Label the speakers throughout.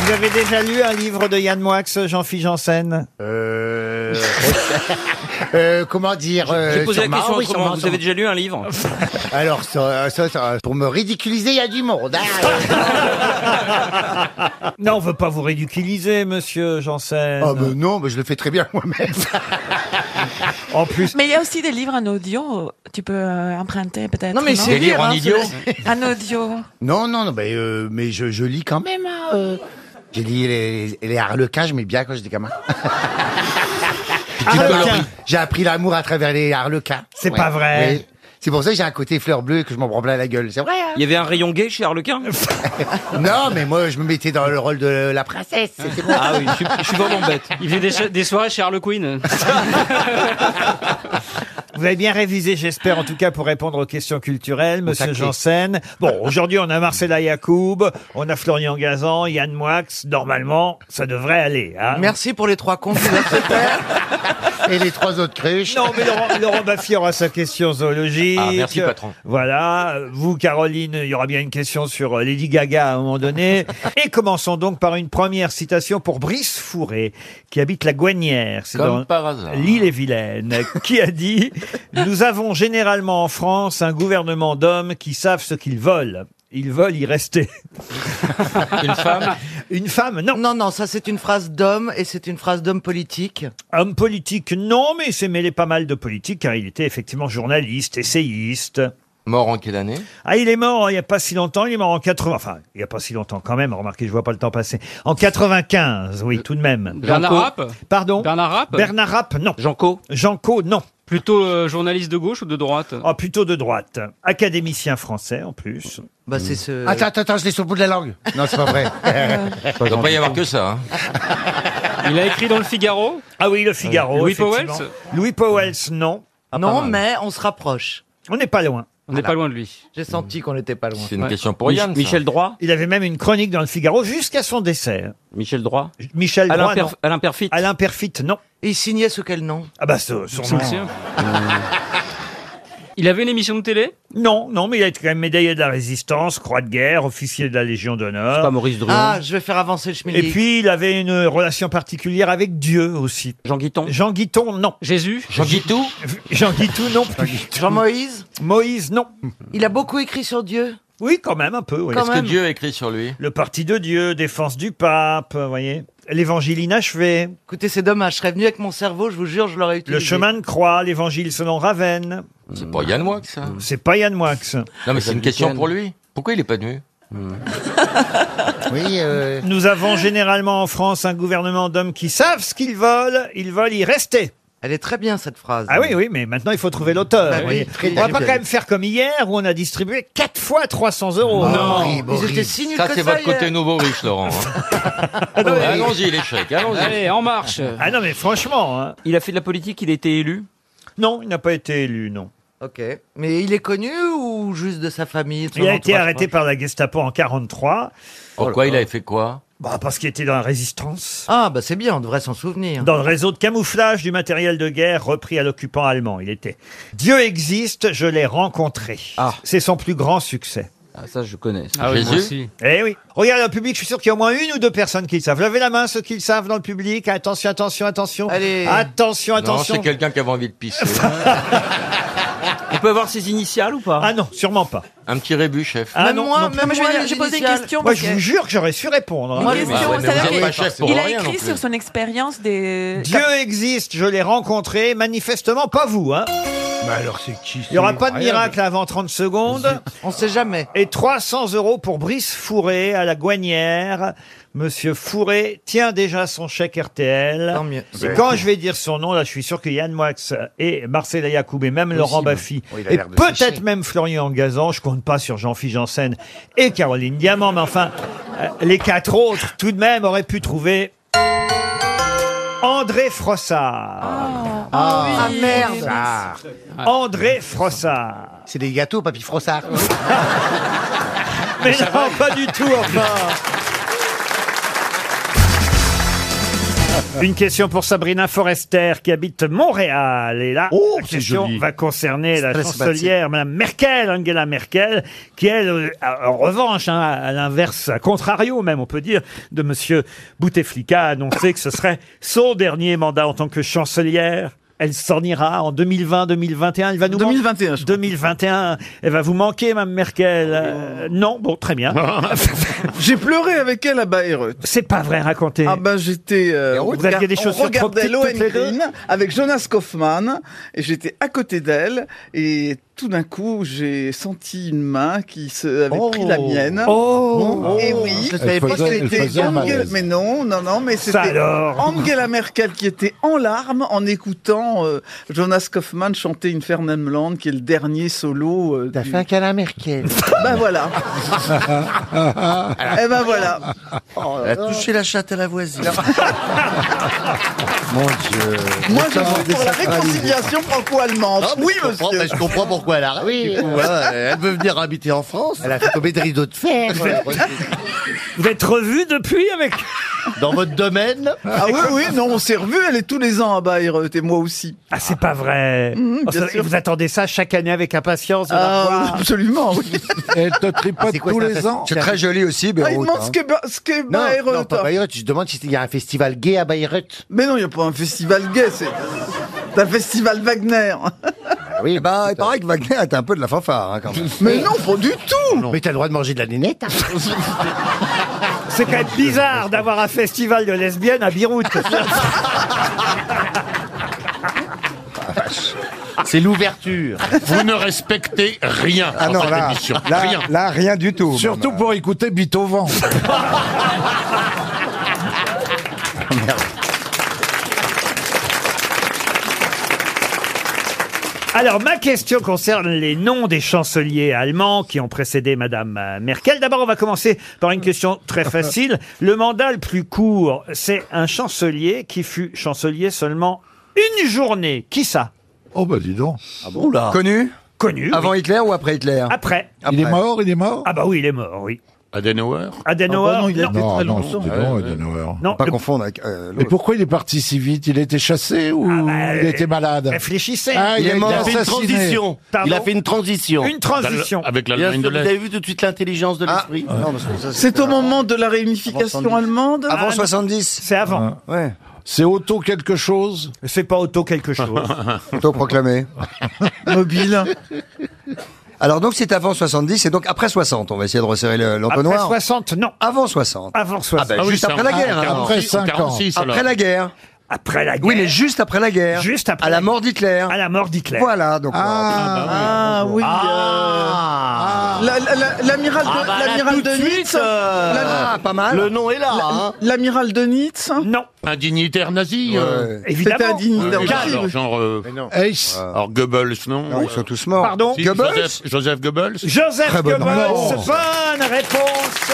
Speaker 1: Vous avez déjà lu un livre de Yann Moix, Jean-Philippe Janssen
Speaker 2: Euh... euh, comment dire euh,
Speaker 3: J'ai posé la
Speaker 2: sur Mars,
Speaker 3: question
Speaker 2: oui, sur
Speaker 3: autrement.
Speaker 2: Mars,
Speaker 3: Vous avez déjà lu un livre
Speaker 2: sur- Alors, ça, ça, ça, pour me ridiculiser, il y a du monde. Ah,
Speaker 1: Non, on veut pas vous ridiculiser, monsieur Janssen.
Speaker 2: oh, mais non, mais je le fais très bien moi-même.
Speaker 1: En plus,
Speaker 4: Mais il y a aussi des livres en audio. Tu peux euh, emprunter peut-être.
Speaker 5: Non, mais c'est
Speaker 3: Des
Speaker 5: lire,
Speaker 3: livres en
Speaker 5: hein,
Speaker 3: idiot.
Speaker 4: non En audio.
Speaker 2: Non, non, non, mais, euh, mais je, je lis quand même. hein, euh. J'ai lu les, les harlequins, je mets bien quand j'étais gamin.
Speaker 1: Harlequin.
Speaker 2: J'ai appris l'amour à travers les harlequins.
Speaker 1: C'est pas vrai.
Speaker 2: oui. C'est pour ça que j'ai un côté fleur bleue et que je m'en prends plein la gueule. C'est vrai. hein
Speaker 3: Il y avait un rayon gay chez Harlequin
Speaker 2: non, mais moi, je me mettais dans le rôle de la princesse. c'était bon.
Speaker 3: Ah oui, je suis, je suis vraiment bête.
Speaker 6: Il faisait des, cho- des soirées chez Harlequin.
Speaker 1: vous avez bien révisé, j'espère, en tout cas, pour répondre aux questions culturelles, monsieur
Speaker 2: sacré.
Speaker 1: Janssen. Bon, aujourd'hui, on a Marcella Yacoub, on a Florian Gazan, Yann Moix. Normalement, ça devrait aller. hein.
Speaker 5: Merci pour les trois cons.
Speaker 2: Et les trois autres cruches.
Speaker 1: Non, mais Laurent, Laurent Baffy aura sa question zoologique.
Speaker 3: Ah, merci, patron.
Speaker 1: Voilà. Vous, Caroline, il y aura bien une question sur euh, Lady Gaga à un moment donné. Et commençons donc par une première citation pour Brice Fourré, qui habite la Guanière. C'est dans L'île et Vilaine, qui a dit Nous avons généralement en France un gouvernement d'hommes qui savent ce qu'ils veulent. Ils veulent y rester.
Speaker 3: Une femme
Speaker 1: Une femme, non.
Speaker 5: Non, non, ça c'est une phrase d'homme et c'est une phrase d'homme politique.
Speaker 1: Homme politique, non, mais il s'est mêlé pas mal de politique, car il était effectivement journaliste, essayiste.
Speaker 7: Mort en quelle année
Speaker 1: Ah, il est mort il n'y a pas si longtemps, il est mort en 80, enfin, il n'y a pas si longtemps quand même, remarquez, je vois pas le temps passer. En 95, oui, tout de même.
Speaker 6: Bernard Rapp
Speaker 1: Pardon
Speaker 6: Bernard Rapp
Speaker 1: Bernard Rapp, non.
Speaker 3: Janco
Speaker 1: Janco, non.
Speaker 6: Plutôt euh, journaliste de gauche ou Oh, de droite
Speaker 1: Ah, plutôt de droite. Académicien français, en plus.
Speaker 5: Bah c'est ce.
Speaker 2: Attends, attends, attends, je l'ai sur le bout de la langue. Non, c'est pas vrai.
Speaker 7: Il doit pas y avoir que ça. hein.
Speaker 6: Il a écrit dans le Figaro
Speaker 1: Ah oui, le Figaro.
Speaker 6: Euh, Louis
Speaker 1: effectivement.
Speaker 6: Powells
Speaker 1: Louis Powells, non.
Speaker 5: non, mais on se rapproche.
Speaker 1: On n'est pas loin.
Speaker 6: On n'est pas loin de lui.
Speaker 5: J'ai senti qu'on n'était pas loin.
Speaker 7: C'est une
Speaker 6: Ouais.
Speaker 7: question pour Yann. ça.
Speaker 3: Michel Droit
Speaker 1: Il avait même une chronique dans le Figaro jusqu'à son décès.
Speaker 3: Michel Droit
Speaker 1: Michel
Speaker 3: Alain,
Speaker 1: Droit, non.
Speaker 3: Perf- Alain Perfit
Speaker 1: Alain Perfit, non.
Speaker 5: Et il signait sous quel nom
Speaker 1: Ah bah, ce- son
Speaker 6: C'est
Speaker 1: nom.
Speaker 6: le sien.
Speaker 7: Euh,
Speaker 6: Il avait une émission de télé
Speaker 1: Non, non, mais il a été quand même médaillé de la Résistance, croix de guerre, officier de la Légion d'honneur.
Speaker 3: Pas Maurice Druon
Speaker 5: Ah, je vais faire avancer le
Speaker 1: Et
Speaker 5: schmilblick.
Speaker 1: puis, il avait une relation particulière avec Dieu aussi.
Speaker 3: Jean Guiton
Speaker 1: Jean Guiton, non.
Speaker 6: Jésus
Speaker 7: Jean Guitou
Speaker 1: Jean Guiton, non plus.
Speaker 5: Jean-Moïse,
Speaker 1: Moïse, non.
Speaker 5: il a beaucoup écrit sur Dieu.
Speaker 1: Oui, quand même, un peu. oui.
Speaker 5: Quand
Speaker 7: Est-ce que
Speaker 5: même.
Speaker 7: Dieu a écrit sur lui
Speaker 1: Le parti de Dieu, défense du pape, vous voyez. L'évangile inachevé,
Speaker 5: Écoutez, c'est dommage. Je serais venu avec mon cerveau, je vous jure, je l'aurais utilisé.
Speaker 1: le chemin de croix, l'évangile selon Ravenne.
Speaker 7: C'est pour Yann Moix, ça.
Speaker 1: C'est pas Yann Moix.
Speaker 7: Non, mais c'est une question
Speaker 3: Yann.
Speaker 7: pour lui. Pourquoi il est pas venu
Speaker 2: Oui, euh,
Speaker 1: Nous avons généralement en France un gouvernement d'hommes qui savent ce qu'ils veulent, ils veulent y rester.
Speaker 5: Elle est très bien cette phrase.
Speaker 1: Ah oui, oui, mais maintenant il faut trouver l'auteur.
Speaker 5: Bah
Speaker 1: vous voyez.
Speaker 5: oui, très
Speaker 1: on va
Speaker 5: bien.
Speaker 1: pas quand même faire comme hier où on a distribué 4 fois 300 euros.
Speaker 2: horrible,
Speaker 5: Ils étaient
Speaker 2: horrible.
Speaker 5: si nuls
Speaker 7: Ça,
Speaker 5: que
Speaker 7: c'est votre
Speaker 5: hier.
Speaker 7: côté nouveau riche, Laurent. hein. Allons-y, l'échec. Allons-y.
Speaker 6: Oh, Allez, hein. en marche
Speaker 1: Ah non, mais franchement, hein.
Speaker 3: Il a fait de la politique, il a été élu
Speaker 1: non, il n'a pas été élu, non.
Speaker 5: Ok. Mais il est connu ou juste de sa famille de son
Speaker 1: Il a été
Speaker 5: entourage
Speaker 1: arrêté
Speaker 5: proche
Speaker 1: par la Gestapo en 43,
Speaker 7: Pourquoi il avait fait quoi
Speaker 1: bah, parce qu'il était dans la résistance.
Speaker 5: Ah bah c'est bien, on devrait s'en souvenir.
Speaker 1: Dans le réseau de camouflage du matériel de guerre repris à l'occupant allemand, il était. Dieu existe, je l'ai rencontré.
Speaker 3: Ah.
Speaker 1: C'est son plus grand succès.
Speaker 3: Ah, ça, je connais.
Speaker 6: Ah oui, moi
Speaker 7: Jésus
Speaker 6: aussi.
Speaker 1: Eh oui. Regarde le public, je suis sûr qu'il y a au moins une ou deux personnes qui le savent. Levez la main ceux qui le savent dans le public. Attention, attention, attention.
Speaker 5: Allez.
Speaker 1: Attention,
Speaker 7: Non,
Speaker 1: attention.
Speaker 7: c'est quelqu'un qui avait envie de pisser.
Speaker 3: On peut avoir ses initiales ou pas
Speaker 1: Ah non, sûrement pas.
Speaker 7: Un petit rébut, chef.
Speaker 1: Ah
Speaker 5: même
Speaker 1: non,
Speaker 5: moi,
Speaker 1: non.
Speaker 5: même
Speaker 4: Moi, je
Speaker 5: moi,
Speaker 4: vais-
Speaker 5: les
Speaker 4: j'ai posé une
Speaker 5: initiales.
Speaker 4: question.
Speaker 1: Moi,
Speaker 4: parce
Speaker 1: je
Speaker 4: que-
Speaker 1: vous jure que j'aurais su répondre. hein.
Speaker 4: Moi,
Speaker 7: Oui,
Speaker 4: question,
Speaker 7: mais
Speaker 4: vous
Speaker 7: vous
Speaker 4: savez,
Speaker 7: êtes
Speaker 4: il-
Speaker 1: Ah
Speaker 7: pas chef pour
Speaker 4: Il a
Speaker 7: rien, non
Speaker 4: écrit
Speaker 7: plus.
Speaker 4: sur son expérience des.
Speaker 1: Dieu existe, je l'ai rencontré, manifestement pas vous. Hein.
Speaker 2: Mais alors, c'est qui
Speaker 1: Il n'y aura pas de miracle avant 30 secondes.
Speaker 5: On sait jamais.
Speaker 1: Et 300 euros pour Brice Fourré à la Guanière. Monsieur Fourré tient déjà son chèque RTL.
Speaker 5: Tant mieux.
Speaker 1: Et Quand je vais dire son nom, là, je suis sûr que Yann Moix et Marcella Yacoub et même Laurent Baffy
Speaker 2: Oh, il a
Speaker 1: et
Speaker 2: l'air de
Speaker 1: peut-être
Speaker 2: sécher.
Speaker 1: même Florian Gazan, je compte pas sur Jean-Philippe Janssen et Caroline Diamant, mais enfin, euh, les quatre autres, tout de même, auraient pu trouver André Frossard.
Speaker 4: Ah,
Speaker 5: Ah, merde.
Speaker 2: Ah,
Speaker 1: André Frossard.
Speaker 2: c'est des gâteaux, papy Frossard.
Speaker 1: Mais non, pas du tout, enfin Une question pour Sabrina Forester qui habite Montréal. Et là,
Speaker 5: Oh,
Speaker 1: la
Speaker 5: c'est
Speaker 1: question
Speaker 5: joli.
Speaker 1: va concerner la
Speaker 5: très
Speaker 1: chancelière, Madame Merkel, Angela Merkel, qui elle, euh, a- en revanche, hein, à l'inverse, à contrario même, on peut dire, de Monsieur Bouteflika, a annoncé que ce serait son dernier mandat en tant que chancelière. Elle s'en ira en 2020-2021. Elle va nous
Speaker 8: 2021,
Speaker 1: manquer. 2021. Elle va vous manquer, Madame Merkel.
Speaker 8: Oh.
Speaker 1: Euh, non, bon, très bien.
Speaker 8: J'ai pleuré avec elle à Bayreuth.
Speaker 1: C'est pas vrai, racontez.
Speaker 8: Ah ben j'étais. euh,
Speaker 1: Vous
Speaker 8: on
Speaker 1: aviez des
Speaker 8: on
Speaker 1: chaussures trop
Speaker 8: regardait
Speaker 1: petites toutes les deux
Speaker 8: Lohengrin avec Jonas Kaufmann et j'étais à côté d'elle et tout d'un coup j'ai senti une main qui se avait pris la mienne.
Speaker 1: Oh.
Speaker 8: Et oui,
Speaker 5: Je savais pas qu'elle
Speaker 8: c'était
Speaker 5: faisait un
Speaker 8: Angela-
Speaker 5: malaise.
Speaker 8: mais non, non, non, mais
Speaker 1: Ça
Speaker 8: c'était
Speaker 1: alors.
Speaker 8: Angela Merkel qui était en larmes en écoutant euh, Jonas Kaufmann chanter Infernum Land, qui est le dernier solo. euh,
Speaker 5: T'as
Speaker 8: du-
Speaker 5: fait un câlin à Merkel.
Speaker 8: Ben voilà. Eh ben
Speaker 2: Oh,
Speaker 8: voilà.
Speaker 5: Elle
Speaker 9: Oh.
Speaker 5: a touché la chatte à la voisine. Mon Dieu.
Speaker 8: Moi, je suis pour la réconciliation franco-allemande.
Speaker 10: Ah, mais
Speaker 8: Oui,
Speaker 10: je comprends,
Speaker 8: monsieur.
Speaker 10: mais je comprends pourquoi elle arrive.
Speaker 5: Oui.
Speaker 10: du coup, hein. elle veut venir habiter en France.
Speaker 5: Elle a fait tomber des rideaux de fer.
Speaker 1: Vous êtes revus depuis avec
Speaker 10: Dans votre domaine,
Speaker 8: Ah oui, oui, non, on s'est revus. Elle est tous les ans à Bayreuth et moi aussi.
Speaker 1: Ah, c'est pas vrai.
Speaker 8: Mhm,
Speaker 1: Oh,
Speaker 8: bien
Speaker 1: ça-
Speaker 8: sûr.
Speaker 1: vous attendez ça chaque année avec impatience. de la
Speaker 8: Ah,
Speaker 1: voir.
Speaker 8: absolument, oui.
Speaker 2: Elle te tripote tous les ans.
Speaker 5: Ah, C'est très joli aussi, mais
Speaker 8: Ah, il demande ce qu'est Ba- ce qu'est
Speaker 5: Non, non,
Speaker 8: Bayreuth. hein.
Speaker 5: pas Bayreuth. Je te demande s'il y a un festival gay à Bayreuth.
Speaker 8: Mais non, il n'y a pas un festival gay, c'est c'est un festival Wagner.
Speaker 5: Ah oui,
Speaker 2: Bah, il paraît que Wagner est un peu de la fanfare, hein, quand même.
Speaker 8: Mais non, pas du tout.
Speaker 5: Mais t'as le droit de manger de la nénette. hein.
Speaker 1: C'est quand même bizarre d'avoir un festival de lesbiennes à Beyrouth.
Speaker 10: c'est l'ouverture.
Speaker 11: Vous ne respectez rien
Speaker 2: Ah non,
Speaker 11: dans cette
Speaker 2: là,
Speaker 11: émission.
Speaker 2: là,
Speaker 11: Rien.
Speaker 2: là, rien du tout. Surtout pour écouter Beethoven.
Speaker 1: Alors, ma question concerne les noms des chanceliers allemands qui ont précédé Madame euh, Merkel. D'abord, on va commencer par une question très facile. Le mandat le plus court, c'est un chancelier qui fut chancelier seulement une journée. Qui ça
Speaker 2: Oh bah dis donc.
Speaker 5: Oula.
Speaker 2: Connu
Speaker 1: Connu. oui.
Speaker 2: Avant Hitler ou après Hitler
Speaker 1: Après.
Speaker 2: Il est mort, il est mort
Speaker 1: Ah bah oui, il est mort, oui.
Speaker 11: Adenauer Ah,
Speaker 1: Adenauer.
Speaker 8: Ah bah non, il a
Speaker 1: non.
Speaker 8: été très
Speaker 2: non,
Speaker 8: longtemps.
Speaker 2: c'était bon, Adenauer.
Speaker 1: Non, le-
Speaker 2: confondre avec euh, Et pourquoi il est parti si vite Il était chassé ou
Speaker 1: Ah bah,
Speaker 2: il était malade
Speaker 1: Réfléchissez.
Speaker 2: Ah,
Speaker 10: Il,
Speaker 2: a
Speaker 10: est
Speaker 2: été
Speaker 10: mort. Il a fait une
Speaker 2: assassiné.
Speaker 10: transition. Il a
Speaker 1: Pardon
Speaker 10: fait une transition.
Speaker 1: Une transition.
Speaker 11: Avec
Speaker 10: Bien
Speaker 11: l'Allemagne
Speaker 10: sûr,
Speaker 11: de
Speaker 10: vous avez
Speaker 11: l'Est.
Speaker 10: vu tout de suite l'intelligence de l'esprit.
Speaker 5: Non, parce que ça,
Speaker 8: C'est au moment de la réunification allemande.
Speaker 1: Ah, non.
Speaker 5: 70.
Speaker 1: C'est avant.
Speaker 2: Ouais. C'est auto quelque chose
Speaker 1: C'est pas auto quelque chose.
Speaker 2: Autoproclamé.
Speaker 8: Mobile.
Speaker 2: Alors donc c'est avant 70 et donc après 60. On va essayer de resserrer le-
Speaker 1: Après
Speaker 2: l'entonnoir.
Speaker 1: 60, non.
Speaker 2: Avant 60.
Speaker 1: Avant 60.
Speaker 2: Ah juste
Speaker 11: c'est
Speaker 2: après
Speaker 11: en-
Speaker 2: la guerre,
Speaker 11: en
Speaker 2: alors.
Speaker 11: 46,
Speaker 2: Après cinq ans.
Speaker 11: en 46,
Speaker 2: Après
Speaker 11: alors.
Speaker 2: la guerre.
Speaker 1: Après la guerre.
Speaker 2: Oui, mais juste après la guerre.
Speaker 1: Juste après
Speaker 2: À
Speaker 1: la
Speaker 2: la
Speaker 1: guerre.
Speaker 2: mort d'Hitler.
Speaker 1: à la mort d'Hitler.
Speaker 2: Voilà, donc.
Speaker 1: bah
Speaker 8: Ah oui. euh, la- la- la- L'amiral de,
Speaker 10: Ah bah là,
Speaker 8: l'amiral
Speaker 10: tout de
Speaker 8: de
Speaker 10: suite,
Speaker 8: Nietzsche.
Speaker 10: euh,
Speaker 8: la-
Speaker 2: Ah, pas mal.
Speaker 10: Le nom est là. hein.
Speaker 8: L'amiral de Nietzsche.
Speaker 1: Non,
Speaker 11: Un dignitaire nazi euh,
Speaker 2: Ouais.
Speaker 8: C'était
Speaker 1: évidemment.
Speaker 8: indigne.
Speaker 11: euh,
Speaker 8: d'arriver.
Speaker 11: alors, genre, euh,
Speaker 2: Ace.
Speaker 11: alors Goebbels, non,
Speaker 2: Non, ils sont tous morts.
Speaker 1: Pardon
Speaker 11: Si,
Speaker 2: Goebbels
Speaker 11: Joseph, Joseph Goebbels
Speaker 1: Joseph
Speaker 2: Très bonne
Speaker 1: Goebbels,
Speaker 2: réponse.
Speaker 1: bonne réponse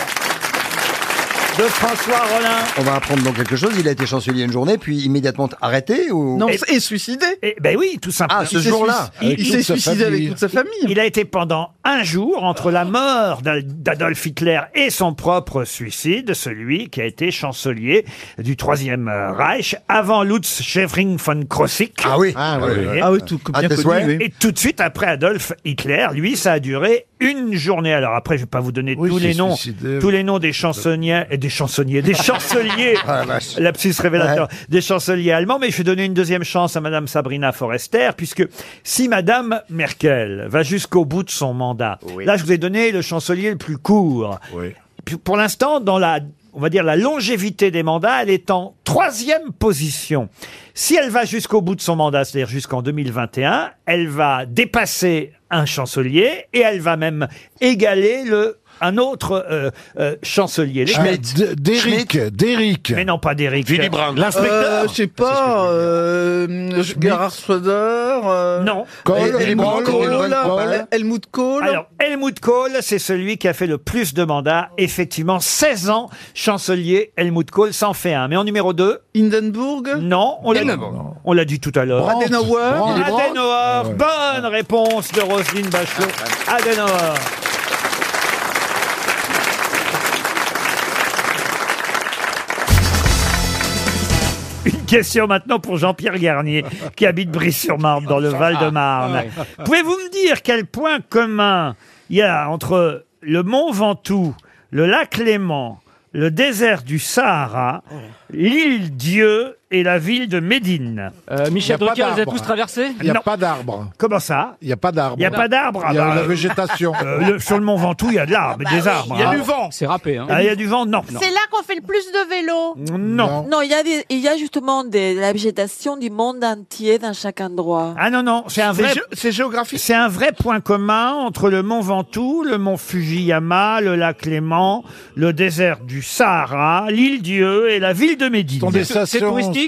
Speaker 1: de François Rollin.
Speaker 2: On va apprendre donc quelque chose. Il a été chancelier une journée, puis immédiatement arrêté ou
Speaker 8: Non,
Speaker 1: Et-
Speaker 8: et suicidé.
Speaker 1: Eh ben oui, tout simplement.
Speaker 2: Ah, ce jour-là.
Speaker 8: Il,
Speaker 2: Avec
Speaker 8: il
Speaker 2: toute
Speaker 8: s'est
Speaker 2: sa
Speaker 8: suicidé
Speaker 2: famille.
Speaker 8: avec toute sa famille.
Speaker 1: Il a été pendant un jour entre la mort d'Al- d'Adolf Hitler et son propre suicide, celui qui a été chancelier du Troisième euh, Reich, avant Lutz Schevring von Krosigk.
Speaker 2: Ah oui.
Speaker 5: Ah, oui.
Speaker 1: Et-
Speaker 8: Ah oui, tout
Speaker 2: Ah,
Speaker 8: bien
Speaker 2: t'es
Speaker 8: connu.
Speaker 2: souhait
Speaker 8: oui.
Speaker 1: Et tout de suite après Adolf Hitler, lui, ça a duré une journée. Alors après, je vais pas vous donner
Speaker 2: Oui,
Speaker 1: tous
Speaker 2: il
Speaker 1: les
Speaker 2: s'est
Speaker 1: noms,
Speaker 2: suicidé.
Speaker 1: tous les noms des chansonniers et des chansonniers, des chanceliers.
Speaker 2: Ah, vache.
Speaker 1: Lapsus révélateur des chanceliers allemands, mais je vais donner une deuxième chance à Madame Sabrina Forester, puisque si Madame Merkel va jusqu'au bout de son mandat, là je vous ai donné le chancelier le plus court. Puis, Pour l'instant, dans la, on va dire la longévité des mandats, elle est en troisième position. Si elle va jusqu'au bout de son mandat, c'est-à-dire jusqu'en 2021, elle va dépasser un chancelier et elle va même égaler le un autre euh, euh, chancelier. Les-
Speaker 2: Derrick. Derrick.
Speaker 1: Mais non, pas d'Éric.
Speaker 11: Willy Brandt.
Speaker 8: Euh, je sais pas, euh, Gerhard Schröder, euh,
Speaker 1: Non.
Speaker 2: Kohl,
Speaker 8: Hel- Helmut
Speaker 2: Kohl,
Speaker 8: Kohl, Bah,
Speaker 2: Kohl.
Speaker 8: Helmut Kohl.
Speaker 1: Alors, Helmut Kohl, c'est celui qui a fait le plus de mandats.
Speaker 8: Oh.
Speaker 1: Effectivement, 16 ans, chancelier Helmut Kohl s'en fait un. Mais en numéro 2,
Speaker 8: Hindenburg,
Speaker 1: non, on l'a dit, on l'a dit tout à l'heure.
Speaker 2: Brandt.
Speaker 8: Adenauer,
Speaker 2: Brandt.
Speaker 1: Adenauer, bonne réponse de Roselyne Bachelot. Adenauer. Question maintenant pour Jean-Pierre Garnier, qui habite Brie-sur-Marne, dans le Val-de-Marne.
Speaker 12: Ah, ouais.
Speaker 1: Pouvez-vous me dire quel point commun il y a entre le Mont Ventoux, le lac Léman, le désert du Sahara, l'île Dieu et la ville de Médine
Speaker 12: Euh,
Speaker 6: Michel Il y a pas Drucker les a d'arbres. tous traversés Il y a
Speaker 1: pas d'arbres. Comment ça Il n'y a pas d'arbres. Il n'y a pas d'arbres.
Speaker 12: Il y a
Speaker 1: Ah bah,
Speaker 12: la
Speaker 1: euh,
Speaker 12: végétation.
Speaker 1: euh, le- sur le Mont Ventoux, il y a de l'arbre,
Speaker 12: Bah
Speaker 1: des
Speaker 12: oui,
Speaker 1: arbres.
Speaker 12: il y a
Speaker 1: hein.
Speaker 12: du vent.
Speaker 6: C'est râpé, hein.
Speaker 1: Ah, il y a du vent Non. non.
Speaker 4: C'est là qu'on fait le plus de vélo.
Speaker 1: Non.
Speaker 4: Non, il y a, des- il y a justement de la végétation du monde entier dans chaque endroit.
Speaker 1: Ah non, non, c'est un vrai.
Speaker 4: gé-
Speaker 1: C'est géographique. C'est un vrai point commun entre le mont Ventoux, le mont Fujiyama, le lac Léman, le désert du Sahara, l'île Dieu et la ville de Médine.
Speaker 12: Ce sont des C'est- c'est stations- touristique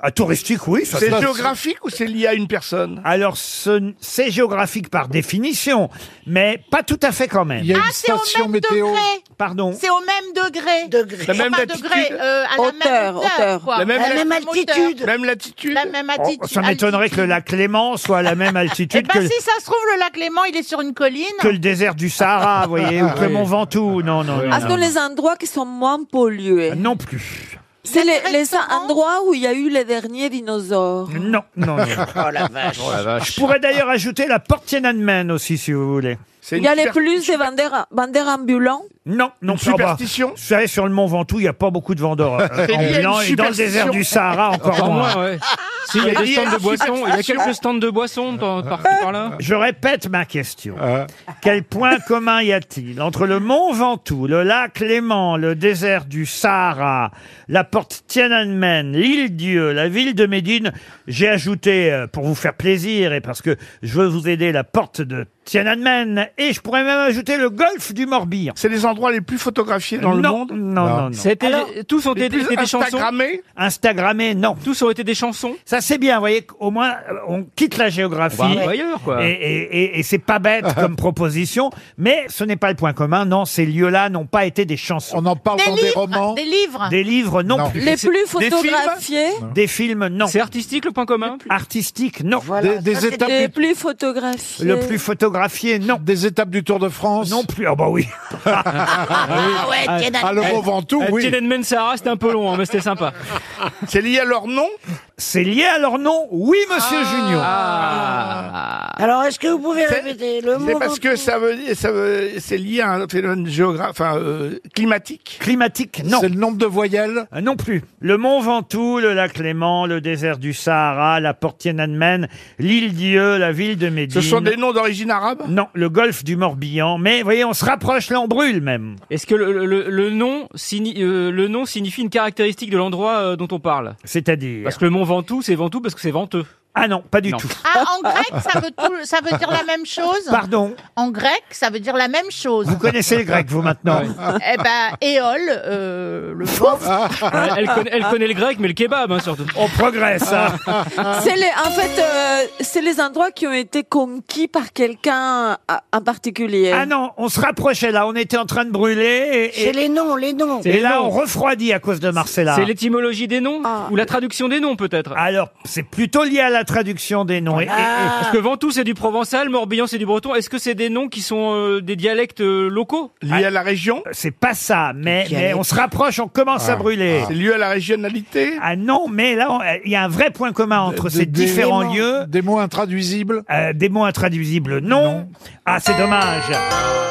Speaker 1: Ah, touristique, oui. ça
Speaker 12: C'est
Speaker 1: se-
Speaker 12: géographique ou c'est lié à une personne
Speaker 1: Alors, ce- c'est géographique par définition, mais pas tout à fait quand même.
Speaker 12: Il y a une Ah,
Speaker 4: c'est au station même météo. degré.
Speaker 1: Pardon.
Speaker 4: C'est au même degré. degré.
Speaker 1: La même
Speaker 4: pas
Speaker 1: latitude.
Speaker 4: degré, euh, à
Speaker 1: Hauteur,
Speaker 4: la même
Speaker 1: hauteur.
Speaker 4: quoi.
Speaker 1: La même La même
Speaker 4: hauteur.
Speaker 1: altitude.
Speaker 12: Même latitude.
Speaker 4: La même
Speaker 1: Oh,
Speaker 4: altitude.
Speaker 1: ça m'étonnerait que le lac Léman soit à la même altitude
Speaker 4: Eh ben,
Speaker 1: que,
Speaker 4: si ça se trouve, le lac Léman, il est sur une colline.
Speaker 1: que le désert du Sahara, vous voyez,
Speaker 12: Ah,
Speaker 1: ou que le
Speaker 4: Oui.
Speaker 1: mont Ventoux. Non, non, non.
Speaker 4: Ah,
Speaker 1: non.
Speaker 4: dans les endroits qui sont moins pollués.
Speaker 1: Non plus.
Speaker 4: C'est les, les endroits où il y a eu les derniers dinosaures.
Speaker 1: Non, non, non.
Speaker 4: Oh, la vache.
Speaker 6: Oh, la vache.
Speaker 1: Je pourrais d'ailleurs ajouter la Portienanmen aussi, si vous voulez.
Speaker 4: Il y a les plus des vendeurs, vendeurs ambulants.
Speaker 1: Non, non,
Speaker 12: Une
Speaker 1: ça va.
Speaker 12: superstition
Speaker 1: Vous savez, sur le Mont Ventoux, il n'y a pas beaucoup de vendeurs euh,
Speaker 12: C'est lié à une
Speaker 1: ambulants, et dans le désert
Speaker 6: superstition.
Speaker 1: du Sahara, encore
Speaker 6: Encore
Speaker 1: moins.
Speaker 6: moins, ouais. Si, il y a
Speaker 1: C'est
Speaker 6: des
Speaker 1: lié à
Speaker 6: stands de
Speaker 1: la
Speaker 6: boissons. Il y a
Speaker 1: superstition.
Speaker 6: quelques stands de boissons par, par- par là.
Speaker 1: Je répète ma question. Quel point commun y a-t-il entre le Mont Ventoux, le lac Léman, le désert du Sahara, la porte Tiananmen, l'île Dieu, la ville de Médine J'ai ajouté, euh, pour vous faire plaisir et parce que je veux vous aider, la porte de Tiananmen et je pourrais même ajouter le golfe du Morbihan.
Speaker 12: C'est les endroits les plus photographiés dans le
Speaker 1: Non,
Speaker 12: monde
Speaker 1: non, non, non.
Speaker 6: C'était- tous ont
Speaker 12: les
Speaker 6: été
Speaker 12: plus
Speaker 6: des chansons.
Speaker 12: Instagrammés
Speaker 1: Instagrammé, non.
Speaker 6: Tous ont été des chansons.
Speaker 1: Ça c'est bien, vous voyez, au moins euh, on quitte la géographie.
Speaker 6: On va ailleurs, quoi.
Speaker 1: Et, et- et- et c'est pas bête comme proposition, mais ce n'est pas le point commun. Non, ces lieux-là n'ont pas été des chansons. On en parle
Speaker 4: Des dans des livres, romans. des livres.
Speaker 1: Des livres, non.
Speaker 12: Non.
Speaker 1: plus.
Speaker 4: Les plus
Speaker 1: Des
Speaker 4: photographiés.
Speaker 1: films Des films, non.
Speaker 6: C'est artistique le point commun
Speaker 1: Artistique, non.
Speaker 4: Les plus photographiés.
Speaker 1: Le plus photographié, non.
Speaker 12: Des étapes du Tour de France
Speaker 1: Non plus, ah bah oui.
Speaker 12: Ah
Speaker 4: ouais, Tiananmen.
Speaker 12: Ah, le Mont Ventoux, oui.
Speaker 6: Tiananmen Sahara, c'était un peu long, hein, mais c'était sympa.
Speaker 12: C'est lié à leur nom
Speaker 1: C'est lié à leur nom Oui, monsieur Junior.
Speaker 7: Ah. Alors, est-ce que vous pouvez
Speaker 12: C'est-
Speaker 7: répéter le mot
Speaker 12: C'est parce que ça veut dire, ça veut- c'est lié à un phénomène géographique, enfin, euh, climatique.
Speaker 1: Climatique, non.
Speaker 12: C'est le nombre de voyelles.
Speaker 1: Ah, Non plus. Le Mont Ventoux, le lac Léman, le désert du Sahara, la porte Tiananmen, l'île Dieu, la ville de Médine.
Speaker 12: Ce sont des noms d'origine arabe
Speaker 1: Non, le golfe du Morbihan. Mais voyez, on se rapproche, là, on brûle même.
Speaker 6: Est-ce que le, le- le nom signi- euh, le nom signifie une caractéristique de l'endroit euh, dont on parle
Speaker 1: C'est-à-dire
Speaker 6: Parce que le mont Ventoux, c'est Ventoux parce que c'est venteux.
Speaker 1: Ah non, pas du tout.
Speaker 4: Ah, en grec, ça veut, tout- ça veut dire la même chose.
Speaker 1: Pardon
Speaker 4: En grec, ça veut dire la même chose.
Speaker 1: Vous connaissez les Grecs, vous, maintenant
Speaker 4: Eh ben, éole, euh, le
Speaker 1: Ah.
Speaker 4: vent.
Speaker 6: elle, Euh, elle connaît, elle connaît le grec, mais le kebab, hein, surtout.
Speaker 1: On progresse, hein.
Speaker 4: C'est les, en fait, euh, c'est les endroits qui ont été conquis par quelqu'un à- en particulier.
Speaker 1: Ah non, on se rapprochait, là. On était en train de brûler. Et,
Speaker 7: C'est
Speaker 1: et-
Speaker 7: les noms, les noms.
Speaker 1: et là, on refroidit à cause de Marcella.
Speaker 6: C'est l'étymologie des noms Ou la traduction des noms, peut-être
Speaker 1: Alors, c'est plutôt lié à la traduction des noms. Et- et- et-
Speaker 6: Parce que Ventoux, c'est du provençal, Morbihan, c'est du breton. Est-ce que c'est des noms qui sont euh, des dialectes euh, locaux
Speaker 12: Lié à la région
Speaker 1: Euh, C'est pas ça, mais,
Speaker 12: Quel
Speaker 1: mais
Speaker 12: est-
Speaker 1: on se rapproche, on commence à brûler.
Speaker 12: C'est lié à la régionalité
Speaker 1: Ah non, mais là, on- il y a un vrai point commun entre
Speaker 12: De-
Speaker 1: ces
Speaker 12: des-
Speaker 1: différents
Speaker 12: des mots-
Speaker 1: lieux.
Speaker 12: Des mots intraduisibles
Speaker 1: Euh, des mots intraduisibles, non. Ah, c'est dommage.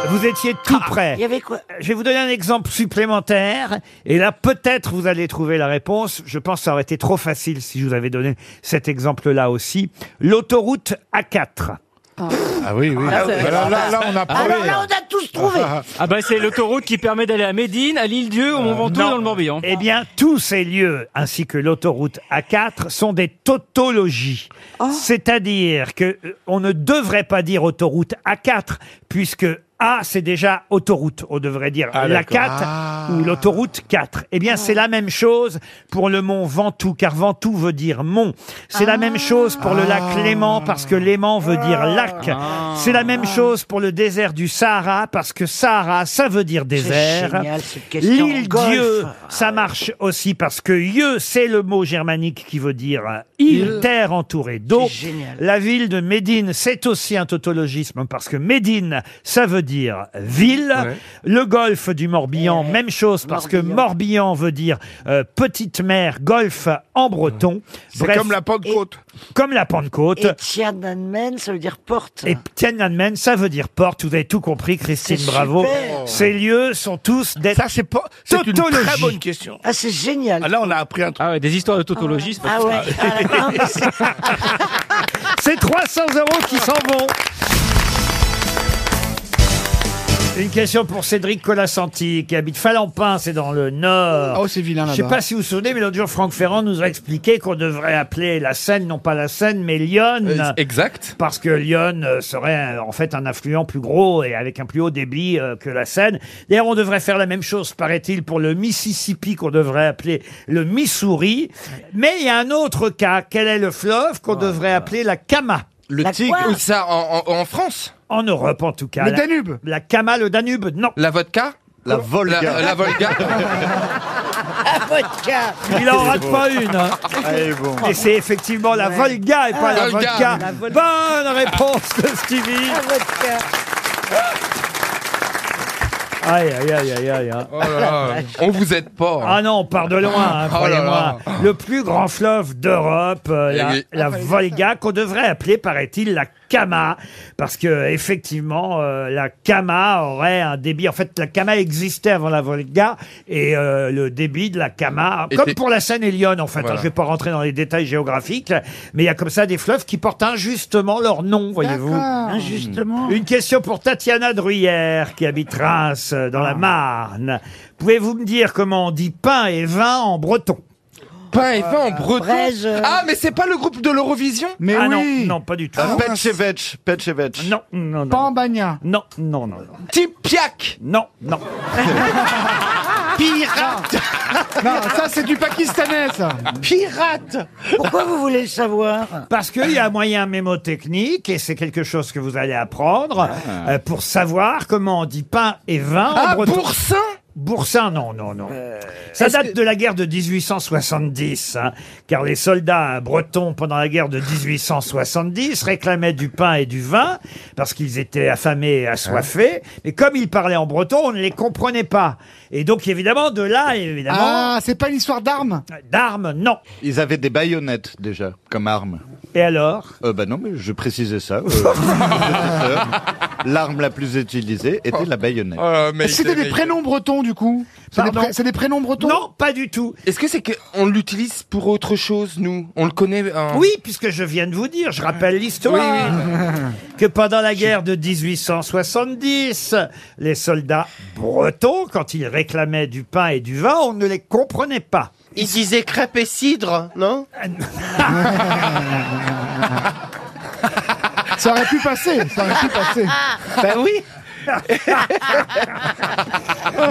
Speaker 1: Vous étiez tout près.
Speaker 7: Ah, Il y avait quoi
Speaker 1: Je vais vous donner un exemple supplémentaire. Et là, peut-être vous allez trouver la réponse. Je pense que ça aurait été trop facile si je vous avais donné cet exemple-là aussi. L'autoroute A4.
Speaker 12: Ah oui, oui.
Speaker 7: Ah, c'est-
Speaker 12: Là, là, là, on a parlé. hein.
Speaker 7: Alors là, on a tous trouvé.
Speaker 6: Ah bah c'est l'autoroute qui permet d'aller à Médine, à l'île Dieu, au Mont Ventoux,
Speaker 1: Euh, non.
Speaker 6: dans le Morbihan.
Speaker 1: Eh bien, tous ces lieux, ainsi que l'autoroute A4, sont des tautologies. C'est-à-dire que euh, on ne devrait pas dire autoroute A4, puisque A, c'est déjà autoroute. On devrait dire
Speaker 12: Ah,
Speaker 1: la
Speaker 12: d'accord.
Speaker 1: 4 ou l'autoroute 4. Eh bien, c'est la même chose pour le mont Ventoux, car Ventoux veut dire mont. C'est la même chose pour le lac
Speaker 12: Ah.
Speaker 1: Léman, parce que Léman veut dire lac. C'est la même chose pour le désert du Sahara, parce que Sahara, ça veut dire désert.
Speaker 7: génial, cette question.
Speaker 1: L'île
Speaker 7: Golfe.
Speaker 1: Dieu, Ah, ça marche aussi parce que Dieu, c'est le mot germanique qui veut dire euh, île,
Speaker 7: Île.
Speaker 1: terre entourée d'eau.
Speaker 7: C'est génial.
Speaker 1: La ville de Médine, c'est aussi un tautologisme parce que Médine, ça veut dire ville. Le golfe du Morbihan, même chose, parce que Morbihan veut dire euh, petite mer, golfe en breton.
Speaker 2: C'est comme la
Speaker 1: Pentecôte. Comme la Pentecôte.
Speaker 13: Et Tiananmen, ça veut dire porte.
Speaker 1: Et Tiananmen, ça veut dire porte. Vous avez tout compris, Christine
Speaker 13: C'est
Speaker 1: Bravo.
Speaker 13: super.
Speaker 1: Ces lieux sont tous d'être. Ça, c'est pas.
Speaker 2: C'est une très bonne question.
Speaker 13: Ah, c'est génial.
Speaker 2: Ah, là, on a appris un truc.
Speaker 14: Ah ouais, des histoires de tautologie, c'est
Speaker 13: Ah ouais. Ah, non, mais c'est-
Speaker 1: C'est 300 euros qui s'en vont. Une question pour Cédric Colasanti, qui habite Falampin, c'est dans le Nord.
Speaker 2: Oh, c'est vilain,
Speaker 1: Je sais
Speaker 2: là-bas.
Speaker 1: pas si vous vous souvenez, mais l'autre jour, Franck Ferrand nous a expliqué qu'on devrait appeler la Seine, non pas la Seine, mais Lyon.
Speaker 15: Euh, exact.
Speaker 1: Parce que Lyon euh, serait euh, en fait un affluent plus gros et avec un plus haut débit euh, que la Seine. D'ailleurs, on devrait faire la même chose, paraît-il, pour le Mississippi, qu'on devrait appeler le Missouri. Mais il y a un autre cas. Quel est le fleuve qu'on devrait appeler la Kama Le
Speaker 15: Tigre. Oh quoi Où ça,
Speaker 1: en, France En Europe, en tout cas.
Speaker 15: Le
Speaker 1: La-
Speaker 15: Danube.
Speaker 1: La Kama, le Danube, non.
Speaker 15: La vodka La
Speaker 1: Volga.
Speaker 15: La, Volga
Speaker 13: Ah, vodka.
Speaker 1: Il en rate pas une. hein.
Speaker 12: Ah,
Speaker 1: Et c'est effectivement la Volga et
Speaker 15: Ah,
Speaker 1: pas la
Speaker 13: Volga.
Speaker 1: vodka.
Speaker 13: La
Speaker 1: Bonne réponse de Stevie.
Speaker 13: Ah, vodka.
Speaker 1: Aïe, aïe, aïe, aïe, aïe. hein.
Speaker 15: Oh là là, on vous aide pas.
Speaker 1: Ah non, on part de loin, hein,
Speaker 15: Oh là là.
Speaker 1: croyez-moi. Le plus grand fleuve d'Europe, euh,
Speaker 15: Et
Speaker 1: la,
Speaker 15: oui.
Speaker 1: la
Speaker 15: Ah, oui.
Speaker 1: Volga, qu'on devrait appeler, paraît-il, la Kama, parce que effectivement, euh, la Kama aurait un débit. En fait, la Kama existait avant la Volga, et euh, le débit de la Kama, comme
Speaker 15: Était-
Speaker 1: pour la Seine et Lyon, en fait. hein,
Speaker 15: Voilà.
Speaker 1: je vais pas rentrer dans les détails géographiques, mais il y a comme ça des fleuves qui portent injustement leur nom, voyez-vous.
Speaker 13: Injustement.
Speaker 1: Une question pour Tatiana Druyère, qui habite Reims, euh,
Speaker 13: Ah.
Speaker 1: dans la Marne. Pouvez-vous me dire comment on dit pain et vin en breton
Speaker 15: Pain et
Speaker 13: Euh,
Speaker 15: vin en breton. Ah, mais c'est pas le groupe de l'Eurovision
Speaker 1: ah non, non, pas du tout.
Speaker 15: Ah,
Speaker 1: Petchevech, Non, non, non.
Speaker 9: Pambagna.
Speaker 1: Non, non, non. non.
Speaker 15: Tipiak
Speaker 1: Non, non.
Speaker 15: Ah.
Speaker 9: Pirate Non, ça c'est du pakistanais ça
Speaker 13: Pirate Pourquoi vous voulez le savoir
Speaker 1: Parce qu'il y a un moyen mémotechnique, et c'est quelque chose que vous allez apprendre, euh, pour savoir comment on dit pain et vin en
Speaker 15: Ah,
Speaker 1: breton.
Speaker 15: boursin
Speaker 1: Boursin, non, non, non.
Speaker 13: Euh,
Speaker 1: Ça date de la guerre de 1870, hein, car les soldats bretons pendant la guerre de 1870 réclamaient du pain et du vin, parce qu'ils étaient affamés et assoiffés,
Speaker 9: Hein
Speaker 1: et comme ils parlaient en breton, on ne les comprenait pas. Et donc, évidemment, de là, évidemment...
Speaker 9: Ah, c'est pas une histoire d'armes
Speaker 1: D'armes, non.
Speaker 10: Ils avaient des baïonnettes déjà comme arme.
Speaker 1: Et alors
Speaker 10: euh, Bah non, mais je précisais ça. euh, mon prédécesseur. L'arme la plus utilisée était la baïonnette.
Speaker 1: Oh, Ah,
Speaker 9: Est-ce que C'était des prénoms bretons du coup C'est des,
Speaker 15: Pardon
Speaker 9: pré- c'est des prénoms bretons
Speaker 1: Non, pas du tout.
Speaker 15: Est-ce que c'est qu'on l'utilise pour autre chose, nous On le connaît
Speaker 16: Hein.
Speaker 15: en-
Speaker 1: Oui, puisque je viens de vous dire, je rappelle l'histoire, que pendant la guerre de 1870, les soldats bretons, quand ils réclamaient du pain et du vin, on ne les comprenait pas.
Speaker 16: Ils disaient crêpe et cidre, non
Speaker 9: Ça aurait pu passer, ça aurait pu passer.
Speaker 1: Bah
Speaker 16: Ben oui
Speaker 1: Ah,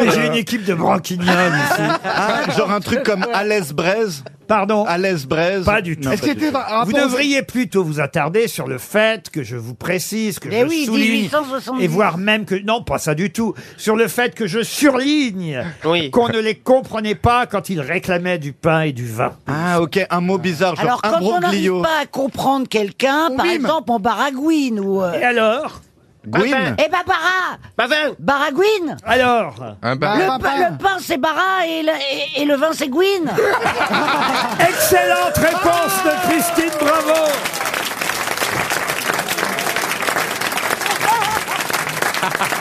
Speaker 1: Mais j'ai une équipe de branquignoles ici.
Speaker 10: Ah, genre un truc comme Alès-Braise
Speaker 1: Pardon
Speaker 10: Alès-Braise
Speaker 1: Pas du tout.
Speaker 10: Non, pas du tout.
Speaker 1: Vous devriez plutôt vous attarder sur le fait que je vous précise, que
Speaker 13: Mais
Speaker 1: je
Speaker 13: oui,
Speaker 1: souligne,
Speaker 13: 1870.
Speaker 1: et voire même que non, pas ça du tout, sur le fait que je surligne qu'on ne les comprenait pas quand ils réclamaient du pain et du vin.
Speaker 10: Ah ok, un mot bizarre,
Speaker 13: Alors,
Speaker 10: genre un
Speaker 13: quand on n'arrive
Speaker 10: broglio.
Speaker 13: pas à comprendre quelqu'un, par exemple en baragouine ou. euh,
Speaker 1: Et alors
Speaker 10: Gwyn
Speaker 13: Eh bah, bara Bavin Baragouine
Speaker 1: Alors
Speaker 15: Un
Speaker 13: le, pa- le pain c'est bara et le, et- et le vin c'est gouine
Speaker 1: Excellente réponse de Christine Bravo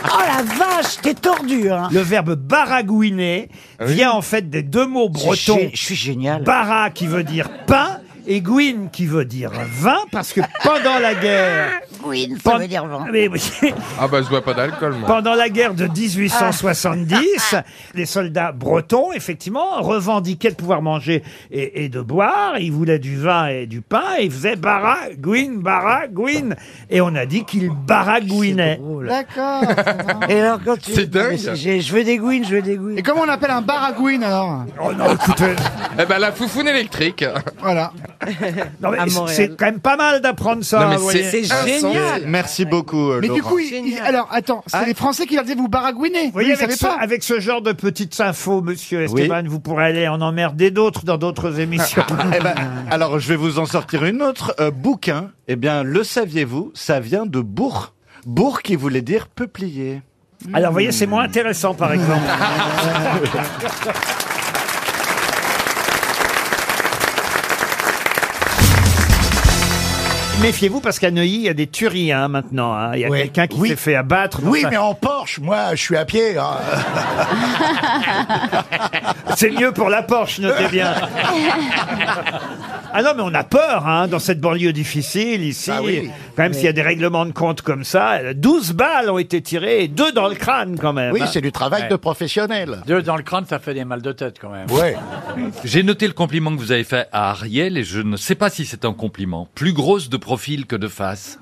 Speaker 13: Oh la vache, t'es tordu hein
Speaker 1: Le verbe baragouiner vient en fait des deux mots bretons.
Speaker 13: gé- je suis génial.
Speaker 1: Bara qui veut dire pain et gouine qui veut dire vin parce que pendant la guerre.
Speaker 13: Gouine, ça
Speaker 1: Pen-
Speaker 13: veut dire vin. Ah.
Speaker 1: Mais oui.
Speaker 15: Ah bah je bois pas d'alcool, moi.
Speaker 1: Pendant la guerre de 1870, les soldats bretons, effectivement, revendiquaient de pouvoir manger et, et de boire. Ils voulaient du vin et du pain. Et ils faisaient baragouine, baragouine. Et on a dit qu'ils baragouinaient.
Speaker 9: D'accord.
Speaker 13: Et alors quand tu...
Speaker 15: C'est dingue.
Speaker 13: Mais c'est- j'ai- Je veux des gouines, je veux des gouines.
Speaker 9: Et comment on appelle un baragouine alors
Speaker 1: Oh non, écoutez.
Speaker 15: Eh ben la foufoune électrique.
Speaker 9: Voilà.
Speaker 15: Euh,
Speaker 1: Non, mais
Speaker 9: À
Speaker 1: c'est-
Speaker 9: Montréal.
Speaker 1: c'est quand même pas mal d'apprendre ça.
Speaker 10: Non, mais
Speaker 1: vous voyez.
Speaker 10: c'est insensé. Merci beaucoup, euh,
Speaker 9: Mais du
Speaker 10: Laurent.
Speaker 9: coup, il- il- alors attends, c'est
Speaker 15: Ah.
Speaker 9: les Français qui leur disaient vous baragouinez.
Speaker 1: Vous voyez,
Speaker 9: Vous
Speaker 1: avec,
Speaker 9: savez
Speaker 1: ce,
Speaker 9: pas.
Speaker 1: avec ce genre de petites infos, monsieur Esteban, vous pourrez aller en emmerder d'autres dans d'autres émissions.
Speaker 10: Eh ben,
Speaker 13: Ah.
Speaker 10: alors, je vais vous en sortir une autre. Euh, bouquin. Eh bien, le saviez-vous Ça vient de bourg. Bourg qui voulait dire peuplier.
Speaker 1: Alors, vous voyez, c'est moins intéressant, par exemple. ah, Méfiez-vous parce qu'à Neuilly, il y a des tueries hein, maintenant. hein. Il y a
Speaker 2: Ouais.
Speaker 1: quelqu'un qui
Speaker 2: Oui.
Speaker 1: s'est fait abattre. dans
Speaker 2: Oui,
Speaker 1: sa-
Speaker 2: mais en Porsche, moi, je suis à pied. hein.
Speaker 1: C'est mieux pour la Porsche, notez bien. Ah non, mais on a peur hein, dans cette banlieue difficile ici.
Speaker 2: oui.
Speaker 1: Quand même, s'il y a des règlements de compte comme ça, euh, 12 balles ont été tirées, et deux dans le crâne quand même.
Speaker 2: Oui,
Speaker 1: hein.
Speaker 2: c'est du travail
Speaker 1: Ouais.
Speaker 2: de professionnel.
Speaker 17: Deux dans le crâne, ça fait des mal de tête quand même.
Speaker 2: Ouais.
Speaker 7: Euh, J'ai noté le compliment que vous avez fait à Ariel et je ne sais pas si c'est un compliment. Plus grosse de profil que de face.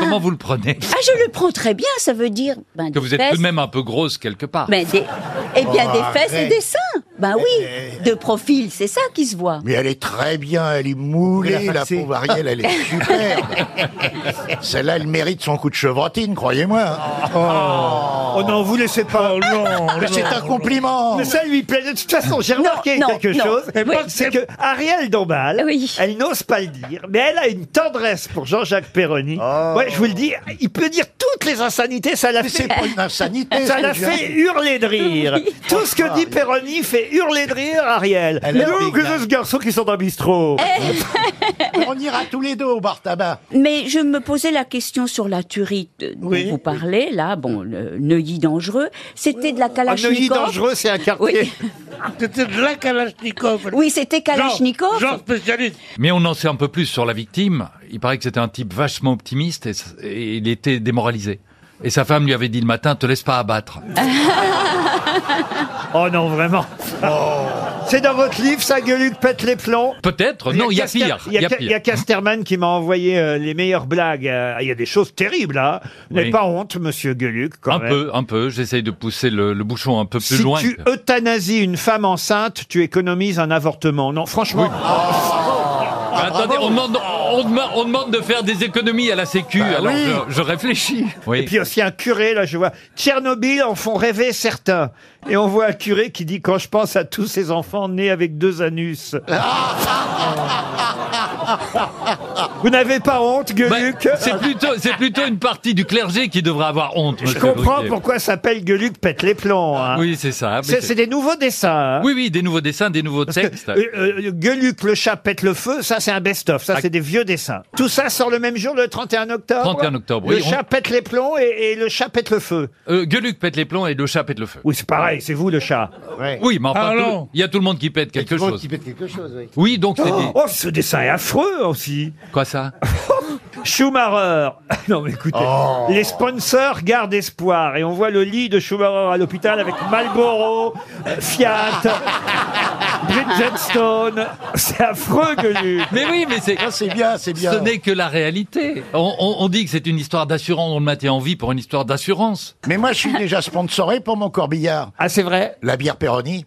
Speaker 7: Comment vous le prenez
Speaker 18: Ah, je le prends très bien, ça veut dire ben,
Speaker 7: Que
Speaker 18: des
Speaker 7: vous êtes
Speaker 18: fesses,
Speaker 7: tout de même un peu grosse quelque part.
Speaker 18: ben, des- eh bien,
Speaker 2: Oh,
Speaker 18: des fesses et
Speaker 2: arrête.
Speaker 18: des seins. Ben
Speaker 1: Eh,
Speaker 18: oui, de profil, c'est ça qui se voit.
Speaker 2: Mais elle est très bien, elle est moulée,
Speaker 18: Elle a
Speaker 2: la
Speaker 18: faxé.
Speaker 2: pauvre Ariel, elle est superbe. Celle-là, elle mérite son coup de chevrotine, croyez-moi. hein.
Speaker 1: Oh, non, vous laissez pas.
Speaker 2: Mais c'est un compliment.
Speaker 1: Mais ça lui plaît. De toute façon, j'ai remarqué
Speaker 2: non,
Speaker 1: quelque
Speaker 2: non.
Speaker 1: chose.
Speaker 2: Oui.
Speaker 1: C'est que Ariel Dombal, elle n'ose pas le dire, mais elle a une tendresse pour Jean-Jacques Perroni. Ouais, je vous le dis, il peut dire toutes les insanités, ça l'a fait.
Speaker 2: c'est pas une insanité,
Speaker 1: Ça
Speaker 2: c'est
Speaker 1: l'a
Speaker 2: bien.
Speaker 1: fait hurler de rire.
Speaker 2: Oui.
Speaker 1: Tout ce que dit Perroni fait hurler de rire Ariel.
Speaker 2: Elle a
Speaker 1: Nous,
Speaker 2: des
Speaker 1: que ce garçon qui sort d'un bistrot.
Speaker 2: On ira tous les deux au bar tabac.
Speaker 18: Mais je me posais la question sur la tuerie de- dont vous parlez, là, bon, le Neuilly dangereux, c'était de la
Speaker 1: Un
Speaker 18: Kalachnikov.
Speaker 1: Ah, Neuilly dangereux, c'est un quartier.
Speaker 5: C'était de la Kalachnikov.
Speaker 18: Oui, c'était Kalachnikov.
Speaker 5: Genre, genre spécialiste.
Speaker 7: Mais on en sait un peu plus sur la victime. Il paraît que c'était un type vachement optimiste et, s- et il était démoralisé. Et sa femme lui avait dit le matin, te laisse pas abattre.
Speaker 1: oh non, vraiment. C'est dans votre livre, ça gueuluc pète les plombs.
Speaker 7: Peut-être, non, il y a
Speaker 1: Caster-
Speaker 7: pire.
Speaker 1: Il y, a Ca- il y a Casterman qui m'a envoyé euh, les meilleures blagues. Euh, Il y a des choses terribles, là. Vous N'avez
Speaker 7: Oui.
Speaker 1: pas honte, monsieur Gueuluc, quand
Speaker 7: Un
Speaker 1: même.
Speaker 7: peu, un peu. J'essaye de pousser le, le bouchon un peu plus
Speaker 1: Si
Speaker 7: loin.
Speaker 1: tu euthanasie une femme enceinte, tu économises un avortement. Non, franchement. Ah,
Speaker 7: Mais Ah, bah, attendez, on demande, on demande- on demande de faire des économies à la Sécu, alors
Speaker 1: Bah oui.
Speaker 7: je, je réfléchis. Oui.
Speaker 1: Et puis aussi un curé, là, je vois. Tchernobyl en font rêver certains. Et on voit un curé qui dit Quand je pense à tous ces enfants nés avec deux anus.
Speaker 7: Ah,
Speaker 1: Vous n'avez pas honte, Gueuluc
Speaker 7: bah, C'est plutôt, c'est plutôt une partie du clergé qui devrait avoir honte.
Speaker 1: Je
Speaker 7: monsieur
Speaker 1: comprends
Speaker 7: Ruquier.
Speaker 1: pourquoi ça s'appelle Gueuluc pète les plombs. hein.
Speaker 7: Oui, c'est ça. mais
Speaker 1: C'est c'est des nouveaux dessins. hein.
Speaker 7: Oui, oui, des nouveaux dessins, des nouveaux textes.
Speaker 1: Euh, euh, Gueuluc, le chat pète le feu, ça c'est un best-of,
Speaker 7: Ah.
Speaker 1: ça c'est des vieux dessins. Tout ça sort le même jour, le 31 octobre.
Speaker 7: 31 octobre,
Speaker 1: Le
Speaker 7: oui, on-
Speaker 1: chat pète les plombs et, et le chat pète le feu.
Speaker 7: Euh, Gueuluc pète les plombs et le chat pète le feu.
Speaker 1: Oui, c'est pareil, c'est vous le chat.
Speaker 7: Oui, mais enfin,
Speaker 1: Ah,
Speaker 7: tout-
Speaker 1: non.
Speaker 7: il y a tout le monde qui pète quelque chose.
Speaker 2: quelque chose, oui.
Speaker 7: Oui, donc c'est
Speaker 1: Oh,
Speaker 7: des-
Speaker 1: oh, ce dessin est affreux aussi.
Speaker 7: Quoi ça
Speaker 1: Schumacher. Non mais écoutez, les sponsors gardent espoir et on voit le lit de Schumacher à l'hôpital avec Marlboro, euh, Fiat, Bridgestone. C'est affreux Gueuluc.
Speaker 7: Mais oui, mais c'est.
Speaker 2: c'est bien, c'est bien.
Speaker 7: Ce n'est que la réalité. On, on- on dit que c'est une histoire d'assurance, on le maintient en vie pour une histoire d'assurance.
Speaker 2: Mais moi, je suis déjà sponsoré pour mon corbillard.
Speaker 1: Ah, c'est vrai
Speaker 2: La bière Peroni.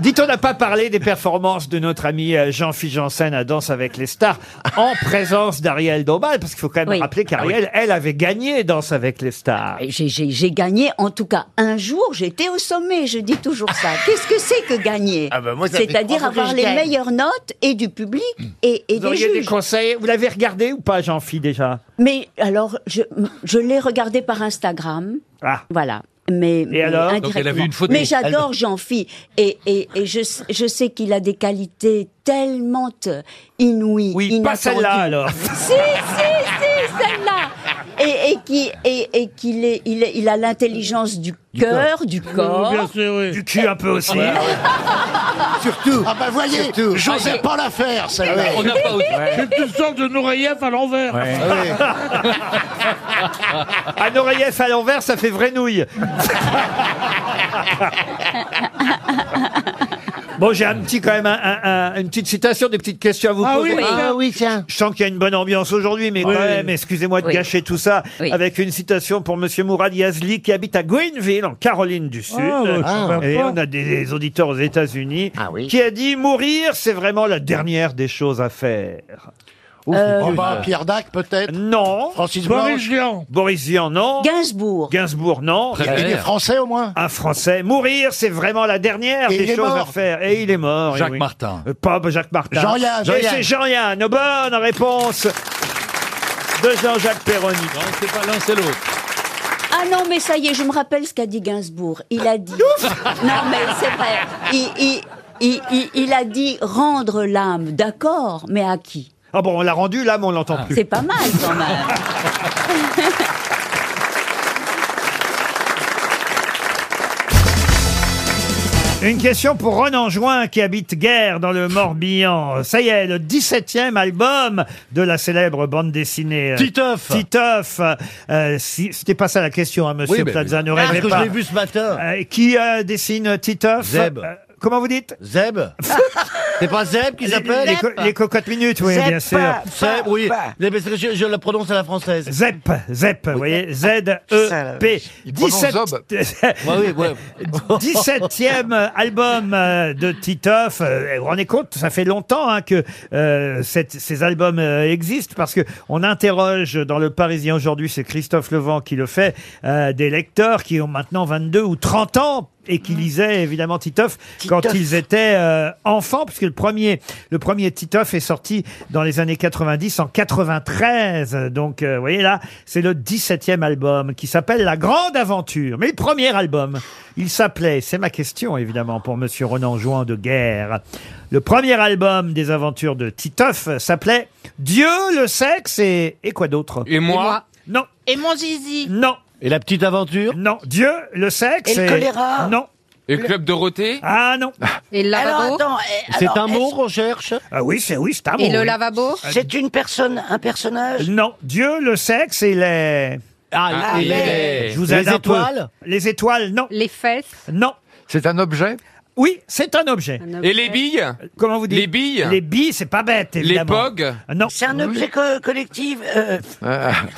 Speaker 1: Dites, on n'a pas parlé des performances de notre ami euh, Jean-Philippe Janssen à Danse avec les stars en présence d'Ariel Dombal, parce qu'il faut quand même rappeler
Speaker 18: Ah
Speaker 1: qu'Ariel, elle avait gagné Danse avec les stars.
Speaker 18: J'ai- J'ai j'ai gagné, en tout cas, un jour, j'étais au sommet, je dis toujours ça. Qu'est-ce que c'est que gagner
Speaker 1: Ah bah moi, ça fait
Speaker 18: C'est-à-dire
Speaker 1: trois fois que
Speaker 18: avoir
Speaker 1: je
Speaker 18: les
Speaker 1: gagne.
Speaker 18: meilleures notes et du public et, et
Speaker 1: Vous
Speaker 18: des
Speaker 1: auriez des
Speaker 18: juges.
Speaker 1: conseils Vous l'avez regardé ou pas, Jean-Philippe, déjà
Speaker 18: Mais alors, je, je l'ai regardé par Instagram. Voilà. Mais, mais
Speaker 1: Ah. alors Ah, Donc
Speaker 18: indirectement.
Speaker 1: elle a vu une photo.
Speaker 18: Mais j'adore
Speaker 1: Elle-
Speaker 18: Jean-Phi. Et, et, et je, sais- je sais qu'il a des qualités tellement euh, inouïes. Oui,
Speaker 1: pas celle-là, alors.
Speaker 18: si, si, si, celle-là. Et, et qui et, et qu'il est il, est- il a l'intelligence du cœur, du corps.
Speaker 1: Du cul un peu aussi.
Speaker 2: Surtout. bah, Ah bah voyez,
Speaker 5: Surtout.
Speaker 1: Ah,
Speaker 2: j'osais pas la faire, celle-là.
Speaker 5: On n'a pas C'est une sorte de Nourayev à l'envers.
Speaker 1: Ah, Un oreillef à l'envers, ça fait vraie nouille. Bon, j'ai un petit, quand même, un- un- un- une petite citation, des petites questions à vous
Speaker 19: Ah
Speaker 1: poser.
Speaker 19: oui, ah
Speaker 1: oui, tiens. Je sens qu'il y a une bonne ambiance aujourd'hui, mais
Speaker 19: Oui.
Speaker 1: quand même, excusez-moi de
Speaker 19: Oui.
Speaker 1: gâcher tout ça avec une citation pour Monsieur Mourad Yazli qui habite à Greenville, en Caroline du Sud.
Speaker 19: bah,
Speaker 2: euh,
Speaker 19: je
Speaker 2: Ah.
Speaker 19: savais
Speaker 1: et
Speaker 19: pas.
Speaker 1: on a des, des auditeurs aux États-Unis qui a dit mourir, c'est vraiment la dernière des choses à faire.
Speaker 2: Oh, bah, Pierre Dac, peut-être
Speaker 1: Euh, Non.
Speaker 2: Francis
Speaker 1: Boris
Speaker 2: Blanche
Speaker 1: Vian. Boris Vian, non.
Speaker 18: Gainsbourg.
Speaker 1: Gainsbourg, non.
Speaker 2: Il y avait des Français, au moins
Speaker 1: Un Français. Mourir, c'est vraiment la dernière
Speaker 2: Et il
Speaker 1: des
Speaker 2: est
Speaker 1: choses à
Speaker 2: mort.
Speaker 1: faire. Et il est mort. eh
Speaker 7: Jacques
Speaker 1: oui.
Speaker 7: Martin.
Speaker 1: Euh, Pas Jacques Martin.
Speaker 2: Jean-Yann,
Speaker 1: Et
Speaker 2: Jean-Yann.
Speaker 1: c'est Jean-Yann. Bonne réponse de Jean-Jacques Perroni.
Speaker 20: Non, c'est pas l'un, c'est l'autre.
Speaker 18: Ah non, mais ça y est, je me rappelle ce qu'a dit Gainsbourg. Il a dit. non, mais c'est vrai. Il, il- il- il- il a dit rendre l'âme, d'accord, mais à qui
Speaker 1: Ah bon, on l'a rendu, l'âme, on l'entend
Speaker 21: Ah.
Speaker 1: plus.
Speaker 18: C'est pas mal quand même.
Speaker 1: Une question pour Renan Join qui habite Guerre dans le Morbihan. Ça y est, le 17e album de la célèbre bande dessinée. euh,
Speaker 3: Titeuf.
Speaker 1: Titeuf. Euh, si- C'était pas ça la question, hein,
Speaker 20: ben
Speaker 1: monsieur
Speaker 3: mais-
Speaker 1: Plaza,
Speaker 20: Ah,
Speaker 1: ne
Speaker 3: Parce
Speaker 1: rêvez
Speaker 3: que je
Speaker 1: pas.
Speaker 3: l'ai vu ce matin.
Speaker 1: Euh, qui euh, dessine Titeuf
Speaker 3: Zeb.
Speaker 1: Euh, Comment vous dites
Speaker 3: Zeb C'est pas Zeb qu'ils
Speaker 1: Les-
Speaker 3: appellent
Speaker 1: les co- les cocottes minutes, oui, bien sûr.
Speaker 3: Zeb, oui. Mais parce que je, je la prononce à la française. euh,
Speaker 1: Zep, Zep, vous voyez, Z-E-P.
Speaker 3: Il prononce Zob. Ouais, oui, ouais.
Speaker 1: 17e album euh, de Titoff. Euh, Vous vous rendez compte, ça fait longtemps hein, que euh, cette- ces albums euh, existent parce que on interroge dans Le Parisien aujourd'hui, c'est Christophe Levent qui le fait, euh, des lecteurs qui ont maintenant 22 ou 30 ans et qui lisaient évidemment Titoff quand
Speaker 3: Titoff.
Speaker 1: ils étaient euh, enfants, puisque le premier, le premier Titoff est sorti dans les années 90, en 93. Donc, euh, vous voyez là, c'est le 17e album qui s'appelle La Grande Aventure. Mais le premier album, il s'appelait, c'est ma question évidemment pour Monsieur Renan Jouan de Guerre, le premier album des aventures de Titoff s'appelait Dieu, le sexe et, et quoi d'autre Et moi Non.
Speaker 22: Et mon zizi
Speaker 1: Non.
Speaker 3: Et la petite aventure
Speaker 1: Non. Dieu, le sexe
Speaker 22: Et le choléra
Speaker 1: Non.
Speaker 15: Et le club Dorothée
Speaker 1: Ah non.
Speaker 22: Et le lavabo
Speaker 7: Alors, attends, eh, alors, est-ce-
Speaker 3: qu'on cherche
Speaker 1: Ah oui, c'est oui, c'est un mot.
Speaker 7: Et le
Speaker 1: oui.
Speaker 7: lavabo
Speaker 1: Euh,
Speaker 7: C'est une personne, un personnage
Speaker 1: Non, Dieu, le sexe et les.
Speaker 3: Ah,
Speaker 7: et
Speaker 3: les-
Speaker 1: Je vous
Speaker 3: les
Speaker 1: aide un peu.
Speaker 3: étoiles
Speaker 1: Les étoiles, non. Les fesses Non.
Speaker 23: C'est un objet
Speaker 1: Oui, c'est un objet.
Speaker 15: Et les billes
Speaker 1: Comment vous dites
Speaker 15: Les billes
Speaker 1: Les billes, c'est pas bête,
Speaker 15: Les
Speaker 1: évidemment. Euh,
Speaker 15: pogs
Speaker 1: Non.
Speaker 7: C'est un objet co- collectif euh,
Speaker 15: Ah.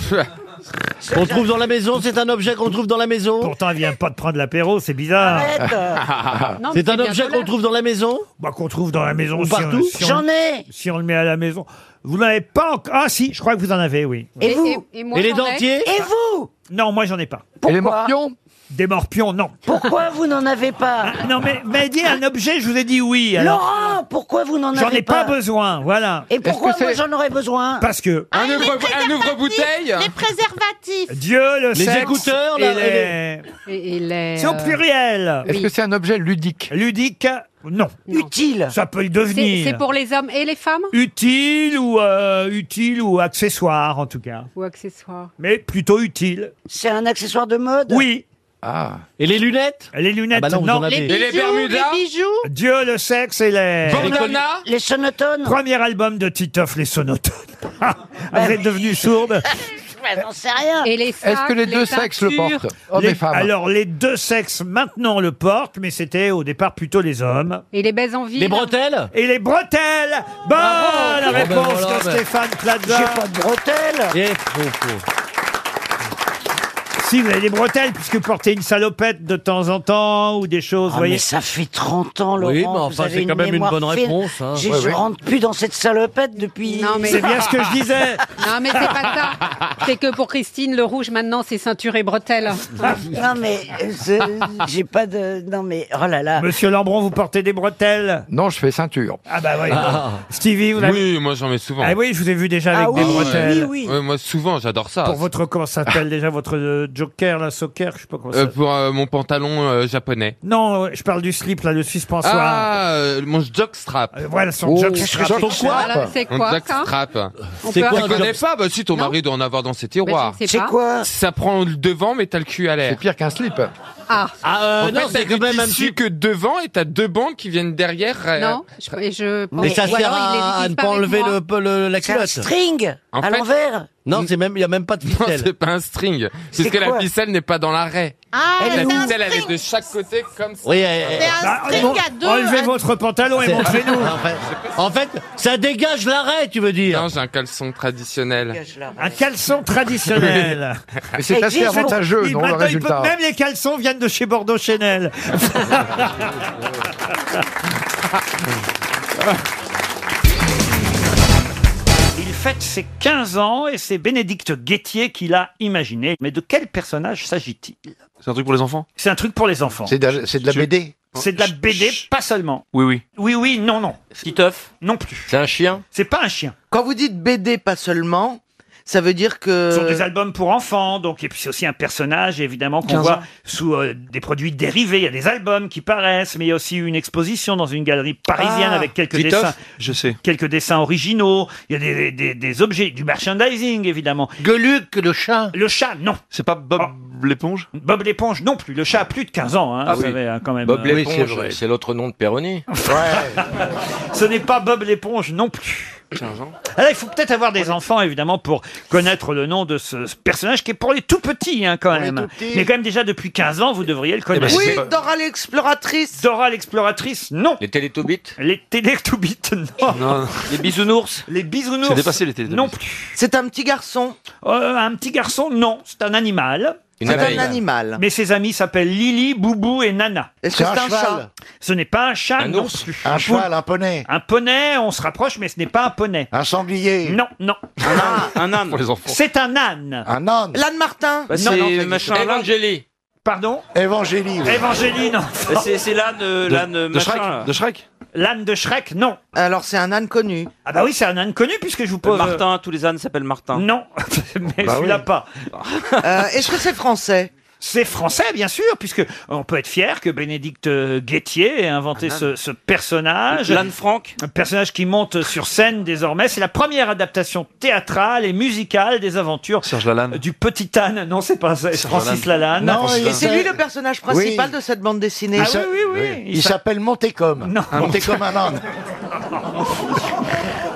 Speaker 3: Qu'on trouve dans la maison, c'est un objet qu'on trouve dans la maison.
Speaker 1: Pourtant, elle vient pas de prendre l'apéro, c'est bizarre.
Speaker 3: Arrête. Non, mais C'est un c'est bien objet qu'on dollar. trouve dans la maison
Speaker 1: Bah, qu'on trouve dans la maison.
Speaker 3: Ou
Speaker 1: si on-
Speaker 3: partout
Speaker 1: si on-
Speaker 3: J'en ai
Speaker 1: Si on le met à la maison. Vous n'avez pas encore. Ah, si, je crois que vous en avez, oui. Ah.
Speaker 7: Et Et- vous et- et moi, Et les j'en ai. dentiers Et vous
Speaker 1: Non, moi, j'en ai pas.
Speaker 7: Et les Pourquoi morpions
Speaker 1: Des morpions, non. Ah,
Speaker 7: Pourquoi vous n'en avez pas
Speaker 1: Non, mais, mais dit un objet, je vous ai dit oui. alors.
Speaker 7: Laurent, pourquoi vous n'en avez
Speaker 1: J'en ai pas
Speaker 7: pas
Speaker 1: besoin, voilà.
Speaker 7: Et pourquoi moi j'en Ah, aurais besoin
Speaker 1: Parce que.
Speaker 15: Un ouvre, un ouvre-bouteille
Speaker 22: Les préservatifs
Speaker 1: Dieu, le
Speaker 3: Les
Speaker 1: sexe
Speaker 3: écouteurs, là,
Speaker 1: et les-
Speaker 22: Et, les...
Speaker 7: Euh.
Speaker 1: C'est au pluriel.
Speaker 22: Est-ce Oui. que
Speaker 1: c'est un objet ludique Ludique, non.
Speaker 7: Utile.
Speaker 1: Ça peut le
Speaker 21: C'est
Speaker 1: devenir.
Speaker 21: c'est pour les hommes et les femmes
Speaker 1: Utile ou euh, utile ou accessoire en tout cas.
Speaker 21: Ou accessoires
Speaker 1: Mais plutôt utile.
Speaker 7: C'est un accessoire de mode
Speaker 1: Oui.
Speaker 3: Ah. Et les lunettes
Speaker 1: Les lunettes,
Speaker 3: Ah bah non, vous
Speaker 1: non.
Speaker 3: en avez.
Speaker 1: Et les Bermudas
Speaker 22: bijoux
Speaker 1: Dieu, le sexe et les.
Speaker 3: Bandana
Speaker 7: Les sonotones Bah
Speaker 1: Premier album de Titoff, les sonotones. Ah, vous êtes devenue sourde.
Speaker 7: Ouais, J'en sais rien
Speaker 21: Et les sacs, teintures
Speaker 1: Les- Alors, les deux sexes maintenant le portent, mais c'était au départ plutôt les hommes.
Speaker 21: Et les baises en ville
Speaker 3: bretelles
Speaker 1: Et les bretelles Bonne
Speaker 3: Bravo
Speaker 1: réponse
Speaker 3: Oh ben voilà,
Speaker 1: de
Speaker 3: ben.
Speaker 1: Stéphane Plaza
Speaker 3: J'ai pas
Speaker 7: de bretelles
Speaker 3: Et oh. faux, faux.
Speaker 1: Si, vous avez des bretelles, puisque porter une salopette de temps en temps, ou des choses,
Speaker 7: Ah,
Speaker 1: vous voyez.
Speaker 7: mais ça fait 30 ans, Laurent.
Speaker 3: Oui, mais
Speaker 7: Oh, vous
Speaker 3: Bah, enfin,
Speaker 7: avez
Speaker 3: c'est quand même une
Speaker 7: mémoire
Speaker 3: bonne
Speaker 7: fine.
Speaker 3: réponse, hein.
Speaker 7: J'ai-
Speaker 3: Ouais,
Speaker 7: je
Speaker 3: ouais.
Speaker 7: rentre plus dans cette salopette depuis.
Speaker 21: Non, mais-
Speaker 1: C'est bien ce que je disais.
Speaker 21: Non, mais c'est pas ça. C'est que pour Christine, le rouge maintenant, c'est ceinture et bretelles.
Speaker 7: non, mais euh, je- j'ai pas de. Non, mais oh là là.
Speaker 1: Monsieur Lambron, vous portez des bretelles
Speaker 23: Non, je fais ceinture.
Speaker 1: Ah bah oui.
Speaker 23: Ah.
Speaker 1: Stevie, vous l'avez...
Speaker 15: Oui, moi j'en mets souvent.
Speaker 1: Ah oui, je vous ai vu déjà avec
Speaker 7: Ah
Speaker 1: des
Speaker 7: oui,
Speaker 1: bretelles.
Speaker 7: oui, oui.
Speaker 15: Ouais, moi souvent, j'adore ça.
Speaker 1: Ah, Pour votre, comment ça s'appelle déjà, votre euh, joker, la soccer, je sais pas comment ça
Speaker 15: Euh, pour euh, mon pantalon euh, japonais.
Speaker 1: Non, euh, je parle du slip, là, le suspensoir.
Speaker 15: Ah, euh, mon jockstrap.
Speaker 1: voilà, son Oh, jockstrap. qu'est-ce que c'est que ça
Speaker 15: Voilà,
Speaker 21: Voilà,
Speaker 15: Mon
Speaker 21: c'est quoi,
Speaker 15: jockstrap.
Speaker 21: On C'est peut quoi
Speaker 15: Tu
Speaker 21: un
Speaker 15: connais
Speaker 21: jock-
Speaker 15: pas Bah si, ton mari doit en avoir dans ses tiroirs.
Speaker 21: Bah, je ne sais C'est pas. quoi
Speaker 15: Ça prend le devant, mais t'as le cul à l'air. C'est pire qu'un slip.
Speaker 21: Ah,
Speaker 15: Ah,
Speaker 3: euh, non, c'est
Speaker 15: t'as
Speaker 3: quand
Speaker 15: du
Speaker 3: même un
Speaker 15: tissu que devant et t'as deux bandes qui viennent derrière. euh,
Speaker 21: non. Je, et je pense-
Speaker 24: Oh.
Speaker 3: Mais ça
Speaker 21: ou
Speaker 3: sert
Speaker 21: alors, il les
Speaker 3: à, à
Speaker 21: utilise
Speaker 3: ne
Speaker 21: pas
Speaker 3: pas
Speaker 21: avec
Speaker 3: enlever
Speaker 21: moi.
Speaker 3: le, le- la
Speaker 21: C'est un
Speaker 3: culotte.
Speaker 7: String
Speaker 15: En
Speaker 7: À
Speaker 15: fait-
Speaker 7: l'envers
Speaker 3: Non, c'est même, il n'y a même pas de
Speaker 15: Non,
Speaker 3: ficelle.
Speaker 15: c'est pas un string. Parce que la
Speaker 3: quoi
Speaker 15: ficelle n'est pas dans l'arrêt.
Speaker 22: Ah,
Speaker 15: La
Speaker 22: c'est un
Speaker 15: ficelle, elle est
Speaker 22: string.
Speaker 15: de chaque côté comme ça.
Speaker 3: Oui, elle- elle-
Speaker 22: C'est un
Speaker 1: Bah,
Speaker 22: string
Speaker 1: bon,
Speaker 22: à deux
Speaker 1: enlevez
Speaker 15: hein.
Speaker 22: un-
Speaker 1: votre pantalon et
Speaker 3: C'est-
Speaker 1: montrez-nous.
Speaker 3: en, fait, en fait, ça dégage l'arrêt, tu veux dire.
Speaker 15: Non, j'ai un caleçon traditionnel.
Speaker 1: Un caleçon traditionnel.
Speaker 23: Mais c'est
Speaker 1: Ça
Speaker 23: assez
Speaker 1: existe,
Speaker 23: avantageux,
Speaker 1: il-
Speaker 23: non,
Speaker 1: maintenant,
Speaker 23: le
Speaker 1: il peut-
Speaker 23: résultat.
Speaker 1: Même les caleçons viennent de chez Bordeaux Chanel. Ah. Il fête ses 15 ans et c'est Bénédicte Guettier qui l'a imaginé. Mais de quel personnage s'agit-il
Speaker 13: C'est un truc pour les enfants
Speaker 1: C'est un truc pour les enfants.
Speaker 13: C'est de, la BD
Speaker 1: C'est de la BD, pas seulement.
Speaker 13: Oui, oui.
Speaker 1: Oui, oui, non, non.
Speaker 25: Titeuf
Speaker 1: Non plus.
Speaker 25: C'est un chien
Speaker 1: C'est pas un chien.
Speaker 25: Quand vous dites BD, pas seulement, Ça veut dire que.
Speaker 2: Euh,
Speaker 1: Ce sont des albums pour enfants, donc et puis c'est aussi un personnage évidemment
Speaker 25: 15
Speaker 1: qu'on voit
Speaker 25: ans.
Speaker 1: sous euh, des produits dérivés. Il y a des albums qui paraissent, mais il y a aussi une exposition dans une galerie parisienne
Speaker 2: Ah,
Speaker 1: avec quelques
Speaker 2: Titoff,
Speaker 1: dessins.
Speaker 2: Je sais.
Speaker 1: Quelques dessins originaux. Il y a des, des- des objets, du merchandising évidemment. Geluc, le chat. Le chat, non. C'est pas Bob l'éponge. Bob l'éponge, non plus. Le chat a plus de 15 ans, hein,
Speaker 5: Ah
Speaker 1: vous
Speaker 5: oui.
Speaker 1: savez, hein, quand même.
Speaker 5: Bob
Speaker 1: Euh,
Speaker 5: l'éponge, c'est l'autre nom de Perroni.
Speaker 1: Ce n'est pas Bob l'éponge non plus. Alors, il faut peut-être avoir des enfants, évidemment, pour connaître le nom de ce ce personnage qui est pour les tout petits, hein, quand même.
Speaker 25: petits.
Speaker 1: Mais quand même, déjà depuis 15 ans, vous devriez
Speaker 2: Eh
Speaker 1: le
Speaker 2: ben,
Speaker 25: Oui,
Speaker 1: connaître.
Speaker 25: Dora l'exploratrice.
Speaker 1: Dora l'exploratrice, non.
Speaker 5: Les Télétoubites
Speaker 1: Les Télétoubites, non.
Speaker 5: Les bisounours
Speaker 1: Les bisounours.
Speaker 5: C'est dépassé, les Télétoubies.
Speaker 1: Non plus. C'est un petit garçon. un petit garçon, non. C'est un animal.
Speaker 5: Une C'est un abeille. animal.
Speaker 1: Mais ses amis s'appellent Lily, Boubou et Nana.
Speaker 2: Est-ce que C'est c'est un un chat cheval
Speaker 1: Ce n'est pas un chat.
Speaker 2: Un
Speaker 1: Ah, non
Speaker 2: ours
Speaker 1: plus.
Speaker 2: Un cheval,
Speaker 1: poule.
Speaker 2: un poney.
Speaker 1: Un poney, on se rapproche, mais ce n'est pas un poney. Un sanglier. Non, non.
Speaker 2: Un âne. Pour les enfants.
Speaker 1: C'est un âne.
Speaker 2: Un âne.
Speaker 1: L'âne Martin.
Speaker 2: Bah, c'est machin, l'âne.
Speaker 1: Evangélie. Pardon
Speaker 2: Évangélie. oui.
Speaker 1: Évangélie, non.
Speaker 2: Bah, c'est- c'est l'âne, euh,
Speaker 1: de,
Speaker 2: l'âne, De- de machin, Shrek, là. de
Speaker 1: Shrek L'âne de Shrek, non. Alors c'est un âne connu. Ah bah oui, c'est un âne connu puisque je vous pose.
Speaker 26: Martin, tous les ânes s'appellent Martin.
Speaker 1: Non, mais celui-là pas. Euh, Est-ce que c'est français c'est français, bien sûr, puisque on peut être fier que Bénédicte euh, Guettier ait
Speaker 2: Ah.
Speaker 1: inventé ce, ce personnage.
Speaker 26: L'âne
Speaker 1: Franck. Un personnage qui monte sur scène désormais. C'est la première adaptation théâtrale et musicale des aventures du petit âne. Non, c'est pas ça, c'est Francis Lalanne.
Speaker 13: Oh,
Speaker 25: et c'est lui le personnage principal
Speaker 1: Oui.
Speaker 25: de cette bande dessinée.
Speaker 1: Ah oui, oui, oui.
Speaker 2: Il s'appelle Montecom.
Speaker 1: Non.
Speaker 2: Un Montecom un âne.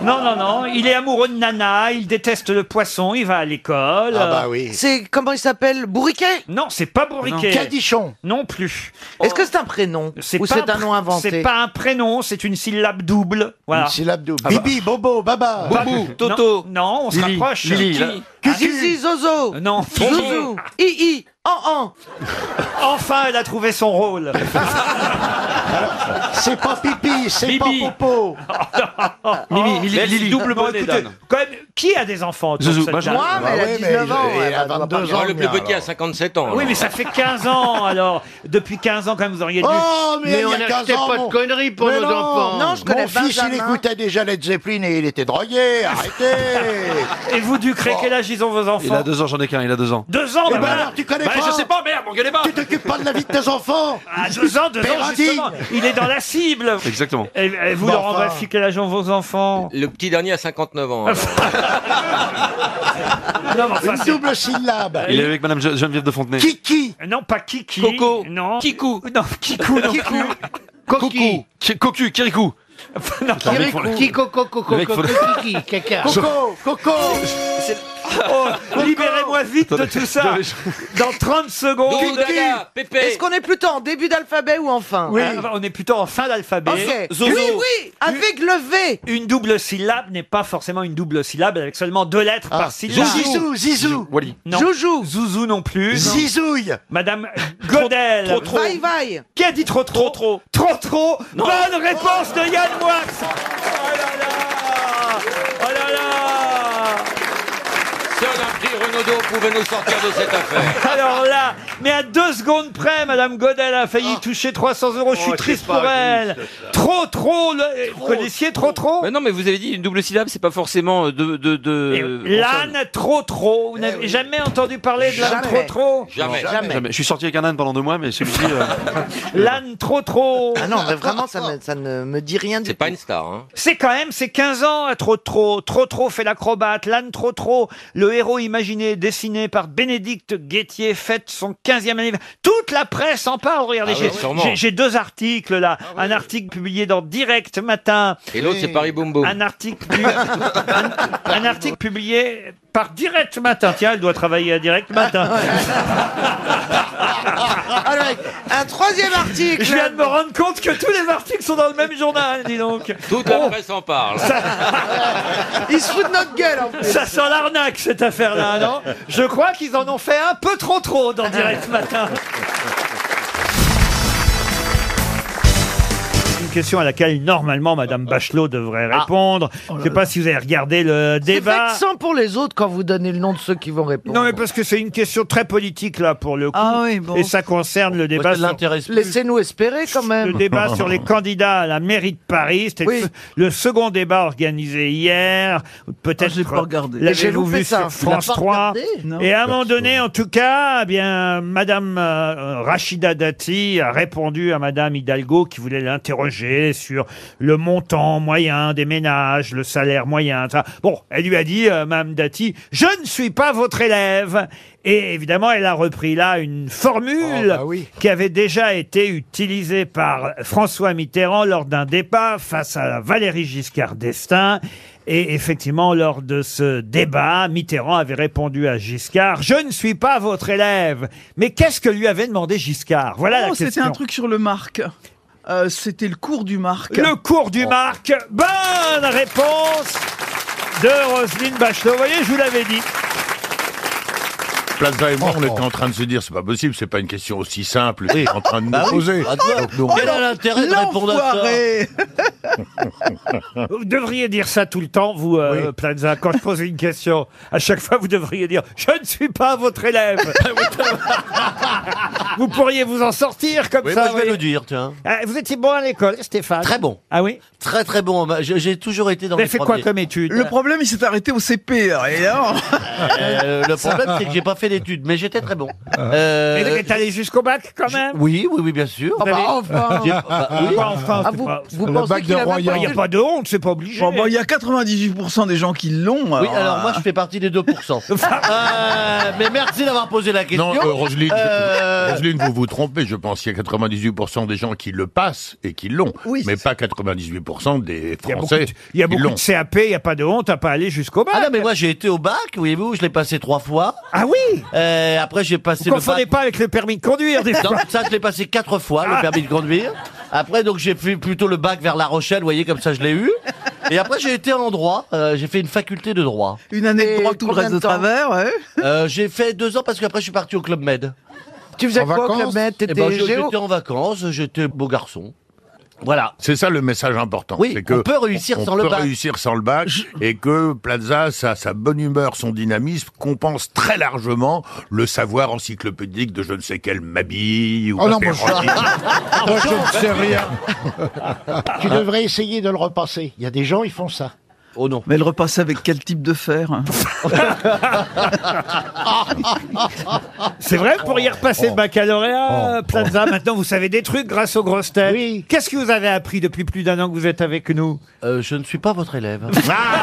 Speaker 1: Non, non, non. Il est amoureux de Nana, il déteste le poisson, il va à l'école.
Speaker 2: Ah bah oui.
Speaker 1: C'est, comment il s'appelle Bourriquet Non, c'est pas Bourriquet.
Speaker 25: Non. Cadichon
Speaker 1: Non plus.
Speaker 25: Est-ce que c'est un prénom Ou
Speaker 1: pas
Speaker 25: c'est un nom
Speaker 1: pr-
Speaker 25: inventé
Speaker 1: C'est pas un prénom, c'est une syllabe double. Voilà.
Speaker 25: Une syllabe
Speaker 2: double. Ah bah. Bibi,
Speaker 1: Bobo, Baba.
Speaker 2: Boubou,
Speaker 1: Non,
Speaker 2: Toto.
Speaker 1: Non, on se
Speaker 2: Lily,
Speaker 1: rapproche.
Speaker 2: Lily, là.
Speaker 25: Zizi, Zozo
Speaker 1: Non.
Speaker 25: Zouzou I, I En, en
Speaker 1: Enfin, elle a trouvé son rôle.
Speaker 2: C'est pas pipi, c'est pas
Speaker 1: Bibi.
Speaker 2: popo.
Speaker 1: Oh, Mimi,
Speaker 2: Lily, Lily. Bon, écoutez,
Speaker 1: Quand même, qui a des enfants autour
Speaker 2: Zouzou,
Speaker 1: de cette
Speaker 2: moi, j'en ai.
Speaker 1: table
Speaker 2: Moi, mais elle a Ah ouais, 19 mais ans, elle elle a doit pas 22 parler. ans,
Speaker 5: le plus
Speaker 2: alors.
Speaker 5: petit a 57 ans.
Speaker 1: Oui,
Speaker 5: alors.
Speaker 1: mais ça fait 15 ans alors. Depuis 15 ans, quand même, vous auriez dû.
Speaker 2: Oh, mais, il y a 15 ans, mon- Mais non, Mon fils, il écoutait déjà Led Zeppelin et il était drogué. Arrêtez
Speaker 1: Et vous, Ducré, quel âge ils ont vos enfants
Speaker 2: Il a
Speaker 1: deux ans, j'en ai qu'un, il a deux ans. Deux ans
Speaker 2: Eh ben
Speaker 1: bah,
Speaker 2: alors, tu connais
Speaker 1: bah,
Speaker 2: pas
Speaker 1: Je sais pas, merde, mon gueule pas
Speaker 2: Tu t'occupes pas de la vie de tes enfants
Speaker 1: À deux ans, deux ans,
Speaker 2: Pérati.
Speaker 1: justement. Il est dans la cible.
Speaker 5: Exactement.
Speaker 1: Et, et vous,
Speaker 5: Bon,
Speaker 1: Laurent
Speaker 5: enfin.
Speaker 1: Baffie, quel âge ont vos enfants
Speaker 5: Le petit dernier a 59 ans. alors.
Speaker 1: Non, mais enfin,
Speaker 2: Une
Speaker 1: c'est-
Speaker 2: double syllabe.
Speaker 1: Il est
Speaker 2: avec Madame Geneviève de Fontenay.
Speaker 1: Kiki Non, pas Kiki. Coco Non. Kikou Non, Kikou non plus. Cocu. Cocu, Kirikou. non,
Speaker 27: Kiko, coco,
Speaker 1: Le mec,
Speaker 27: coco,
Speaker 1: faut le-
Speaker 27: kiki, caca.
Speaker 1: Coco,
Speaker 2: coco.
Speaker 1: Oh, libérez-moi vite de tout ça. Dans 30 secondes.
Speaker 25: Est-ce qu'on est plutôt en début d'alphabet ou en fin
Speaker 13: Euh,
Speaker 1: Oui. Ah, on est plutôt en fin d'alphabet.
Speaker 25: Ah. Ok. Oui, oui, avec le V.
Speaker 1: Une double syllabe n'est pas forcément une double syllabe avec seulement deux lettres
Speaker 25: Ah.
Speaker 1: par syllabe.
Speaker 2: Zizou, Zizou.
Speaker 1: Wally. Joujou. Zouzou non plus.
Speaker 2: Zizouille.
Speaker 1: Madame Godel.
Speaker 25: Trop, trop. Vaille, vaille.
Speaker 1: Qui a dit trop trop Trop trop. Trop trop. Bonne réponse de Yann Moix.
Speaker 2: Ah.
Speaker 1: Oh là là. Oh là là.
Speaker 5: Si on a pris Renaudot, pouvait nous sortir de cette affaire.
Speaker 1: Alors là, mais à deux secondes près, Madame Godel a failli
Speaker 25: Ah.
Speaker 1: toucher 300 euros.
Speaker 25: Oh,
Speaker 1: Je suis triste
Speaker 26: pas
Speaker 1: pour elle.
Speaker 26: juste, ça.
Speaker 1: Trop, trop. le- Vous connaissiez trop, trop
Speaker 26: Mais non, mais vous avez dit une double syllabe, c'est pas forcément euh, de. de, de
Speaker 1: L'âne, trop, trop. Vous n'avez jamais entendu parler de l'âne, trop,
Speaker 26: Jamais.
Speaker 1: trop
Speaker 26: Jamais.
Speaker 25: Jamais.
Speaker 26: Jamais.
Speaker 24: Je suis sorti avec un âne pendant deux mois, mais celui-ci.
Speaker 26: euh,
Speaker 1: L'âne, trop, trop.
Speaker 25: Ah non, mais vraiment, ça, me- ça ne me dit rien du tout.
Speaker 5: C'est pas une star, hein.
Speaker 1: C'est quand même ses 15 ans à trop trop, trop trop fait l'acrobate, l'âne trop trop, le héros imaginé, dessiné par Bénédicte Guettier, fête son 15e anniversaire. Toute la presse en parle, regardez,
Speaker 5: Ah
Speaker 1: j'ai-
Speaker 5: oui, sûrement. Ah
Speaker 1: j'ai- j'ai deux articles là. Un article publié dans Direct Matin.
Speaker 5: Et l'autre, c'est Paris Boom Boom.
Speaker 1: Un article, pu- un- un article publié par Direct Matin. Tiens, elle doit travailler à Direct Matin.
Speaker 25: Alors, Ah, un troisième article.
Speaker 1: Je viens de me rendre compte que tous les articles sont dans le même journal, dis donc.
Speaker 5: Toute la
Speaker 1: Oh.
Speaker 5: presse en parle.
Speaker 25: Ils se foutent de notre gueule, hein. en plus.
Speaker 1: Ça sent l'arnaque cette affaire-là, non Je crois qu'ils en ont fait un peu trop trop dans Direct Matin. question à laquelle normalement Madame
Speaker 13: Ah,
Speaker 1: Bachelot devrait répondre. Je ne sais pas si vous avez regardé le
Speaker 13: Oh C'est
Speaker 1: débat.
Speaker 13: vexant pour les autres quand vous donnez le nom de ceux qui vont répondre.
Speaker 1: Non mais parce que c'est une question très politique là pour le coup.
Speaker 13: Ah oui, bon.
Speaker 1: Et ça concerne le débat. sur-
Speaker 13: Laissez-nous espérer quand même.
Speaker 1: Le débat sur les candidats à la mairie de Paris, c'était le- le second débat organisé hier. Peut-être
Speaker 13: Ah, pas regardé. J'ai
Speaker 1: l'avez-vous
Speaker 13: loupé
Speaker 1: vu
Speaker 13: ça. Il a
Speaker 1: sur France
Speaker 13: pas
Speaker 1: 3.
Speaker 13: regardé Non.
Speaker 1: Et à un moment donné, en tout cas, eh bien, Madame euh, Rachida Dati a répondu à Madame Hidalgo qui voulait l'interroger sur le montant moyen des ménages, le salaire moyen. ça. Bon, elle lui a dit, euh, Madame Dati, je ne suis pas votre élève. Et évidemment, elle a repris là une formule qui avait déjà été utilisée par François Mitterrand lors d'un débat face à Valérie Giscard d'Estaing. Et effectivement, lors de ce débat, Mitterrand avait répondu à Giscard Je ne suis pas votre élève. Mais qu'est-ce que lui avait demandé Giscard Voilà
Speaker 8: Oh,
Speaker 1: la
Speaker 8: c'était un
Speaker 1: question.
Speaker 8: truc sur le marque. Euh, c'était le cours du marque.
Speaker 1: Le cours du Marc. Bonne réponse de Roselyne Bachelot. Vous voyez, je vous l'avais dit.
Speaker 11: Plaza et moi, on était en train de se dire, c'est pas possible, c'est pas une question aussi simple
Speaker 2: Oh. Oui.
Speaker 11: qu'on est en train de nous
Speaker 2: Bah oui.
Speaker 11: poser.
Speaker 2: Ah, toi,
Speaker 11: Donc, nous,
Speaker 2: quel est l'intérêt de répondre à ça
Speaker 8: l'enfoiré
Speaker 1: Vous devriez dire ça tout le temps, vous, euh, Plaza. Quand je pose une question, à chaque fois, vous devriez dire Je ne suis pas votre élève. vous pourriez vous en sortir comme
Speaker 2: Oui,
Speaker 1: ça.
Speaker 2: moi, je vais
Speaker 1: voyez.
Speaker 2: le dire, tiens.
Speaker 1: Ah, Vous étiez bon à l'école, Stéphane
Speaker 2: Très bon.
Speaker 1: Ah oui
Speaker 2: Très très bon. Bah, je- J'ai toujours été dans
Speaker 1: Vous
Speaker 2: les
Speaker 1: avez fait quoi comme étude
Speaker 8: Le problème, il s'est arrêté au CP. alors, Et là,
Speaker 2: Euh, le problème, c'est que j'ai pas fait d'études, mais j'étais très bon. Euh,
Speaker 1: Mais t'es allé jusqu'au bac quand même Ah
Speaker 2: Oui, oui, oui, bien sûr.
Speaker 1: Vous avez-
Speaker 2: J'ai- bah, oui.
Speaker 1: Bah, enfin, c'est pas- Il n'y a pas de honte, c'est pas obligé.
Speaker 8: Bon, bon, il y a 98% des gens qui l'ont. euh.
Speaker 2: Oui, alors moi, je fais partie des 2%. Euh, mais merci d'avoir posé la question.
Speaker 11: Non, euh, Roselyne,
Speaker 2: Euh,
Speaker 11: Roselyne, vous vous trompez. Je pense qu'il y a 98% des gens qui le passent et qui l'ont, mais pas 98% des
Speaker 1: Il y a beaucoup
Speaker 11: Français
Speaker 1: de- Il y a
Speaker 11: qui
Speaker 1: beaucoup
Speaker 11: l'ont.
Speaker 1: de CAP, il n'y a pas de honte à pas aller jusqu'au bac.
Speaker 2: Ah non, mais moi, j'ai été au bac, voyez-vous, je l'ai passé trois fois. Euh,
Speaker 1: Ah oui
Speaker 2: Après, j'ai passé
Speaker 1: Vous
Speaker 2: le
Speaker 1: confondez
Speaker 2: bac.
Speaker 1: pas avec le permis de conduire, des
Speaker 2: Non,
Speaker 1: fois. Ah.
Speaker 2: ça, je l'ai passé quatre fois, le permis de conduire. Après, donc, j'ai fait plutôt le bac vers La Rochelle, vous voyez, comme ça, je l'ai eu. Et après, j'ai été en droit. euh, j'ai fait une faculté de droit.
Speaker 8: Une année de droit, tout le reste de travers, ouais.
Speaker 2: Euh, j'ai fait deux ans parce qu'après, je suis parti au Club Med.
Speaker 13: Tu faisais quoi, Club Med
Speaker 2: Eh
Speaker 13: T'étais
Speaker 2: ben, je-
Speaker 13: géo
Speaker 2: J'étais en vacances, j'étais beau garçon. Voilà.
Speaker 11: C'est ça le message important.
Speaker 2: Oui,
Speaker 11: c'est que
Speaker 2: on peut réussir
Speaker 11: on
Speaker 2: sans le
Speaker 11: peut
Speaker 2: bac.
Speaker 11: réussir sans le bac et que Plaza, sa, sa bonne humeur, son dynamisme compense très largement le savoir encyclopédique de je ne sais quel Mabille ou
Speaker 9: Oh non, moi,
Speaker 11: Paperotti.
Speaker 9: je- moi, je ne sais rien. tu devrais essayer de le repasser. Il y a des gens, ils font ça.
Speaker 2: Oh non.
Speaker 8: Mais le repasser avec quel type de fer hein
Speaker 1: C'est vrai, vous
Speaker 2: Oh,
Speaker 1: pourriez repasser le baccalauréat, Plaza. Maintenant, vous savez des trucs grâce aux grosses têtes. Qu'est-ce que vous avez appris depuis plus d'un an que vous êtes avec nous
Speaker 2: Euh, Je ne suis pas votre élève.
Speaker 1: Ah.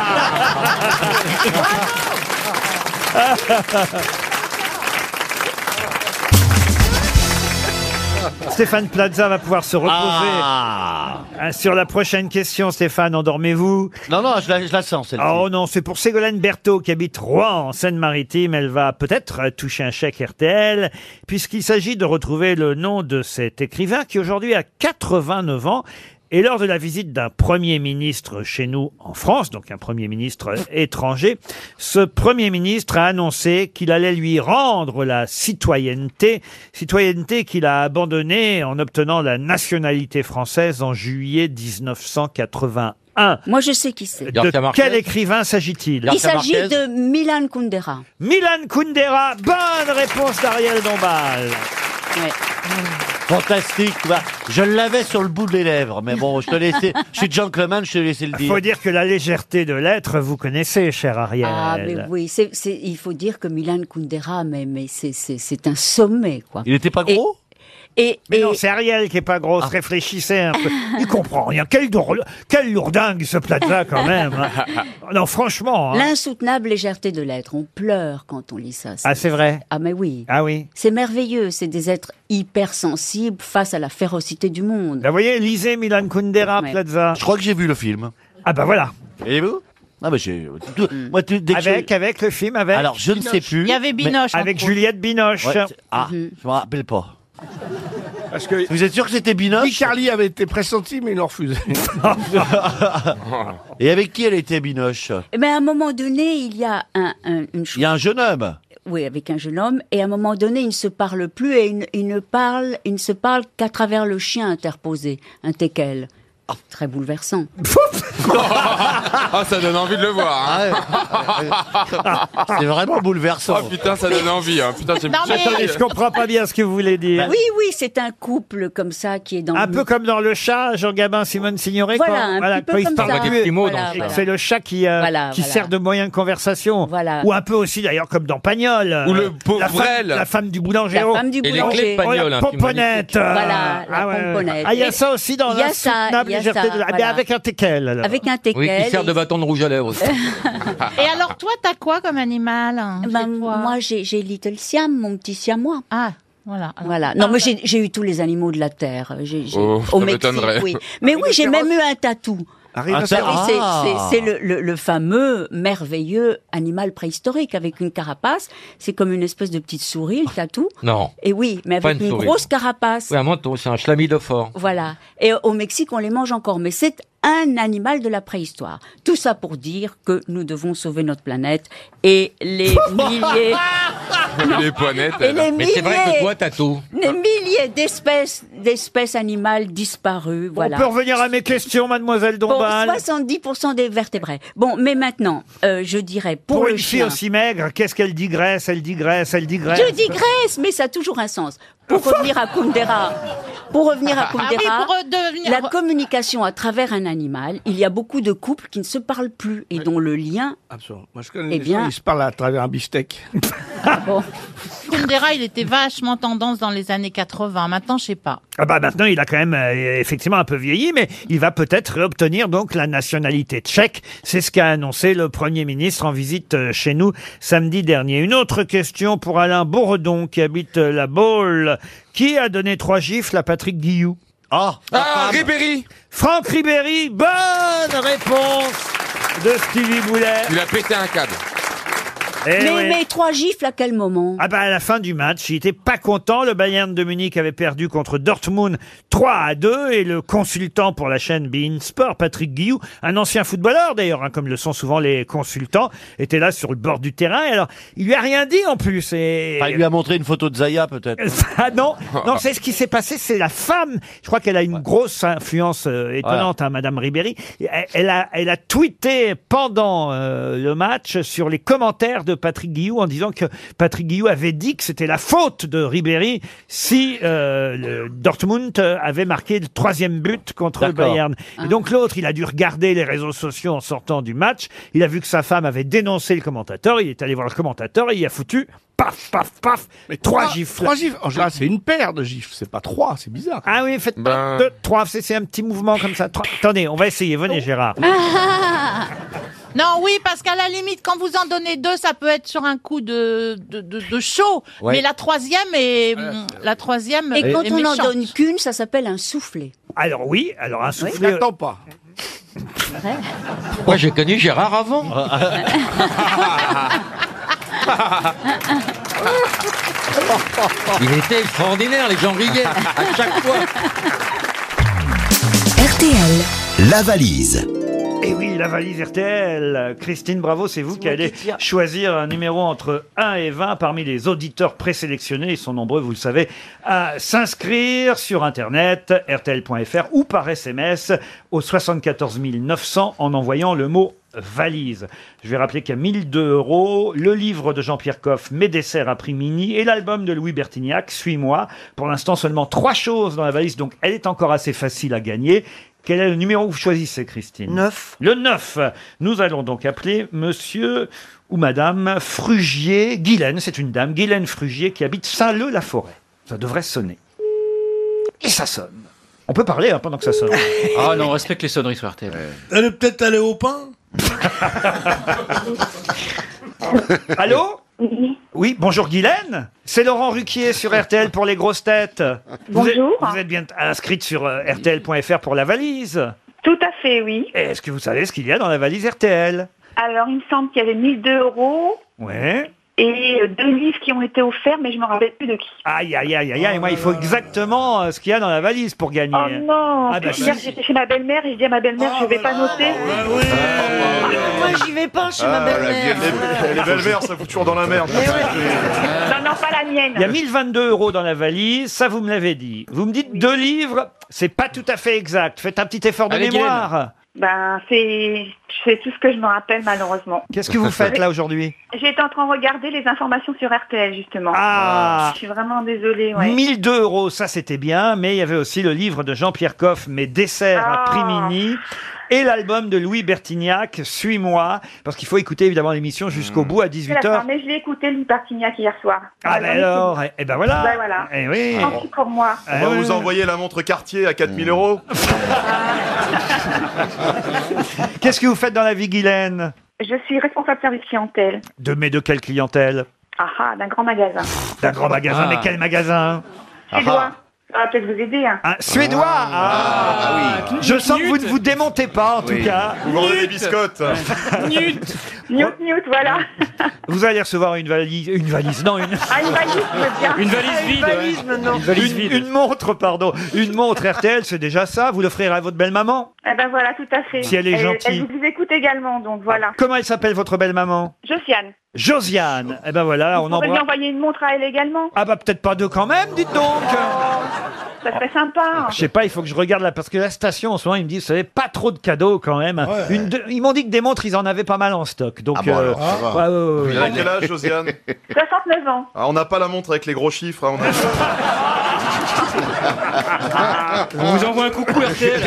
Speaker 1: Stéphane Plaza va pouvoir se reposer
Speaker 2: Ah.
Speaker 1: Euh, sur la prochaine question. Stéphane, endormez-vous.
Speaker 2: Non, non, je la, je la sens, celle-ci.
Speaker 1: Ah, Oh non, c'est pour Ségolène Berthaud qui habite Rouen en Seine-Maritime. Elle va peut-être euh, toucher un chèque RTL puisqu'il s'agit de retrouver le nom de cet écrivain qui aujourd'hui a 89 ans. Et lors de la visite d'un premier ministre chez nous en France, donc un premier ministre euh, étranger, ce premier ministre a annoncé qu'il allait lui rendre la citoyenneté, citoyenneté qu'il a abandonnée en obtenant la nationalité française en juillet 1981.
Speaker 18: Moi, je sais qui c'est.
Speaker 1: De quel écrivain s'agit-il
Speaker 18: Il s'agit de Milan Kundera.
Speaker 1: Milan Kundera. Bonne réponse d'Ariel Dombal.
Speaker 2: Fantastique, tu vois. Je l'avais sur le bout des lèvres, mais bon, je te laissais. Je suis gentleman, je te laissais le
Speaker 1: Il
Speaker 2: dire.
Speaker 1: faut dire que la légèreté de l'être, vous connaissez, cher Ariel.
Speaker 18: Ah, mais oui, c'est- c'est- il faut dire que Milan Kundera, mais, mais c'est- c'est c'est un sommet, quoi.
Speaker 2: Il n'était pas gros Ah.
Speaker 18: Et,
Speaker 1: mais non, c'est Ariel qui est pas grosse. Réfléchissez un peu. Il comprend rien. Quel, dour- quel lourdingue ce plat-là, quand même. hein. non, franchement. hein.
Speaker 18: L'insoutenable légèreté de l'être. On pleure quand on lit ça.
Speaker 1: Ah, c'est vrai.
Speaker 18: Ah, mais oui.
Speaker 1: Ah oui.
Speaker 18: C'est merveilleux, c'est des êtres hypersensibles face à la férocité du monde.
Speaker 1: Ben, Vous voyez, lisez Milan Kundera,
Speaker 18: Ouais.
Speaker 1: Plaza.
Speaker 2: Je crois que j'ai vu le film.
Speaker 1: Ah bah voilà.
Speaker 2: Et vous Ah bah j'ai. tout-
Speaker 18: Mm.
Speaker 2: Moi, tout- dès que
Speaker 1: Avec,
Speaker 2: je-
Speaker 1: avec le film, avec.
Speaker 2: Alors, je ne sais plus. Il y avait Binoche,
Speaker 18: hein.
Speaker 1: Mais- Avec
Speaker 2: entre autres.
Speaker 1: Juliette Binoche.
Speaker 2: Ouais, c'est- ah,
Speaker 18: Mm-hmm.
Speaker 2: je me rappelle pas. Vous êtes sûr que c'était
Speaker 28: Guy
Speaker 2: Binoche
Speaker 28: Carly avait été pressenti, mais il l'a refusé.
Speaker 2: Et avec qui elle était Binoche
Speaker 18: Mais Eh ben, à un moment donné, il y a un, un- une chose.
Speaker 2: Il y a un jeune homme.
Speaker 18: Oui, avec un jeune homme, et à un moment donné, ils ne se parlent plus et ils ne, ils ne parlent, ils ne se parlent qu'à travers le chien interposé, un teckel. Oh, Très bouleversant.
Speaker 15: Ah, ça donne envie de le voir. hein.
Speaker 3: C'est vraiment bouleversant.
Speaker 15: Ah putain, ça donne envie. hein. Putain, j'ai
Speaker 18: Non, mais- Bah
Speaker 1: Attendez, je comprends pas bien ce que vous voulez dire.
Speaker 18: Oui, oui, c'est un couple comme ça qui est dans
Speaker 1: Un
Speaker 18: le-
Speaker 1: peu comme dans le chat, Jean Gabin, Simone Signoret.
Speaker 18: Voilà,
Speaker 1: quand-
Speaker 18: un petit peu
Speaker 1: quand il
Speaker 18: comme
Speaker 1: parle
Speaker 18: ça.
Speaker 1: plus,
Speaker 18: Des petits mots
Speaker 1: et
Speaker 18: dans
Speaker 1: que
Speaker 18: le chat.
Speaker 1: C'est le chat qui, euh,
Speaker 18: Voilà,
Speaker 1: qui
Speaker 18: voilà.
Speaker 1: sert de moyen de conversation.
Speaker 18: Voilà.
Speaker 1: Ou un peu aussi d'ailleurs comme dans Pagnol. euh,
Speaker 15: Ou le
Speaker 1: la femme,
Speaker 15: Pauvrel.
Speaker 1: la femme du boulangero.
Speaker 18: La femme du Et les boulanger. clés de
Speaker 1: Oh,
Speaker 18: Pagnol, hein,
Speaker 1: la
Speaker 18: un film
Speaker 1: pomponnette.
Speaker 18: magnifique.
Speaker 1: euh,
Speaker 18: Voilà, la
Speaker 1: ah ouais, ouais, ouais.
Speaker 18: pomponnette.
Speaker 1: Ah, il y a ça aussi dans
Speaker 18: Il y a ça,
Speaker 1: l'insoutenable
Speaker 18: il y a
Speaker 1: légèreté
Speaker 18: ça,
Speaker 1: de la... Ah, mais
Speaker 18: voilà.
Speaker 1: avec un teckel. alors.
Speaker 18: Avec un teckel.
Speaker 5: Oui, qui sert de bâton de rouge à lèvres. aussi.
Speaker 22: Et alors, toi, t'as quoi comme animal hein,
Speaker 18: Ben,
Speaker 22: chez toi
Speaker 18: moi, j'ai j'ai Little Siam, mon petit siamois.
Speaker 22: Ah, voilà. alors-
Speaker 18: Voilà. Non, mais j'ai j'ai eu tous les animaux de la terre. J'ai- j'ai-
Speaker 15: Oh,
Speaker 18: au
Speaker 15: ça
Speaker 18: Mexique,
Speaker 15: m'étonnerait.
Speaker 18: oui. Mais oui, j'ai même eu un tatou.
Speaker 15: Arrive
Speaker 18: C'est
Speaker 15: à-
Speaker 18: c'est- c'est le, le- le fameux merveilleux animal préhistorique avec une carapace. C'est comme une espèce de petite souris, le tatou.
Speaker 5: Non.
Speaker 18: Et oui, mais
Speaker 5: Pas
Speaker 18: avec
Speaker 5: une
Speaker 18: une,
Speaker 5: souris.
Speaker 18: grosse carapace.
Speaker 5: Oui, un menton, c'est un chlamydophore.
Speaker 18: Voilà. Et au Mexique, on les mange encore, mais c'est un animal de la préhistoire. Tout ça pour dire que nous devons sauver notre planète et les milliers,
Speaker 15: Les poignettes.
Speaker 18: Et les
Speaker 5: Mais c'est vrai que
Speaker 18: milliers.
Speaker 5: toi, t'as tout.
Speaker 18: les milliers d'espèces, d'espèces animales disparues. Voilà.
Speaker 1: On peut revenir à mes questions, mademoiselle
Speaker 18: pour
Speaker 1: Dombal.
Speaker 18: 70% des vertébrés. Bon, mais maintenant, euh, je dirais pour,
Speaker 1: Pour
Speaker 18: le
Speaker 1: une fille
Speaker 18: chien.
Speaker 1: aussi maigre, qu'est-ce qu'elle digresse, elle digresse, elle digresse.
Speaker 18: Je digresse, mais ça a toujours un sens. Pour revenir à Kundera, pour revenir à
Speaker 22: Ah oui,
Speaker 18: Kundera,
Speaker 22: pour redevenir-
Speaker 18: la communication à travers un animal, il y a beaucoup de couples qui ne se parlent plus et dont le lien.
Speaker 12: Absolument. Moi, je connais
Speaker 18: Eh
Speaker 12: des
Speaker 18: bien-
Speaker 12: gens, ils se parlent à travers un beefsteak.
Speaker 18: Bon.
Speaker 22: Ah, Kundera, il était vachement tendance dans les années 80. Maintenant, je sais pas.
Speaker 1: Ah bah maintenant, il a quand même euh, effectivement un peu vieilli, mais il va peut-être obtenir donc la nationalité tchèque. C'est ce qu'a annoncé le Premier ministre en visite euh, chez nous samedi dernier. Une autre question pour Alain Bourdon qui habite euh, la Baule. Qui a donné trois gifles à Patrick Guillou Ah,
Speaker 5: Ribéry
Speaker 1: Franck Ribéry, bonne réponse de Stevie Boulet.
Speaker 15: Il a pété un câble.
Speaker 1: Eh
Speaker 18: mais,
Speaker 1: oui.
Speaker 18: mais trois gifles à quel moment
Speaker 1: Ah bah à la fin du match, il était pas content. Le Bayern de Munich avait perdu contre Dortmund 3 à 2 et le consultant pour la chaîne Bein Sport, Patrick Guillou, un ancien footballeur d'ailleurs, hein, comme le sont souvent les consultants, était là sur le bord du terrain. Et Alors il lui a rien dit en plus. Et...
Speaker 3: Enfin, il lui a montré une photo de Zaya, peut-être.
Speaker 1: ah non, non, c'est ce qui s'est passé, c'est la femme. Je crois qu'elle a une grosse influence euh, étonnante, hein, Madame Ribéry. Elle, elle a, elle a tweeté pendant euh, le match sur les commentaires de Patrick Guillou en disant que Patrick Guillou avait dit que c'était la faute de Ribéry si euh, le Dortmund avait marqué le troisième but contre le
Speaker 3: D'accord.
Speaker 1: Bayern.
Speaker 12: Ah.
Speaker 1: Et donc l'autre, il a dû regarder les réseaux sociaux en sortant du match. Il a vu que sa femme avait dénoncé le commentateur. Il est allé voir le commentateur et il a foutu. Paf, paf, paf. Mais trois, gifles.
Speaker 12: Trois gifles. En général, c'est une paire de gifles. C'est pas trois. C'est bizarre.
Speaker 1: Ah oui, faites
Speaker 12: Ben-
Speaker 1: deux, trois, c'est c'est un petit mouvement comme ça. Trois. Attendez, on va essayer,
Speaker 12: Oh.
Speaker 1: venez Gérard.
Speaker 22: Ah non, oui, parce qu'à la limite, quand vous en donnez deux, ça peut être sur un coup de, de, de- de chaud.
Speaker 1: Ouais.
Speaker 22: Mais la troisième est, hum, la troisième
Speaker 18: Et
Speaker 22: est
Speaker 18: quand on en
Speaker 22: méchante.
Speaker 18: donne qu'une, ça s'appelle un soufflet.
Speaker 1: Alors oui, alors un soufflet.
Speaker 12: N'attends pas.
Speaker 5: Moi, j'ai connu Gérard avant.
Speaker 1: Ah,
Speaker 5: Il était extraordinaire, les gens riaient à chaque fois.
Speaker 6: RTL. La valise.
Speaker 1: Et Eh oui, la valise RTL. Christine Bravo, c'est vous qui allez choisir un numéro entre 1 et 20 parmi les auditeurs présélectionnés. Ils sont nombreux, vous le savez, à s'inscrire sur Internet, rtl.fr ou par SMS au 74 900 en envoyant le mot valise. Je vais rappeler qu'à 1002 euros, le livre de Jean-Pierre Coff, Mes desserts à prix mini, et l'album de Louis Bertignac, Suis-moi. Pour l'instant, seulement trois choses dans la valise, donc elle est encore assez facile à gagner. Quel est le numéro que vous choisissez, Christine 9. Le 9. Nous allons donc appeler monsieur ou madame Frugier Guylaine. C'est une dame, Guylaine Frugier, qui habite Saint-Leu-la-Forêt. Ça devrait sonner. Et ça sonne. On peut parler hein, pendant que ça sonne.
Speaker 26: Ah non, on respecte les sonneries sur RTL.
Speaker 29: Elle est peut-être allée au pain
Speaker 1: Allô Oui, bonjour Guylaine. C'est Laurent Ruquier sur RTL pour les grosses têtes. Vous êtes-
Speaker 30: Bonjour.
Speaker 1: vous êtes bien inscrite sur euh, RTL.fr pour la valise.
Speaker 30: Tout à fait, oui.
Speaker 1: Et Est-ce que vous savez ce qu'il y a dans la valise RTL
Speaker 30: Alors, il me semble qu'il y avait 1002 euros
Speaker 1: Ouais.
Speaker 30: et euh, deux livres qui ont été offerts, mais je ne me rappelle plus de qui.
Speaker 1: Aïe, aïe, aïe, aïe, aïe. Moi, il faut exactement euh, ce qu'il y a dans la valise pour gagner.
Speaker 30: Oh non
Speaker 1: Ah, bah,
Speaker 30: Hier,
Speaker 1: si.
Speaker 30: j'étais chez ma belle-mère et je dis à ma belle-mère,
Speaker 7: Ah,
Speaker 30: je ne
Speaker 7: bah
Speaker 30: vais pas noter.
Speaker 7: Moi, j'y vais pas chez ma
Speaker 29: Ah, la
Speaker 7: belle-mère.
Speaker 1: Eh
Speaker 29: vieille- Les belles-mères, ça fout toujours dans la merde.
Speaker 30: Non, non, pas la mienne.
Speaker 1: Il y a 1022 euros dans la valise, ça vous me l'avez dit. Vous me dites deux livres, c'est pas tout à fait exact. Faites un petit effort de
Speaker 30: Allez,
Speaker 1: mémoire.
Speaker 30: Ben, c'est c'est tout ce que je me rappelle malheureusement.
Speaker 1: Qu'est-ce que vous faites là aujourd'hui
Speaker 30: J'étais en train de regarder les informations sur RTL justement.
Speaker 1: Ah.
Speaker 30: Je suis vraiment désolée. Ouais.
Speaker 1: 1002 euros, ça c'était bien, mais il y avait aussi le livre de Jean-Pierre Coff, Mes desserts à
Speaker 30: Ah.
Speaker 1: Primini. Et l'album de Louis Bertignac, Suis-moi, parce qu'il faut écouter évidemment l'émission jusqu'au bout à
Speaker 30: C'est la fin,
Speaker 1: 18h.
Speaker 30: mais je l'ai écouté Louis Partignac hier soir.
Speaker 1: Ah, ben alors, et, ben voilà.
Speaker 30: Ouais, voilà.
Speaker 1: Eh oui.
Speaker 30: Tranquille pour moi.
Speaker 1: Eh oui.
Speaker 10: envoyer la montre Cartier à 4000 euros.
Speaker 1: Qu'est-ce que vous faites dans la vie, Guylaine
Speaker 30: Je suis responsable service clientèle.
Speaker 1: De mais de quelle clientèle
Speaker 30: Ah ah, d'un grand magasin.
Speaker 1: D'un grand magasin,
Speaker 30: Ah.
Speaker 1: mais quel magasin
Speaker 30: Suédois. Ça va peut-être vous aider. Hein.
Speaker 1: Ah, Suédois Ah,
Speaker 30: oui.
Speaker 1: Je sens que vous ne vous démontez pas en tout cas.
Speaker 10: Vous vendez des biscottes.
Speaker 30: Newt. Newt, Newt, voilà.
Speaker 1: Vous allez recevoir une valise, une valise, non une.
Speaker 30: Ah, une valise, je veux bien.
Speaker 1: Une valise
Speaker 30: Ah,
Speaker 1: vide,
Speaker 30: Une valise, maintenant.
Speaker 1: Une, une montre, pardon. Une montre RTL, c'est déjà ça. Vous l'offrirez à votre belle-maman.
Speaker 30: Eh ben voilà, tout à fait.
Speaker 1: Si elle est gentille.
Speaker 30: Elle vous écoute également, donc voilà.
Speaker 1: Comment elle s'appelle votre belle-maman
Speaker 30: Josiane,
Speaker 1: Josiane. Eh ben voilà, on
Speaker 30: on va lui
Speaker 1: embrasse.
Speaker 30: envoyer une montre à elle également.
Speaker 1: Ah bah peut-être pas deux quand même, dites donc.
Speaker 30: Ça serait sympa. hein.
Speaker 1: Je sais pas, il faut que je regarde là parce que la station en ce moment ils me disent, vous savez, pas trop de cadeaux quand même. Une, deux- ils m'ont dit que des montres ils en avaient pas mal en stock. Donc euh,
Speaker 10: Ah bon, alors, ça va.
Speaker 1: ouais, ouais, ouais,
Speaker 10: Vous
Speaker 1: ouais.
Speaker 10: avez quel âge, Josiane
Speaker 30: 69 ans.
Speaker 10: Ah, On n'a pas la montre avec les gros chiffres. hein, on a-
Speaker 5: On vous envoie un coucou RTL.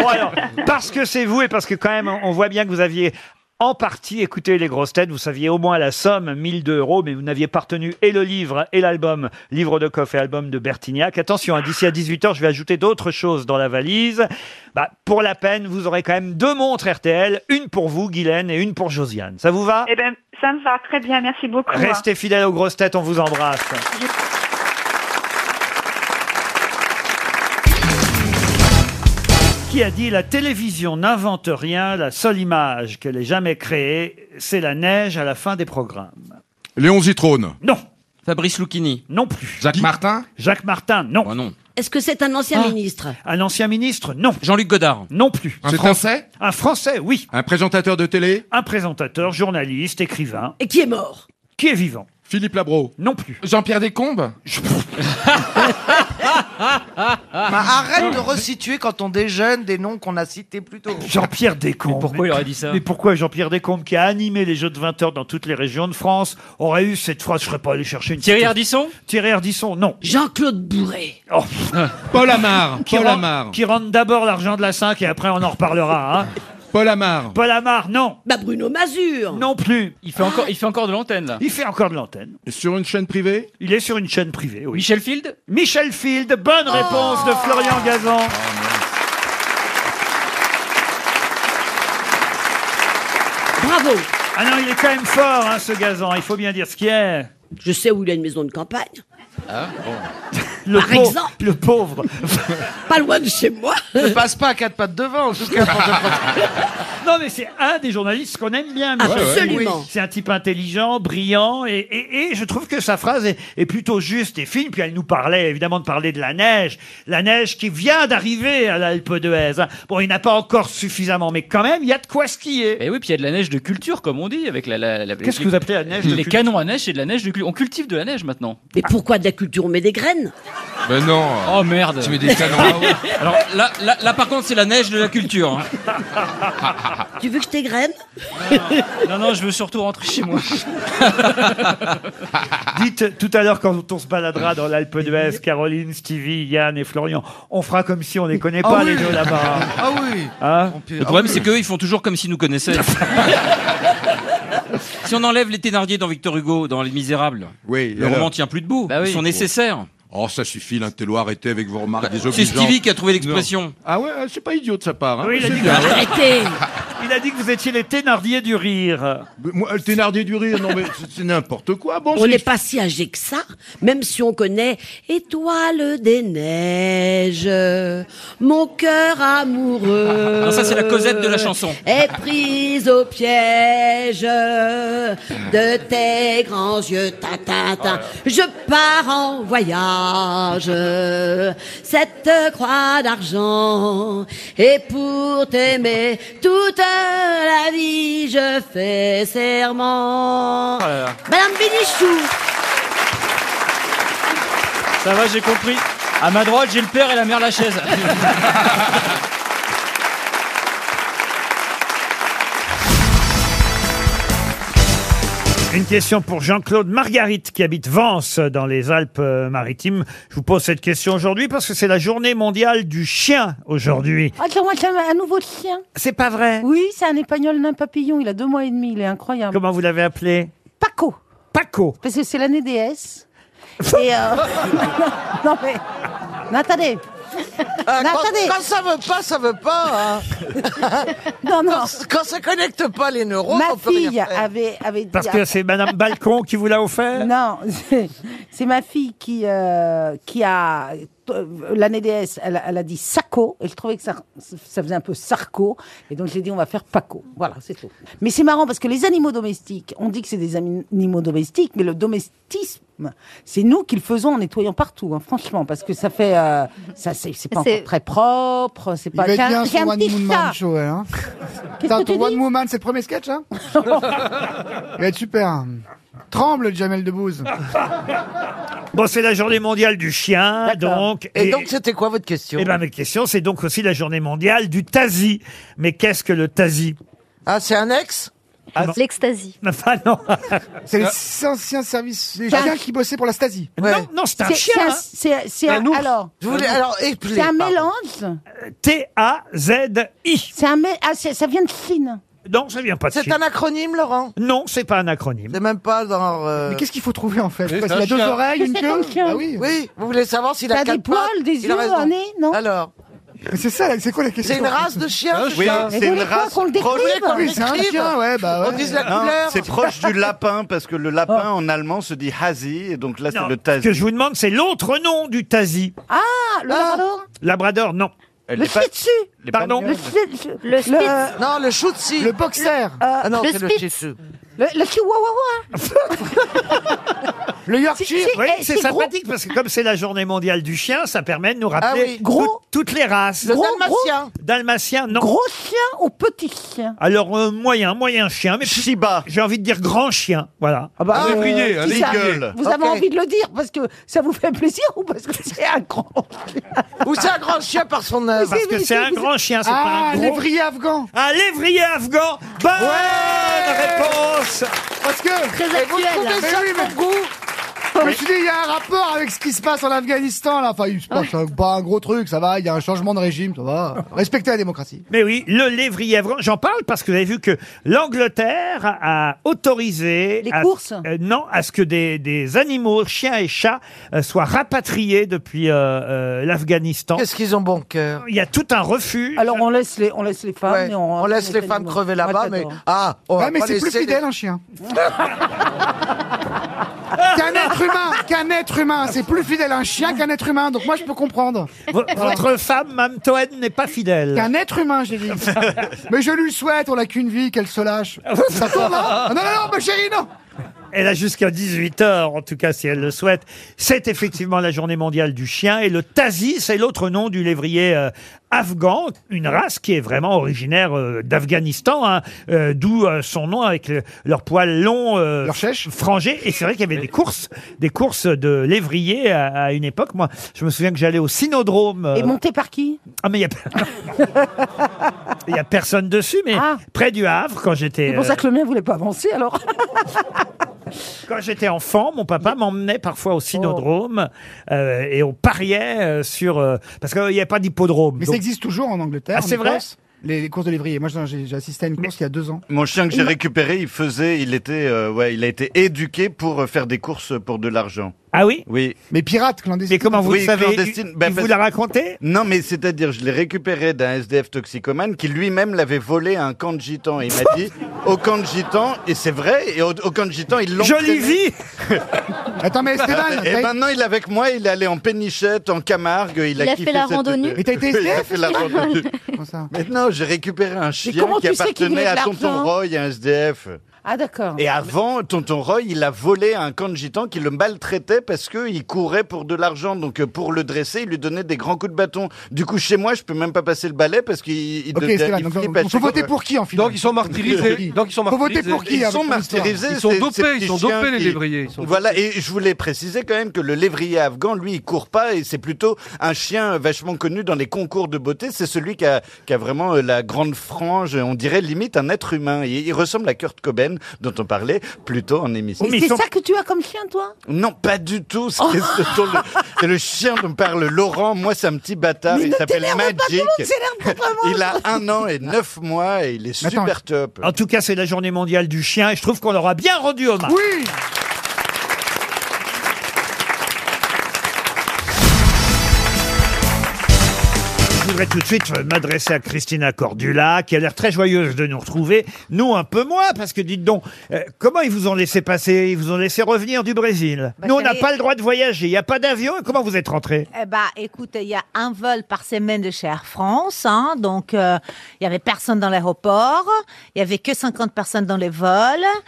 Speaker 1: Bon, alors, parce que c'est vous et parce que quand même, on voit bien que vous aviez en partie écouté les grosses têtes, vous saviez au moins la somme, 1002 euros, mais vous n'aviez pas retenu et le livre et l'album, livre de Coff et album de Bertignac. Attention, hein, d'ici à 18h, je vais ajouter d'autres choses dans la valise. Bah, pour la peine, vous aurez quand même deux montres RTL, une pour vous, Guylaine, et une pour Josiane. Ça vous va
Speaker 30: Eh ben, ça me va très bien, merci beaucoup.
Speaker 1: Restez fidèles aux grosses têtes, on vous embrasse. Qui a dit la télévision n'invente rien, la seule image qu'elle ait jamais créée, c'est la neige à la fin des programmes.
Speaker 2: Léon Zitrone.
Speaker 1: Non.
Speaker 2: Fabrice Lucchini.
Speaker 1: Non plus.
Speaker 2: Jacques Martin.
Speaker 1: Jacques Martin, non.
Speaker 2: non.
Speaker 21: Est-ce que c'est un ancien ministre
Speaker 1: Un ancien ministre, non.
Speaker 2: Jean-Luc Godard.
Speaker 1: Non plus.
Speaker 2: Un Français
Speaker 1: Un Français, oui.
Speaker 2: Un présentateur de télé
Speaker 1: Un présentateur, journaliste, écrivain,
Speaker 21: Et qui est mort
Speaker 1: qui est vivant.
Speaker 2: Philippe Labro.
Speaker 1: Non plus.
Speaker 2: Jean-Pierre Descombes
Speaker 13: Bah, arrête de resituer quand on déjeune des noms qu'on a cités plus tôt.
Speaker 1: Jean-Pierre Descombes. pourquoi il aurait dit ça Mais pourquoi Jean-Pierre Descombes, qui a animé les Jeux de 20 heures dans toutes les régions de France, aurait eu cette phrase Je serais pas allé chercher une. Thierry Ardisson Thierry Ardisson, non.
Speaker 21: Jean-Claude Bourré.
Speaker 1: Oh.
Speaker 2: Paul Amar.
Speaker 1: Qui, rend- qui rentre d'abord l'argent de la 5 et après on en reparlera. hein.
Speaker 2: Paul Amar.
Speaker 1: Paul Amar, non.
Speaker 21: Bah Bruno Mazur.
Speaker 1: Non plus.
Speaker 6: Il fait encore, il fait encore de l'antenne là.
Speaker 1: Il fait encore de l'antenne.
Speaker 2: Sur une chaîne privée
Speaker 1: Il est sur une chaîne privée, oui.
Speaker 6: Michel Field.
Speaker 1: Michel Field, bonne réponse de Florian Gazan.
Speaker 21: Bravo.
Speaker 1: Ah non, il est quand même fort, hein, ce Gazan, il faut bien dire ce qu'il est.
Speaker 21: Je sais où il a une maison de campagne.
Speaker 1: Hein Le
Speaker 21: Par
Speaker 1: pauvre-
Speaker 21: exemple.
Speaker 1: Le pauvre.
Speaker 21: Pas loin de chez moi.
Speaker 13: Ne passe pas à quatre pattes devant, en tout cas. pour ta propre-
Speaker 1: Non, mais c'est un des journalistes qu'on aime bien. Michel
Speaker 21: Absolument.
Speaker 1: Field. C'est un type intelligent, brillant, et, et- et je trouve que sa phrase est, est plutôt juste et fine. Puis elle nous parlait évidemment de parler de la neige, la neige qui vient d'arriver à l'Alpe d'Huez. hein. Bon, il n'a pas encore suffisamment, mais quand même, il y a de quoi skier.
Speaker 6: Et Eh oui, puis il y a de la neige de culture, comme on dit, avec la. la- la-
Speaker 1: Qu'est-ce
Speaker 6: les-
Speaker 1: que vous appelez la neige de
Speaker 6: Les
Speaker 1: culture
Speaker 6: canons à neige, c'est de la neige de culture. On cultive de la neige maintenant.
Speaker 21: Mais pourquoi de la culture On met des graines.
Speaker 2: Ben non.
Speaker 6: Oh merde.
Speaker 2: Tu mets des canons à eau.
Speaker 6: Alors là, là, par contre, c'est la neige de la culture. hein.
Speaker 21: Tu veux que je t'égrène
Speaker 6: non, non, je veux surtout rentrer chez moi.
Speaker 1: Dites tout à l'heure quand on se baladera dans l'Alpe d'Huez, Caroline, Stevie, Yann et Florian, on fera comme si on les connaît pas les deux là-bas.
Speaker 6: Ah oui.
Speaker 1: Hein
Speaker 6: Le problème, c'est qu'eux, ils font toujours comme s'ils nous connaissaient. si on enlève les Thénardier dans Victor Hugo, dans Les Misérables,
Speaker 2: Oui,
Speaker 6: le roman tient plus debout.
Speaker 2: Bah oui.
Speaker 6: Ils sont nécessaires. Bah,
Speaker 2: Oh, ça suffit, l'intello, arrêtez avec vos remarques
Speaker 6: C'est Stevie qui a trouvé l'expression.
Speaker 2: Ah ouais, c'est pas idiot de sa part. hein.
Speaker 1: Oui, il a
Speaker 2: C'est
Speaker 1: dit
Speaker 2: bien,
Speaker 1: que-
Speaker 2: ouais.
Speaker 21: Arrêtez.
Speaker 1: Il a dit que vous étiez les Thénardier du rire.
Speaker 2: Mais Moi, le Thénardier du rire, non mais c'est- c'est n'importe quoi. Bon,
Speaker 21: on
Speaker 2: c'est-
Speaker 21: n'est pas si âgé que ça, même si on connaît Étoile des neiges, mon cœur amoureux.
Speaker 6: Non, ça, c'est la Cosette de la chanson.
Speaker 21: Est prise au piège de tes grands yeux tatin. Je pars en voyage, cette croix d'argent. Et pour t'aimer toute la
Speaker 24: Oh
Speaker 21: vie, je fais serment. Madame Bénichou
Speaker 6: Ça va, j'ai compris. À ma droite, j'ai le père et la mère Lachaise.
Speaker 1: Une question pour Jean-Claude Marguerite qui habite Vence dans les Alpes-Maritimes. Je vous pose cette question aujourd'hui parce que c'est la journée mondiale du chien aujourd'hui.
Speaker 13: Attends, Ah, moi, j'ai un nouveau chien.
Speaker 1: C'est pas vrai
Speaker 13: Oui, c'est un espagnol nain papillon. Il a deux mois et demi. Il est incroyable.
Speaker 1: Comment vous l'avez appelé
Speaker 13: Paco.
Speaker 1: Paco.
Speaker 13: Parce que c'est l'année des S. et. euh, non, mais. Non, attendez. Non,
Speaker 24: Ah, quand,
Speaker 13: attendez.
Speaker 24: quand ça veut pas, ça veut pas. hein.
Speaker 13: Non, non.
Speaker 24: Quand, quand ça connecte pas les neurones,
Speaker 13: Ma
Speaker 24: on peut rien
Speaker 13: fille
Speaker 24: faire.
Speaker 13: avait, avait dit.
Speaker 1: Parce que c'est Madame Balcon qui vous l'a offert
Speaker 13: Non, c'est- c'est ma fille qui, euh, qui a. L'année DS, elle, a- elle a dit Sacco, et je trouvais que ça, ça faisait un peu Sarco, et donc j'ai dit on va faire Paco. Voilà, c'est tout. Mais c'est marrant parce que les animaux domestiques, on dit que c'est des ami- animaux domestiques, mais le domestisme, c'est nous qui le faisons en nettoyant partout, hein, franchement, parce que ça fait. euh, ça, c'est c'est pas
Speaker 9: C'est-
Speaker 13: encore très propre, c'est pas.
Speaker 9: Il va
Speaker 13: J'ai
Speaker 9: être
Speaker 13: un-
Speaker 9: bien
Speaker 13: j'ai
Speaker 9: son
Speaker 13: un
Speaker 9: One
Speaker 13: petit
Speaker 9: Woman
Speaker 13: chat.
Speaker 9: Show, ouais, hein.
Speaker 13: Qu'est-ce
Speaker 9: Putain,
Speaker 13: que tu
Speaker 9: ton
Speaker 13: dis
Speaker 9: One Woman, c'est le premier sketch, hein Il va être super. Tremble, Jamel Debbouze.
Speaker 1: Bon, c'est la journée mondiale du chien, donc.
Speaker 24: Et donc, c'était quoi votre question
Speaker 1: Eh ben, mes questions, c'est donc aussi la journée mondiale du tasie. Mais qu'est-ce que le tasie
Speaker 24: Ah, c'est un ex
Speaker 9: L'ecstasy.
Speaker 1: Enfin, non. Euh,
Speaker 9: C'est les anciens services, les
Speaker 13: C'est un-
Speaker 9: chiens qui bossaient pour la Stasi.
Speaker 1: Non, non, c'est un chien.
Speaker 13: c'est un-
Speaker 1: hein.
Speaker 13: C'est c'est un, alors. C'est un mélange.
Speaker 1: Euh, T-A-Z-I.
Speaker 13: C'est un mé- ah, c'est- ça vient de Chine.
Speaker 1: Non, ça vient pas de
Speaker 24: C'est
Speaker 1: Chine.
Speaker 24: un acronyme, Laurent
Speaker 1: Non, c'est pas un acronyme.
Speaker 24: C'est même pas dans. euh,
Speaker 9: Mais qu'est-ce qu'il faut trouver en fait
Speaker 24: Oui,
Speaker 9: Parce
Speaker 24: c'est
Speaker 9: qu'il a
Speaker 24: un
Speaker 9: deux
Speaker 24: chien.
Speaker 9: oreille, une
Speaker 24: Qu'est-ce que
Speaker 9: queue
Speaker 24: c'est qu'un chien
Speaker 9: Ah oui.
Speaker 24: Oui, vous voulez savoir s'il a
Speaker 9: Ça a des
Speaker 24: quatre pattes,
Speaker 9: poils, des
Speaker 24: il a
Speaker 9: yeux,
Speaker 24: raison.
Speaker 13: ah
Speaker 9: un nez, non
Speaker 24: Alors
Speaker 9: Mais c'est ça, là, c'est quoi la question
Speaker 24: C'est une race de chien, Un c'est chien. ça Mais vous voulez quoi, qu'on le décrive
Speaker 9: Oui, c'est un chien, ouais, bah ouais.
Speaker 10: Non, C'est proche du lapin parce que le lapin en allemand se dit hasi et donc là c'est
Speaker 1: Non,
Speaker 10: le
Speaker 1: Ce
Speaker 10: tazi.
Speaker 1: que je vous demande, c'est l'autre nom du tasie.
Speaker 13: Ah, le labrador
Speaker 1: Labrador, non.
Speaker 13: Le shih tzu
Speaker 1: les Pardon
Speaker 13: Le shih tzu Le spitz
Speaker 24: Non, le Shih-Tzu.
Speaker 9: Le boxer.
Speaker 24: Ah non,
Speaker 13: le
Speaker 24: c'est le
Speaker 13: spitz.
Speaker 24: Shih-Tzu.
Speaker 13: Le, le chihuahua
Speaker 9: Le
Speaker 13: Yorkshire.
Speaker 1: Oui,
Speaker 13: eh,
Speaker 1: c'est
Speaker 13: c'est gros.
Speaker 1: sympathique parce que comme c'est la journée mondiale du chien, ça permet de nous rappeler
Speaker 13: Ah oui. Gros.
Speaker 1: tout- toutes les races.
Speaker 13: Le Gros, dalmatien. gros.
Speaker 1: Dalmatien, non.
Speaker 13: Gros chien ou petit chien
Speaker 1: Alors euh, moyen, moyen chien, mais Shiba. J'ai envie de dire grand chien, voilà.
Speaker 24: bah,
Speaker 1: Ah
Speaker 13: Euh, si ça- Vous avez envie de le dire parce que ça vous fait plaisir ou parce que c'est un grand
Speaker 24: Ou c'est un grand chien par son euh, œuvre
Speaker 1: Parce que c'est un grand chien, c'est pas un gros.
Speaker 9: Ah, afghan.
Speaker 1: Un lévrier afghan. Bonne réponse.
Speaker 9: Parce que.
Speaker 24: Très Et vous actuel. trouvez
Speaker 9: Mais
Speaker 24: ça
Speaker 9: oui,
Speaker 24: de
Speaker 9: mais- Je me suis dit, il y a un rapport avec ce qui se passe en Afghanistan, là. Enfin, il se passe euh, pas un gros truc, ça va. Il y a un changement de régime, ça va. Respectez la démocratie.
Speaker 1: Mais oui, le lévrier afghan. J'en parle parce que vous avez vu que l'Angleterre a autorisé.
Speaker 13: Les
Speaker 1: à-
Speaker 13: courses
Speaker 1: euh, Non, à ce que des, des animaux, chiens et chats, euh, soient rapatriés depuis euh, euh, l'Afghanistan.
Speaker 24: Qu'est-ce qu'ils ont bon cœur
Speaker 1: Il y a tout un refus.
Speaker 13: Alors on laisse les, on laisse les femmes.
Speaker 24: Ouais,
Speaker 13: et on,
Speaker 24: on laisse les femmes
Speaker 13: animaux.
Speaker 24: crever là-bas,
Speaker 13: Moi, j'adore.
Speaker 24: mais- ah, on va
Speaker 9: ouais, mais
Speaker 24: pas
Speaker 9: c'est plus
Speaker 24: laisser
Speaker 9: fidèle
Speaker 24: les-
Speaker 9: un chien. qu'un être humain, qu'un être humain, c'est plus fidèle un chien qu'un être humain. Donc moi, je peux comprendre.
Speaker 1: V- Votre femme, Mme Toen, n'est pas fidèle.
Speaker 9: Qu'un être humain, j'ai dit. mais je lui souhaite, on l'a qu'une vie, qu'elle se lâche. Ça tombe, hein Non, non, non, ma chérie, non.
Speaker 1: Elle a jusqu'à 18h, en tout cas, si elle le souhaite. C'est effectivement la journée mondiale du chien. Et le tazi, c'est l'autre nom du lévrier euh, afghan, une race qui est vraiment originaire euh, d'Afghanistan, hein, euh, d'où euh, son nom avec le- leur poil long, euh, frangé. Et c'est vrai qu'il y avait des courses, des courses de lévrier à, à une époque. Moi, je me souviens que j'allais au synodrome. euh,
Speaker 13: Et monté par qui
Speaker 1: Ah, mais il y a... Il n'y a personne dessus, mais près du Havre, quand j'étais...
Speaker 13: Ah. C'est pour
Speaker 1: euh,
Speaker 13: ça que le mien voulait pas avancer alors.
Speaker 1: Quand j'étais enfant, mon papa m'emmenait parfois au synodrome
Speaker 9: Oh.
Speaker 1: euh, et on pariait euh, sur... euh, parce qu'il n'y avait pas d'hippodrome.
Speaker 9: Mais
Speaker 1: donc-
Speaker 9: ça existe toujours en Angleterre.
Speaker 1: Ah,
Speaker 9: en
Speaker 1: c'est vrai
Speaker 9: Écosse, les, les courses de lévrier. Moi, j'en- j'ai j'ai assisté à une course il y a deux ans.
Speaker 10: Mon chien que j'ai
Speaker 9: Il-
Speaker 10: récupéré, il faisait, il était, euh, ouais, il a été éduqué pour euh, faire des courses pour de l'argent.
Speaker 1: Ah oui
Speaker 10: Oui.
Speaker 9: Mais pirate, clandestine.
Speaker 10: Mais
Speaker 1: comment vous le savez Il- il vous l'a
Speaker 10: raconté Non, mais c'est-à-dire, je l'ai récupéré d'un SDF toxicomane qui lui-même l'avait volé à un camp de gitans. Et il m'a dit, au camp de gitans, et c'est vrai, et au, au camp de gitans, il l'a
Speaker 1: Jolie vie
Speaker 9: Attends, mais Esteban,
Speaker 10: Et
Speaker 9: t'as-
Speaker 10: maintenant, il est avec moi, il est allé en pénichette, en Camargue, il,
Speaker 9: Il a fait
Speaker 10: kiffé
Speaker 9: la
Speaker 10: cette-
Speaker 9: randonnée Mais t'as été
Speaker 10: Il a
Speaker 9: SDF,
Speaker 10: fait la
Speaker 9: Esteban
Speaker 10: randonnée.
Speaker 9: Comment ça
Speaker 10: Maintenant, j'ai récupéré un chien
Speaker 9: comment
Speaker 10: qui
Speaker 9: tu sais qu'il voulait
Speaker 10: appartenait
Speaker 9: de
Speaker 10: à
Speaker 9: l'argent
Speaker 10: Tonton Roy, un SDF.
Speaker 2: Ah d'accord.
Speaker 10: Et avant, Tonton Roy, il a volé à un camp de gitans qui le maltraitait parce qu'il courait pour de l'argent. Donc euh, pour le dresser, il lui donnait des grands coups de bâton. Du coup, chez moi, je peux même pas passer le balai parce qu'il il
Speaker 9: Ok,
Speaker 10: devient-
Speaker 9: c'est là.
Speaker 10: il
Speaker 9: Donc,
Speaker 10: flippe à
Speaker 9: donc, faut
Speaker 10: chaque
Speaker 9: voter
Speaker 10: fois.
Speaker 9: pour qui en finale
Speaker 10: Donc, ils sont martyrisés. Donc, ils sont
Speaker 9: Faut voter
Speaker 10: martyrisés.
Speaker 9: pour qui
Speaker 10: Ils
Speaker 9: avec
Speaker 10: sont
Speaker 9: cette histoire
Speaker 10: martyrisés, c'est- ces petits chiens qui- Voilà, et je voulais préciser quand même que le lévrier afghan, lui, il court pas et c'est plutôt un chien vachement connu dans les concours de beauté. C'est celui qui a, qui a vraiment euh, la grande frange, on dirait limite un être humain. Il, il ressemble à Kurt Cobain, dont on parlait plus tôt en émission.
Speaker 2: Et c'est ça que Oh. tu as comme chien, toi
Speaker 10: Non, pas du tout. C'est ce dont le, c'est le chien dont parle Laurent. Moi, c'est un petit bâtard.
Speaker 2: Mais
Speaker 10: il
Speaker 2: ne
Speaker 10: s'appelle
Speaker 2: t'énerve pas,
Speaker 10: Magic.
Speaker 2: tout le monde s'énerve contre moi.
Speaker 10: il a un an et neuf mois et il est
Speaker 1: Attends.
Speaker 10: super top.
Speaker 1: En tout cas, c'est la journée mondiale du chien et je trouve qu'on leur a bien rendu hommage.
Speaker 10: Oui
Speaker 1: Je voudrais tout de suite euh, m'adresser à Christina Cordula, qui a l'air très joyeuse de nous retrouver. Nous, un peu moins, parce que dites donc, euh, comment ils vous ont laissé passer Ils vous ont laissé revenir du Brésil.
Speaker 24: Bah,
Speaker 1: nous, on n'a
Speaker 24: j'avais-
Speaker 1: pas le droit de voyager. Il n'y a pas d'avion. Comment vous êtes rentrés
Speaker 24: Eh bah, écoute, il y a un vol par semaine de chez Air France, hein, donc euh, il y avait personne dans l'aéroport, il y avait que 50 personnes dans les vols.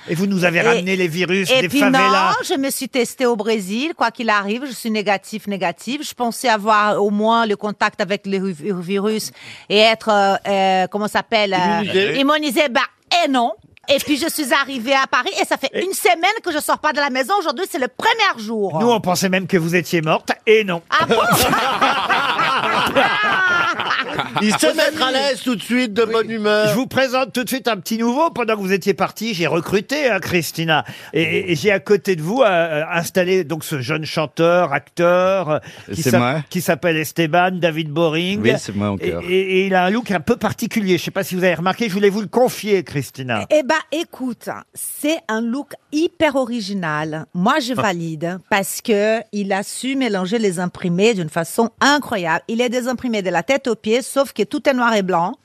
Speaker 1: Et vous nous avez
Speaker 24: Et-
Speaker 1: ramené les virus
Speaker 24: et
Speaker 1: des
Speaker 24: puis
Speaker 1: favelas.
Speaker 24: non, je me suis testée au Brésil, quoi qu'il arrive, je suis négatif, négatif. Je pensais avoir au moins le contact avec le vi- virus et être, euh, euh, comment ça s'appelle,
Speaker 8: Immunisée.
Speaker 24: immunisée. Bah, et non. Et puis je suis arrivée à Paris et ça fait une semaine que je sors pas de la maison. Aujourd'hui, c'est le premier jour.
Speaker 1: Nous, on pensait même que vous étiez morte. Et non.
Speaker 24: Ah
Speaker 1: Il se mettre à l'aise tout de suite, de bonne humeur. Je vous présente tout de suite un petit nouveau. Pendant que vous étiez parti, j'ai recruté hein, Christina. Et, et j'ai à côté de vous euh, installé donc ce jeune chanteur, acteur, euh, qui
Speaker 10: C'est
Speaker 1: s'app-
Speaker 10: moi.
Speaker 1: qui s'appelle Esteban, David Boring.
Speaker 10: Oui, c'est moi
Speaker 1: et,
Speaker 10: encore.
Speaker 1: et- et il a un look un peu particulier. Je sais pas si vous avez remarqué, je voulais vous le confier, Christina.
Speaker 24: Eh ben, écoute, c'est un look hyper original. Moi, je
Speaker 10: Ah.
Speaker 24: valide parce que il a su mélanger les imprimés d'une façon incroyable. Il est des imprimés de la tête aux pieds, sauf que tout est noir et blanc.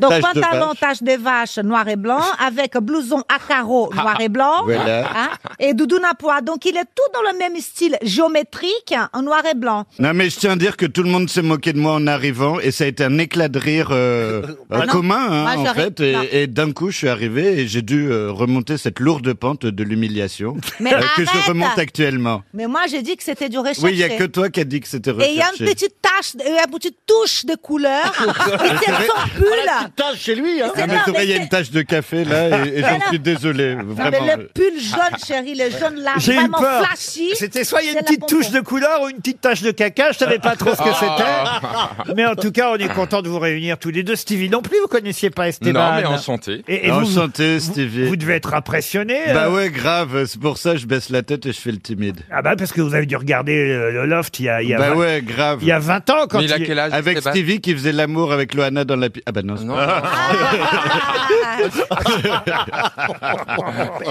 Speaker 24: Donc,
Speaker 8: Tache de
Speaker 24: pantalon,
Speaker 8: vache.
Speaker 24: tache de vache, noir et blanc, avec blouson à carreaux, noir et blanc,
Speaker 10: Ah, Voilà.
Speaker 24: hein, et doudoune à pois. Donc, il est tout dans le même style géométrique, hein, en noir et blanc.
Speaker 10: Non, mais je tiens à dire que tout le monde s'est moqué de moi en arrivant et ça a été un éclat de rire euh,
Speaker 24: Ah
Speaker 10: euh,
Speaker 24: non.
Speaker 10: commun, hein,
Speaker 24: Moi,
Speaker 10: en
Speaker 24: j'aurais-
Speaker 10: fait. Et,
Speaker 24: non.
Speaker 10: et d'un coup, je suis arrivé et j'ai dû euh, remonter cette lourde pente de l'humiliation
Speaker 24: Mais
Speaker 10: euh, que
Speaker 24: arrête
Speaker 10: je remonte actuellement.
Speaker 24: Mais moi, j'ai dit que c'était du recherché.
Speaker 10: Oui, il n'y a que toi qui as dit que c'était
Speaker 24: Et il y a
Speaker 10: recherché.
Speaker 24: une petite tache, euh, une petite touche de couleur. Et c'est son pull.
Speaker 10: tache chez lui.
Speaker 24: hein.
Speaker 10: Ah, mais
Speaker 24: Non,
Speaker 10: c'est vrai,
Speaker 24: mais
Speaker 10: il y a
Speaker 24: c'est-
Speaker 10: une tache de café là et, et
Speaker 24: Mais
Speaker 10: j'en
Speaker 24: non.
Speaker 10: suis désolé. Vraiment.
Speaker 24: Mais le pull jaune, chérie, le jaune là,
Speaker 10: J'ai eu
Speaker 24: vraiment
Speaker 10: peur.
Speaker 24: flashy.
Speaker 1: C'était soit il y a
Speaker 24: c'est la
Speaker 1: une petite
Speaker 24: pompon.
Speaker 1: touche de couleur ou une petite tache de caca, je savais pas trop ce que
Speaker 15: Ah.
Speaker 1: c'était. Mais en tout cas, on est content de vous réunir tous les deux. Stevie non plus, vous connaissiez pas Esteban.
Speaker 10: Non, mais enchanté.
Speaker 1: Et, et vous,
Speaker 10: Enchanté,
Speaker 1: vous-
Speaker 10: Stevie.
Speaker 1: Vous, devez être impressionné.
Speaker 10: Bah
Speaker 1: euh,
Speaker 10: ouais, grave. C'est pour ça que je baisse la tête et je fais le timide.
Speaker 1: Ah bah parce que vous avez dû regarder euh, le loft il y a, il y a
Speaker 10: bah
Speaker 1: vingt-
Speaker 10: ouais, grave.
Speaker 1: il y a 20 ans quand il- Ah,
Speaker 10: Avec Stevie qui faisait l'amour avec Loana dans la pi- Ah bah non. c'est pas-
Speaker 22: Ah,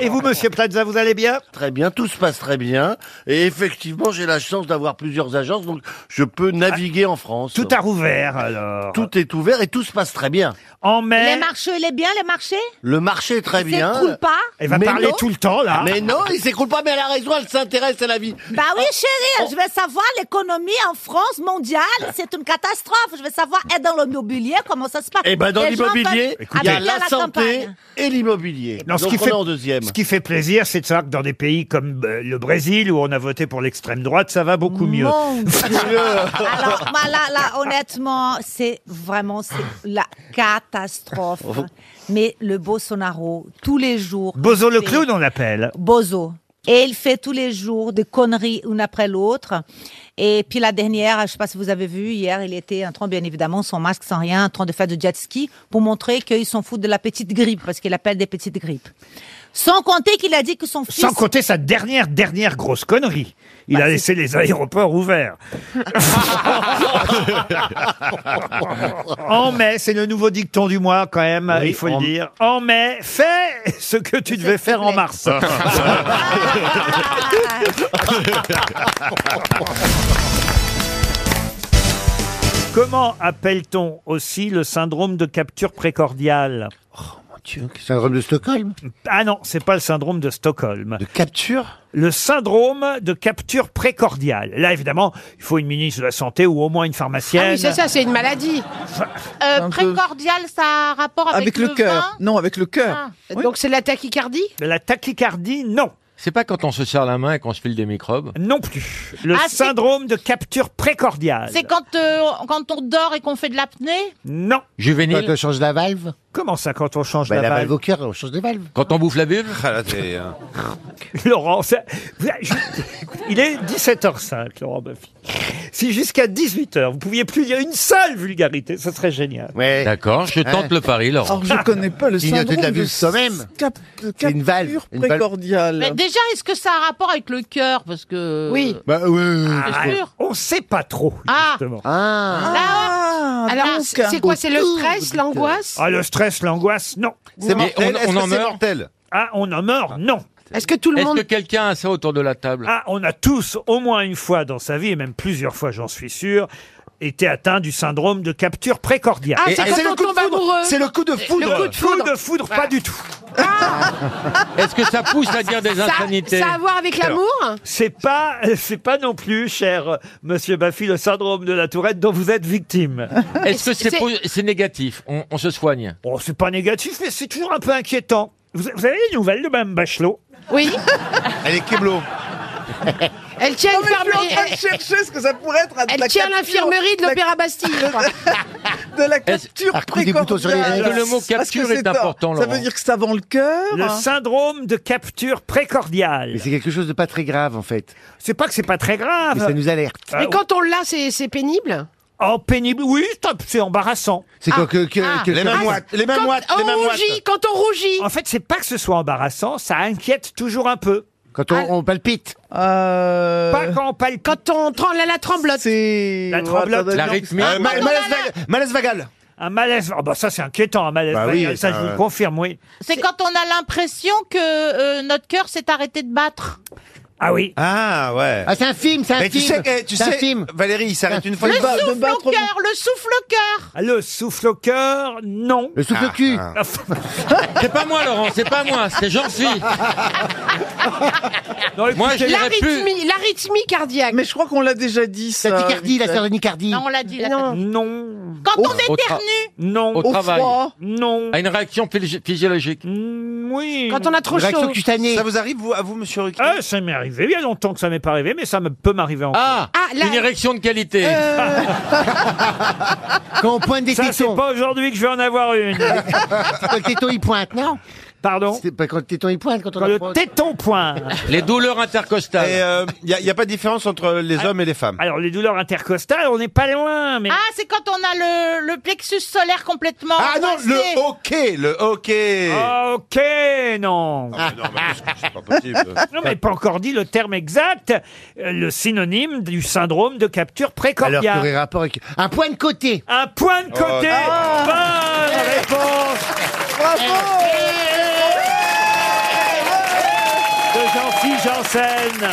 Speaker 1: Et vous, monsieur Plaza, vous allez bien
Speaker 3: Très bien, tout se passe très bien. Et effectivement, j'ai la chance d'avoir plusieurs agences, donc je peux naviguer en France.
Speaker 1: Tout a rouvert, alors.
Speaker 3: Tout est ouvert et tout se passe très bien.
Speaker 1: En mai.
Speaker 24: Les marchés, il est bien, les marchés
Speaker 3: Le marché est très
Speaker 24: Il
Speaker 3: bien.
Speaker 24: s'écroule pas Elle va parler tout
Speaker 1: le temps, là.
Speaker 3: Mais non, il s'écroule pas, mais elle a raison, elle s'intéresse à la vie. Oh.
Speaker 24: Bah oui, chérie, je vais savoir l'économie en France mondiale,
Speaker 3: Ah.
Speaker 24: c'est une catastrophe. Je vais savoir être dans l'immobilier, comment ça se passe.
Speaker 3: Et ben dans
Speaker 24: Les gens
Speaker 3: l'immobilier,
Speaker 24: veulent
Speaker 3: il y a
Speaker 24: habiter à
Speaker 3: la, santé
Speaker 24: campagne.
Speaker 3: et l'immobilier.
Speaker 1: Non, ce,
Speaker 3: donc
Speaker 1: qui
Speaker 3: on
Speaker 1: fait,
Speaker 3: est en deuxième.
Speaker 1: ce qui fait plaisir, c'est de savoir que dans des pays comme euh, le Brésil, où on a voté pour l'extrême droite, ça va beaucoup mieux.
Speaker 24: Mon Dieu. Alors, moi, là, là, honnêtement, c'est vraiment c'est la catastrophe.
Speaker 3: Oh.
Speaker 24: Mais le Bolsonaro, tous les jours.
Speaker 1: Bozo
Speaker 24: il
Speaker 1: le
Speaker 24: fait-
Speaker 1: clown, on l'appelle.
Speaker 24: Bozo. Et il fait tous les jours des conneries une après l'autre. Et puis la dernière, je ne sais pas si vous avez vu, hier, il était en train, bien évidemment, sans masque, sans rien, en train de faire du jet ski pour montrer qu'ils s'en foutent de la petite grippe, parce qu'il appelle des petites grippes. Sans compter qu'il a dit que son fils...
Speaker 1: Sans compter sa dernière, dernière grosse connerie. Il
Speaker 24: Bah,
Speaker 1: a laissé les aéroports ouverts. en mai, c'est le nouveau dicton du mois quand même,
Speaker 10: Oui,
Speaker 1: il faut
Speaker 10: en-
Speaker 1: le dire. En mai, fais ce que tu devais faire en mars. Comment appelle-t-on aussi Oh, le syndrome de capture précordiale Syndrome de Stockholm Ah non, c'est pas le syndrome de Stockholm. De capture Le syndrome de capture précordiale. Là, évidemment, il faut une ministre de la Santé ou au moins une pharmacienne.
Speaker 13: Ah oui, c'est ça, c'est une maladie.
Speaker 22: Euh, précordial, ça a rapport avec,
Speaker 1: Avec le cœur.
Speaker 22: vin
Speaker 1: Non, avec le cœur.
Speaker 22: Ah. Donc c'est la tachycardie
Speaker 1: La tachycardie, non.
Speaker 2: C'est pas quand on se serre la main et qu'on se file des microbes
Speaker 1: Non plus. Le
Speaker 22: Ah, c'est-
Speaker 1: syndrome de capture
Speaker 2: Ah,
Speaker 1: précordiale.
Speaker 22: C'est quand, euh, quand on dort et qu'on fait de l'apnée
Speaker 1: Non.
Speaker 2: Juvénile.
Speaker 1: Quand on change la valve Comment ça, quand on change
Speaker 2: Bah,
Speaker 1: la, Ah,
Speaker 2: la valve
Speaker 1: au cœur, on change des valves.
Speaker 2: Quand on bouffe la bulle
Speaker 1: hein. Laurent, ça- vous- je- il est 17h05, Laurent Baffy. Si jusqu'à 18h, vous pouviez plus dire une seule vulgarité, ce serait génial.
Speaker 2: D'accord, je tente le pari, Laurent.
Speaker 1: Alors, je connais pas le Clignoter syndrome Hein. de la de vulve
Speaker 22: soi-même.
Speaker 1: C'est une valve. Une valve. précordiale.
Speaker 22: Mais déjà, est-ce que ça a rapport avec le cœur Parce que.
Speaker 2: Euh,
Speaker 22: euh,
Speaker 1: Oui. Bah,
Speaker 2: Ah,
Speaker 22: C'est sûr.
Speaker 1: on sait pas trop,
Speaker 22: Ah.
Speaker 1: justement.
Speaker 5: Ah,
Speaker 22: Là, alors, c'est c'est quoi C'est le stress, l'angoisse
Speaker 1: Ah, le stress, l'angoisse, non.
Speaker 2: C'est Mais mortel. on- Est-ce on que en c'est meurt mortel
Speaker 1: Ah, on en meurt, non.
Speaker 13: Est-ce que tout
Speaker 2: Est-ce que quelqu'un a ça autour de la table
Speaker 1: Ah, on a tous, au moins une fois dans sa vie, et même plusieurs fois, j'en suis sûr, été atteint du syndrome de capture précordiale.
Speaker 13: Ah, c'est Et- quand c'est on le coup de tombe foudre, amoureux. c'est le coup de foudre.
Speaker 1: Le coup de foudre, pas du tout.
Speaker 2: Est-ce que ça pousse à dire des
Speaker 13: Ça-
Speaker 2: insanités
Speaker 13: ça a à voir avec l'amour
Speaker 1: C'est pas, c'est pas non plus, cher euh, Monsieur Baffy, le syndrome de la Tourette dont vous êtes victime.
Speaker 2: Est-ce que c'est po- c'est négatif on, on se soigne
Speaker 1: Bon, Oh, c'est pas négatif, mais c'est toujours un peu inquiétant. Vous, vous avez les nouvelles de Mme Bachelot
Speaker 13: Oui.
Speaker 1: Elle est Keblo.
Speaker 13: Elle tient
Speaker 8: Non, mais je suis en
Speaker 13: l'infirmerie-
Speaker 8: train de chercher ce que ça pourrait être. hein,
Speaker 13: Elle tient l'infirmerie de l'Opéra Bastille, je crois.
Speaker 8: De la capture
Speaker 1: Ah,
Speaker 8: précordiale.
Speaker 2: Est-ce que le mot
Speaker 8: Parce que
Speaker 2: capture
Speaker 8: c'est
Speaker 2: est important,
Speaker 8: Ça
Speaker 2: Laurent
Speaker 8: veut dire que c'est avant le cœur.
Speaker 1: Le syndrome de capture précordiale. Mais c'est quelque chose de pas très grave, en fait. C'est pas que c'est pas très grave.
Speaker 13: Mais ça nous
Speaker 1: alerte.
Speaker 13: Mais quand on l'a, c'est c'est pénible
Speaker 1: En Oh, pénible, oui, stop, c'est embarrassant.
Speaker 13: C'est Ah, que- que- ah. que- Les mains moites, les mains Quand moites, on les mains rougit, moites.
Speaker 1: quand on rougit. En fait, c'est pas que ce soit embarrassant, ça inquiète toujours un peu. Quand on,
Speaker 13: Ah.
Speaker 1: palpite. Pas quand on palpite. Quand on
Speaker 13: la, la tremblote. Ah,
Speaker 1: La tremblote.
Speaker 13: La rythmie. Un mal- malaise
Speaker 1: vagal. Un malaise. ah bah ça, c'est inquiétant, un malaise
Speaker 5: Bah
Speaker 1: vagal.
Speaker 5: oui,
Speaker 1: ça,
Speaker 5: ça,
Speaker 1: je vous le
Speaker 5: ouais.
Speaker 1: confirme, oui.
Speaker 22: C'est quand on a l'impression que euh, notre cœur s'est arrêté de battre.
Speaker 1: Ah oui.
Speaker 5: Ah ouais.
Speaker 31: Ah, c'est un film, c'est un
Speaker 5: Mais tu
Speaker 31: film.
Speaker 5: sais, que- tu
Speaker 31: C'est un
Speaker 5: sais,
Speaker 31: film.
Speaker 5: Valérie, il s'arrête une fois. Le il va- souffle va-
Speaker 22: Au cœur, le souffle au cœur.
Speaker 1: Ah, Le souffle au cœur, non. Ah, Le
Speaker 2: souffle au cul. C'est pas moi, Laurent, c'est pas moi, c'est Jean-Phi. Moi, je dirais plus.
Speaker 13: L'arythmie l'arythmie cardiaque.
Speaker 8: Mais je crois qu'on l'a déjà dit, ça.
Speaker 5: Tachycardie, la
Speaker 8: séronicardi.
Speaker 13: Non, on l'a dit. Non.
Speaker 1: non.
Speaker 13: Quand
Speaker 2: Au- au tra-
Speaker 1: Non.
Speaker 2: Au,
Speaker 1: Au
Speaker 2: travail.
Speaker 1: froid. Non.
Speaker 2: À une réaction physi- physiologique.
Speaker 1: Mm. oui.
Speaker 13: Quand on a trop Une réaction chaud. cutanée. Ça vous
Speaker 1: arrive, vous, à vous, monsieur Ruquier Ah, ça m'est arrivé. Il y a longtemps que ça m'est pas arrivé, mais ça me peut m'arriver encore.
Speaker 2: Ah, Une érection de qualité.
Speaker 1: Quand on pointe des tétons. Ça, c'est pas aujourd'hui que je vais en avoir une.
Speaker 31: Quand le téton il pointe, non
Speaker 1: Pardon
Speaker 31: C'est pas quand le téton il pointe, quand on
Speaker 2: Quand le
Speaker 1: téton pointe
Speaker 2: Les douleurs intercostales.
Speaker 5: Il n'y a, euh, y a pas de différence entre les hommes et les femmes.
Speaker 1: Alors, les douleurs intercostales, on n'est pas loin, mais.
Speaker 22: Ah, c'est quand on a le, le plexus solaire complètement.
Speaker 5: Ah non,
Speaker 22: angoissé.
Speaker 5: le hockey, le hockey. Ah,
Speaker 1: Ah, ok, non.
Speaker 5: c'est pas possible.
Speaker 1: Non, mais pas encore dit le terme exact, euh, le synonyme du syndrome de capture
Speaker 31: Alors qu'il y
Speaker 1: précordiale.
Speaker 31: aurait rapport avec. Un point de côté
Speaker 1: Un point de
Speaker 5: Oh,
Speaker 1: côté Oh, Bonne
Speaker 5: Eh,
Speaker 1: réponse
Speaker 31: Bravo
Speaker 1: de Jean-Philippe Janssen.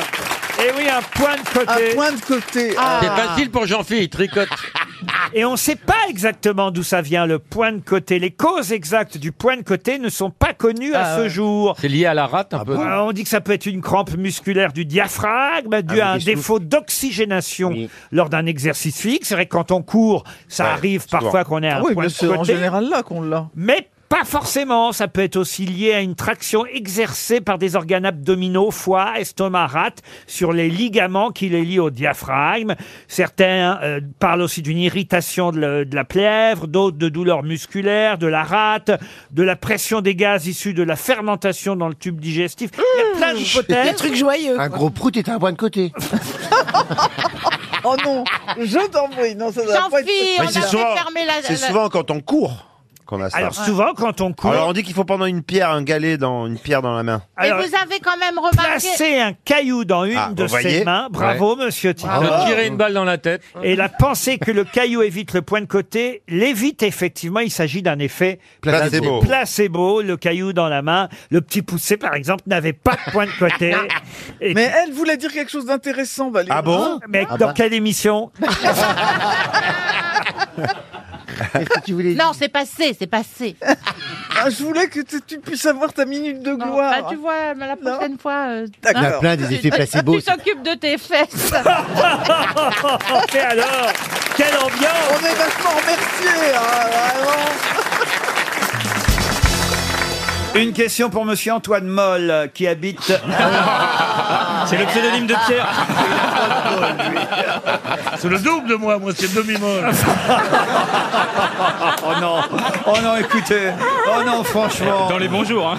Speaker 1: Et oui, un point de côté. Un point de côté.
Speaker 2: C'est facile pour Jean-Philippe, il tricote.
Speaker 1: Et on ne sait pas exactement d'où ça vient, le point de côté. Les causes exactes du point de côté ne sont pas connues à
Speaker 2: Ah
Speaker 1: ce
Speaker 5: Euh,
Speaker 2: ouais.
Speaker 1: jour.
Speaker 2: C'est lié à la rate un peu.
Speaker 1: Ah, on dit que ça peut être une crampe musculaire du diaphragme due à un défaut d'oxygénation lors d'un exercice physique. C'est vrai que quand on court, ça arrive parfois qu'on ait un
Speaker 8: Ah oui,
Speaker 1: point
Speaker 8: mais
Speaker 1: de
Speaker 8: c'est en
Speaker 1: côté.
Speaker 8: général là qu'on l'a.
Speaker 1: Mais pas forcément, ça peut être aussi lié à une traction exercée par des organes abdominaux, foie, estomac, rate sur les ligaments qui les lient au diaphragme. Certains euh, parlent aussi d'une irritation de, la- de la plèvre, d'autres de douleurs musculaires, de la rate, de la pression des gaz issus de la fermentation dans le tube digestif. Il y a plein d'hypothèses.
Speaker 13: Des Mmh. trucs joyeux.
Speaker 31: Un gros prout est un point de côté.
Speaker 8: Oh non, je t'en prie. Non, ça doit pas être...
Speaker 22: Jean-Phi, on a fermé la.
Speaker 8: c'est
Speaker 22: la-
Speaker 8: souvent
Speaker 5: quand on court qu'on a ça.
Speaker 1: Alors, souvent, quand on court-
Speaker 5: Alors on dit qu'il faut prendre une pierre, un galet dans une pierre dans la main.
Speaker 22: Mais vous avez quand même remarqué.
Speaker 1: Placer un caillou dans une
Speaker 5: Ah,
Speaker 1: de
Speaker 5: vous
Speaker 1: ses
Speaker 5: voyez
Speaker 1: mains. Bravo,
Speaker 5: Ouais.
Speaker 1: monsieur Tito.
Speaker 2: De tirer une balle dans la tête.
Speaker 1: Et la pensée que le caillou évite le point de côté l'évite effectivement. Il s'agit d'un effet
Speaker 5: Placebo.
Speaker 1: Placebo, le caillou dans la main. Le petit poussé, par exemple, n'avait pas de point de côté. Et-
Speaker 8: Mais elle voulait dire quelque chose d'intéressant, Valérie.
Speaker 1: Ah bon Mais dans quelle émission
Speaker 5: Qu'est-ce que tu voulais
Speaker 22: Non, c'est passé, c'est passé.
Speaker 13: Ah, je voulais que tu, tu puisses avoir ta minute de gloire.
Speaker 22: Bah, tu vois, la prochaine fois. euh,
Speaker 13: D'accord.
Speaker 22: hein,
Speaker 13: Il y a plein des
Speaker 22: tu-
Speaker 13: effets placebo,
Speaker 22: Tu
Speaker 13: ça.
Speaker 22: t'occupes de tes fesses.
Speaker 1: Et alors Quelle ambiance
Speaker 13: On est vachement remerciés,
Speaker 8: hein,
Speaker 1: Une question pour monsieur Antoine Moll euh, qui habite. C'est le pseudonyme de Pierre.
Speaker 11: Ah, C'est le double de moi, moi c'est demi-molle.
Speaker 1: oh non, oh non, écoutez, oh non, franchement. Dans les bons jours.
Speaker 21: hein.